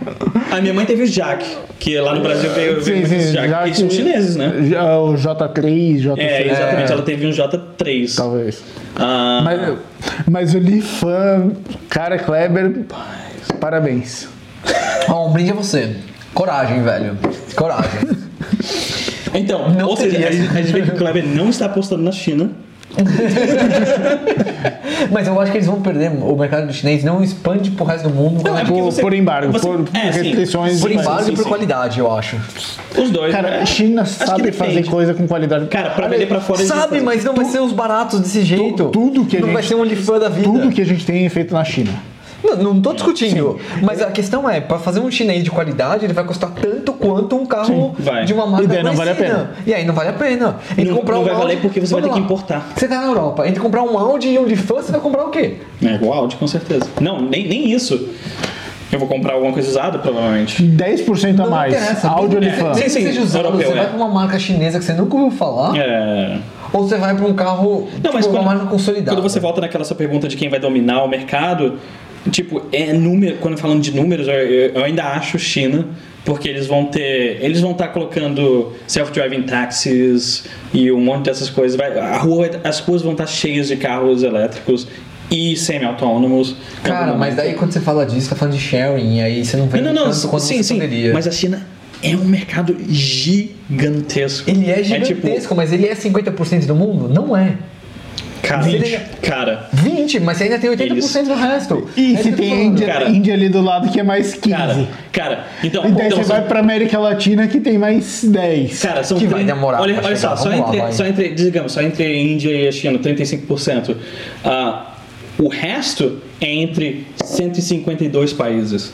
A minha mãe teve o Jack, que lá no Brasil veio, veio muitos Jack. já Eles são que- chineses, né? Já O J3, J6. É, exatamente. Ela teve um J3. Talvez. Ah, Tá. Mas, mas o Lifan, cara, Kleber, parabéns. Ó, um brinde a você. Coragem, velho. Coragem. Então, Não ou seja, teria. a gente, a gente vê que o Kleber não está apostando na China. [laughs] Mas eu acho que eles vão perder. O mercado chinês não expande pro resto do mundo. Não, é por, porque Por, você- por embargo, você- por é, sim. restrições. por sim, embargo sim, e por sim. qualidade, eu acho. Os dois. Cara, né? a China que sabe fazer depende. coisa com qualidade. Cara, pra vender pra fora é eles não Sabe, fazem. mas não vai ser os baratos desse jeito. tudo que a Não vai gente- ser um OnlyFans da vida. Tudo que a gente tem é feito na China. Não, não tô discutindo. Mas a questão é, pra fazer um chinês de qualidade, ele vai custar tanto quanto um carro Sim, vai. de uma marca E daí não vale a conhecida. E aí não vale a pena. Entre Não- comprar não um vai Audi- valer porque você vai Vamos ter que lá. importar. Você tá na Europa. Entre comprar um Audi e um Lifan, você vai comprar o quê? É, o Audi, com certeza. Não, nem, nem isso. Eu vou comprar alguma coisa usada, provavelmente. 10% a Não mais. interessa. Áudio Nem- Nem Olifan. que Sim, sim, seja usado, europeu, você é. vai pra uma marca chinesa que você nunca ouviu falar, É... ou você vai pra um carro, Não, tipo, né? mas uma quando, marca consolidada. quando você volta naquela sua pergunta de quem vai dominar o mercado, tipo, é número. Quando falando de números, eu, eu- eu ainda acho China porque eles vão ter, eles vão estar colocando self-driving taxis e um monte dessas coisas. Vai, a rua, vai- as ruas vão estar cheias de carros elétricos e semi-autônomos. em Cara, algum mas momento. daí quando você fala disso, tá falando de sharing, e aí você não vê Não, não, não. tanto quanto Sim, você sim. poderia. Mas a China é um mercado gigantesco. Ele é gigantesco, tipo, mas ele é 50% do mundo? Não é. cara, 20. cara, 20, mas você ainda tem 80% do resto. E É isso que se eu tô tem falando. Índia, Cara. Índia ali do lado que é mais 15. cara, cara. Então, e daí então você são- vai pra América Latina que tem mais 10. Cara, são Que tre- vai demorar Olha, pra olha chegar, só, só vamos lá, entre, vai. só entre, digamos, só entre a Índia e a China, 35%. Ah, o resto é entre 152 países.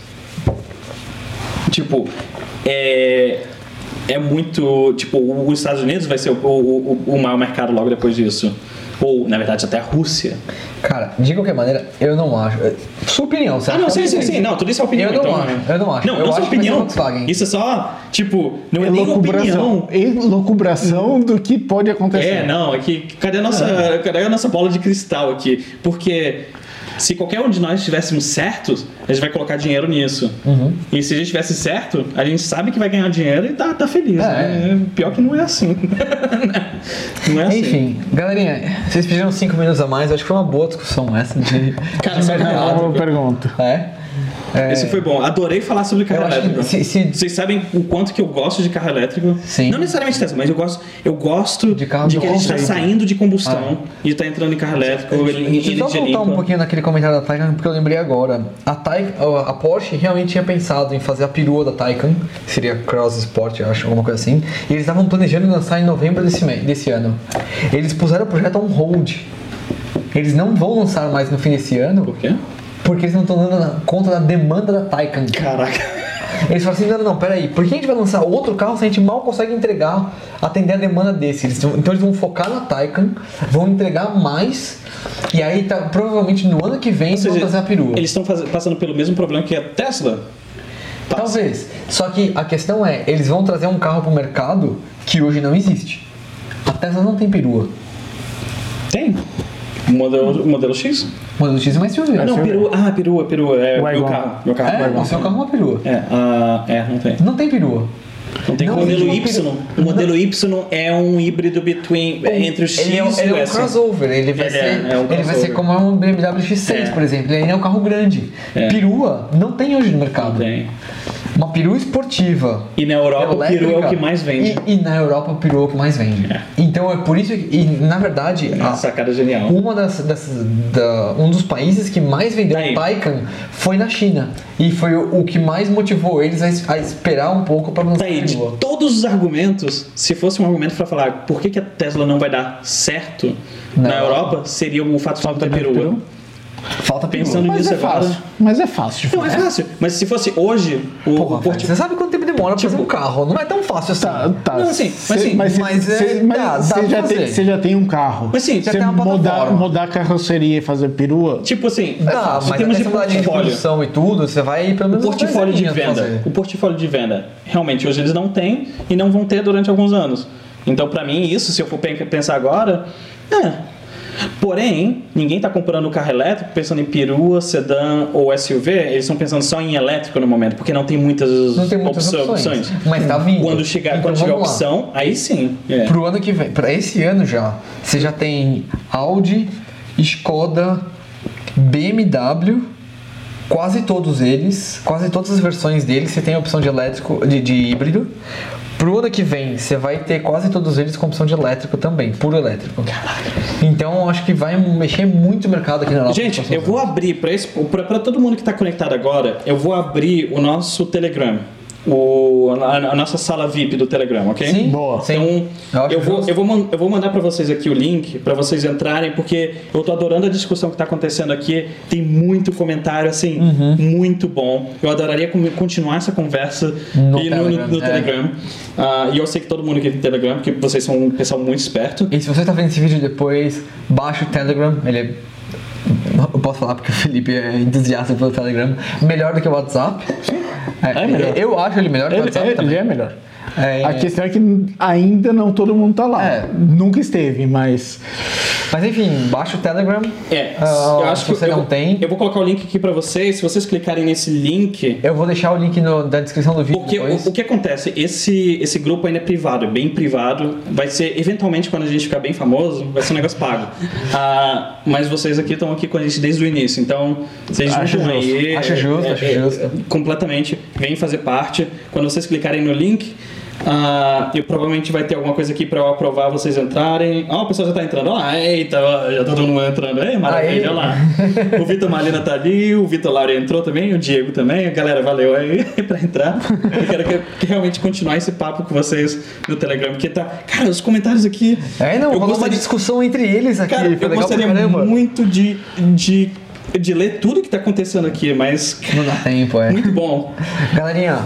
Tipo, é, é muito. Tipo, o- os Estados Unidos vai ser o, o, o- o maior mercado logo depois disso. Ou, na verdade, até a Rússia. Cara, de qualquer maneira, eu não acho. Sua opinião, você Ah, acha não, que é sim, sim, diferente? sim. Não, tudo isso é opinião. Eu não então, acho, né? eu não acho. Não, Eu não acho que vai só ser opinião. Volkswagen. Isso é só, tipo, não é, É nem opinião. Hum. loucubração. É loucubração do que pode Tá acontecer. É, não, é que cadê a nossa, É. cadê a nossa bola de cristal aqui? Porque se qualquer um de nós estivéssemos certos, a gente vai colocar dinheiro nisso. Uhum. E se a gente tivesse certo, a gente sabe que vai ganhar dinheiro e tá, tá feliz. É. né? Pior que não é assim. [laughs] não é assim. Enfim, galerinha, vocês pediram 5 minutos a mais, eu acho que foi uma boa discussão essa de. [laughs] Cara, de só que- mercado. Uma pergunta. É? É, Esse foi bom. Adorei falar sobre carro Eu acho que elétrico. se- se- Vocês sabem o quanto que eu gosto de carro elétrico? Sim. Não necessariamente Tesla, mas eu gosto, eu gosto De carro que a gente está conceito. saindo de combustão e está entrando em carro elétrico, em Deixa eu só energia Ah. voltar limpa. um pouquinho naquele comentário da Taycan, porque eu lembrei agora. A, Taycan, a Porsche realmente tinha pensado em fazer a perua da Taycan, que seria Cross Sport, eu acho, alguma coisa assim. E eles estavam planejando lançar em novembro desse, me- desse ano. Eles puseram o projeto on hold. Eles não vão lançar mais no fim desse ano, Por quê? porque eles não estão dando conta da demanda da Taycan. [laughs] Caraca. Eles falam assim, não, não, não, peraí, por que a gente vai lançar outro carro se a gente mal consegue entregar, atender a demanda desse? Eles vão- então eles vão focar na Taycan, vão entregar mais, e aí tá, provavelmente no ano que vem eles Ou vão seja, fazer a perua. Eles estão faz- passando pelo mesmo problema que a Tesla. Tá, Talvez. Só que a questão é, eles vão trazer um carro pro mercado que hoje não existe. A Tesla não tem perua. Tem. O modelo, o modelo X? Mano, o X é mais SUV. não, sim, perua. Ah, perua, perua. É meu Wagon. carro. Meu carro É, Wagon. o seu carro é uma perua. É, ah, é, não tem. Não tem perua. Não tem Não, o modelo existe Y. uma O modelo Y é um híbrido between, entre o X ele é, um- e ele o é um S. crossover, ele vai, Ele ser, é- é um ele vai ser crossover. como é um BMW X6, É. por exemplo, ele é um carro grande. É. Perua não tem hoje no mercado. Tem. Uma perua esportiva. E na Europa, o elétrica, peru é o que mais vende. E, e na Europa, o peru é o que mais vende. É. Então é por isso que, e, na verdade, a- Nossa, cara genial. uma das, das- da- um dos países que mais vendeu Aí. Taycan foi na China. E foi o, o que mais motivou eles a, es- a esperar um pouco para lançar Tá aí, a de perua. todos os argumentos, se fosse um argumento pra falar por que, que a Tesla não vai dar certo Na na, Europa, seria o fato de não ter perua. perua. Falta perua. Pensando Mas nisso é agora. fácil. Mas é fácil de Não, é falar. fácil. Mas se fosse hoje, o Porra, velho, Porto- você sabe quanto tempo demora pra fazer um carro? Não é tão fácil assim. Tipo, Tá, tá. Não, assim, mas Cê- assim, cê- mas é- cê- dá- dá cê pra já fazer. tem, cê já tem um carro. Mas sim, já Cê tem uma mudar, plataforma. mudar a carroceria e fazer perua, Tipo assim, é- Dá, em mas é termos até de você falar de portfólio. produção e tudo, você vai pelo O menos... umas portfólio de coisinhas venda. é fazer. O portfólio de venda. Realmente, hoje eles não têm e não vão ter durante alguns anos. Então, pra mim, isso, se eu for pe- pensar agora, é. Porém, ninguém tá comprando carro elétrico pensando em perua, sedã ou SUV. Eles estão pensando só em elétrico no momento, porque não tem muitas, Não tem muitas opção- opções. Mas tá vindo. Quando chegar, Então, quando chegar a vamos lá. opção, aí sim. É. Pro ano que vem, pra esse ano já, você já tem Audi, Skoda, BMW, quase todos eles, quase todas as versões deles, você tem a opção de elétrico, de, de híbrido. Pro ano que vem, você vai ter quase todos eles com opção de elétrico também, puro elétrico. Então, eu acho que vai mexer muito o mercado aqui na Europa. Gente, nos eu próximos vou abrir para esse pra- pra todo mundo que está conectado agora, eu vou abrir o nosso Telegram, o, a, a nossa sala VIP do Telegram, ok? Sim, Boa. sim. Eu Então, acho eu vou, justo. eu, vou, man- eu vou mandar para vocês aqui o link, para vocês entrarem, porque eu tô adorando a discussão que tá acontecendo aqui. Tem muito comentário, assim, Uhum. muito bom. Eu adoraria com- continuar essa conversa No e no, no- Telegram, é. no Telegram. Ah, e eu sei que todo mundo aqui tem Telegram, porque vocês são um pessoal muito esperto. E se você tá vendo esse vídeo depois, baixa o Telegram, ele é. Eu posso falar porque o Felipe é entusiasta pelo Telegram. Melhor do que o WhatsApp. É melhor. Eu acho ele melhor do que o ele, WhatsApp ele também. é melhor. É, a é. questão é que ainda não todo mundo tá lá. É. Nunca esteve, mas. Mas enfim, baixa o Telegram. É, Ah, eu acho se que você eu, não tem. Eu vou colocar o link aqui pra vocês. Se vocês clicarem nesse link, Eu vou deixar o link no- da descrição do vídeo Porque depois. o, o que acontece? Esse, esse grupo ainda é privado, é bem privado. Vai ser, eventualmente, quando a gente ficar bem famoso, vai ser um [laughs] negócio pago. Ah, mas vocês aqui estão aqui com a gente desde o início, então vocês Acho juntam justo, aí. É, acho justo, acho justo. Completamente. Vem fazer parte. Quando vocês clicarem no link. ah, eu provavelmente vai ter alguma coisa aqui pra eu aprovar vocês entrarem. Ó, o pessoal já tá entrando. Ó, eita, ó, já tá todo mundo entrando. Ei, maravilha, Aí. olha lá. O Vitor Malina tá ali, o Vitor Laura entrou também, o Diego também. Galera, valeu aí [laughs] pra entrar. Eu quero que- que realmente continuar esse papo com vocês no Telegram, porque tá. Cara, os comentários aqui. É, não, eu rolou uma gostaria, discussão entre eles aqui. cara, foi eu legal pra gostaria caramba. muito de, de, de ler tudo que tá acontecendo aqui, mas. Não dá tempo, é. Muito bom. Galerinha,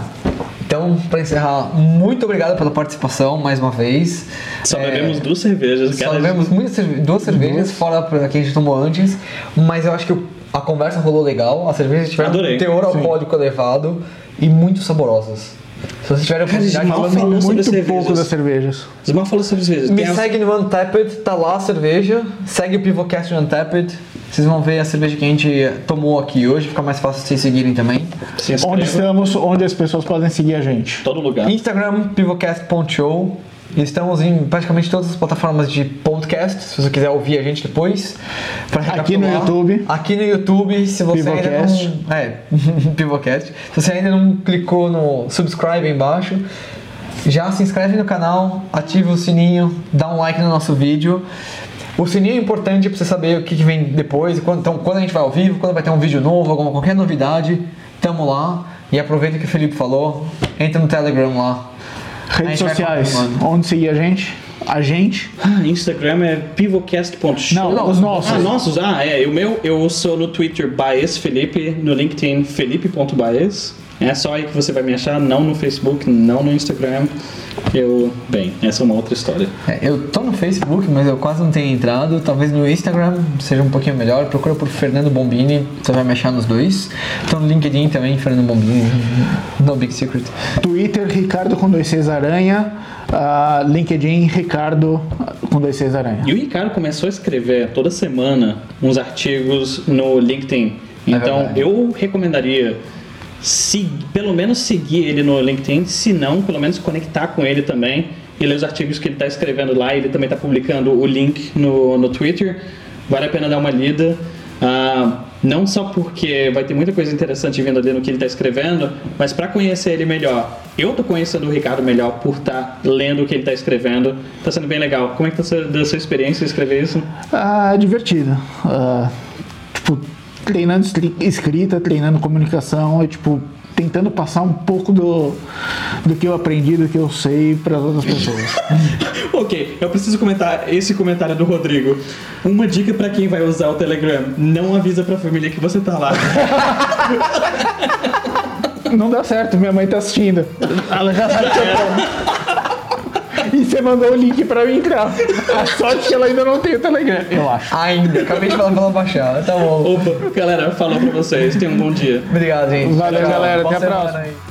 então, pra encerrar, muito obrigado pela participação mais uma vez. Só É, bebemos duas cervejas, Só cara. bebemos muitas cerve- duas cervejas, fora a que a gente tomou antes, mas eu acho que o- a conversa rolou legal, as cervejas tiveram Adorei. um teor alcoólico elevado e muito saborosas. Se vocês tiverem a Cara, a gente oportunidade, mal mandem- falou sobre muito cervejas. pouco das cervejas. Zumar falou sobre cervejas. me Tem as- segue no Untapped, tá lá a cerveja, segue o Pivocast no Untapped, vocês vão ver a cerveja que a gente tomou aqui hoje, fica mais fácil vocês seguirem também. Se inscreva. Onde estamos, onde as pessoas podem seguir a gente. Todo lugar. Instagram, pivocast.show. Estamos em praticamente todas as plataformas de podcast, se você quiser ouvir a gente depois. pra Aqui no recapitular. YouTube. Aqui no YouTube, se você Pivocast. ainda não... É, [laughs] Pivocast. Se você ainda não clicou no subscribe aí embaixo, já se inscreve no canal, ativa o sininho, dá um like no nosso vídeo. O sininho é importante pra você saber o que, que vem depois, quando- então quando a gente vai ao vivo, quando vai ter um vídeo novo, alguma, qualquer novidade, tamo lá. E aproveita que o Felipe falou, entra no Telegram lá. Redes A gente vai sociais, confirmando. onde seguir a gente? A gente. Ah, Instagram é pivocast.show. Não, Não, os nossos. Ah, nossos? Ah, é. O meu, eu sou no Twitter Baez Felipe, no LinkedIn Felipe.baez. É só aí que você vai me achar, não no Facebook, não no Instagram. Eu. Bem, essa é uma outra história. É, eu tô no Facebook, mas eu quase não tenho entrado. Talvez no Instagram seja um pouquinho melhor. Procura por Fernando Bombini, você vai me achar nos dois. Tô no LinkedIn também, Fernando Bombini. No Big Secret. Twitter, Ricardo com dois Cs Aranha. Ah, LinkedIn, Ricardo com dois Cs Aranha. E o Ricardo começou a escrever toda semana uns artigos no LinkedIn. Então verdade. eu recomendaria se, pelo menos seguir ele no LinkedIn, se não, pelo menos conectar com ele também e ler os artigos que ele está escrevendo lá. Ele também está publicando o link no, no Twitter. Vale a pena dar uma lida. Ah, não só porque vai ter muita coisa interessante vindo ali no que ele está escrevendo, mas para conhecer ele melhor. Eu tô conhecendo o Ricardo melhor por estar lendo o que ele está escrevendo. Tá sendo bem legal. Como é que tá sendo da sua experiência escrever isso? Ah, divertido. Ah, tipo, treinando esli- escrita, treinando comunicação e, tipo, tentando passar um pouco do, do que eu aprendi, do que eu sei para outras pessoas. Ok, eu preciso comentar esse comentário do Rodrigo. Uma dica pra quem vai usar o Telegram: não avisa pra família que você tá lá. [laughs] Não dá certo, minha mãe tá assistindo. Ela já sabe que eu tô. E você mandou o link pra eu entrar. A sorte é que ela ainda não tem o Telegram, eu acho. Ainda, acabei de falar pra ela baixar. Tá bom. Opa, galera, falou pra vocês. Tenham um bom dia. Obrigado, gente. Valeu, Tchau. galera. Boa Até a semana próxima. aí.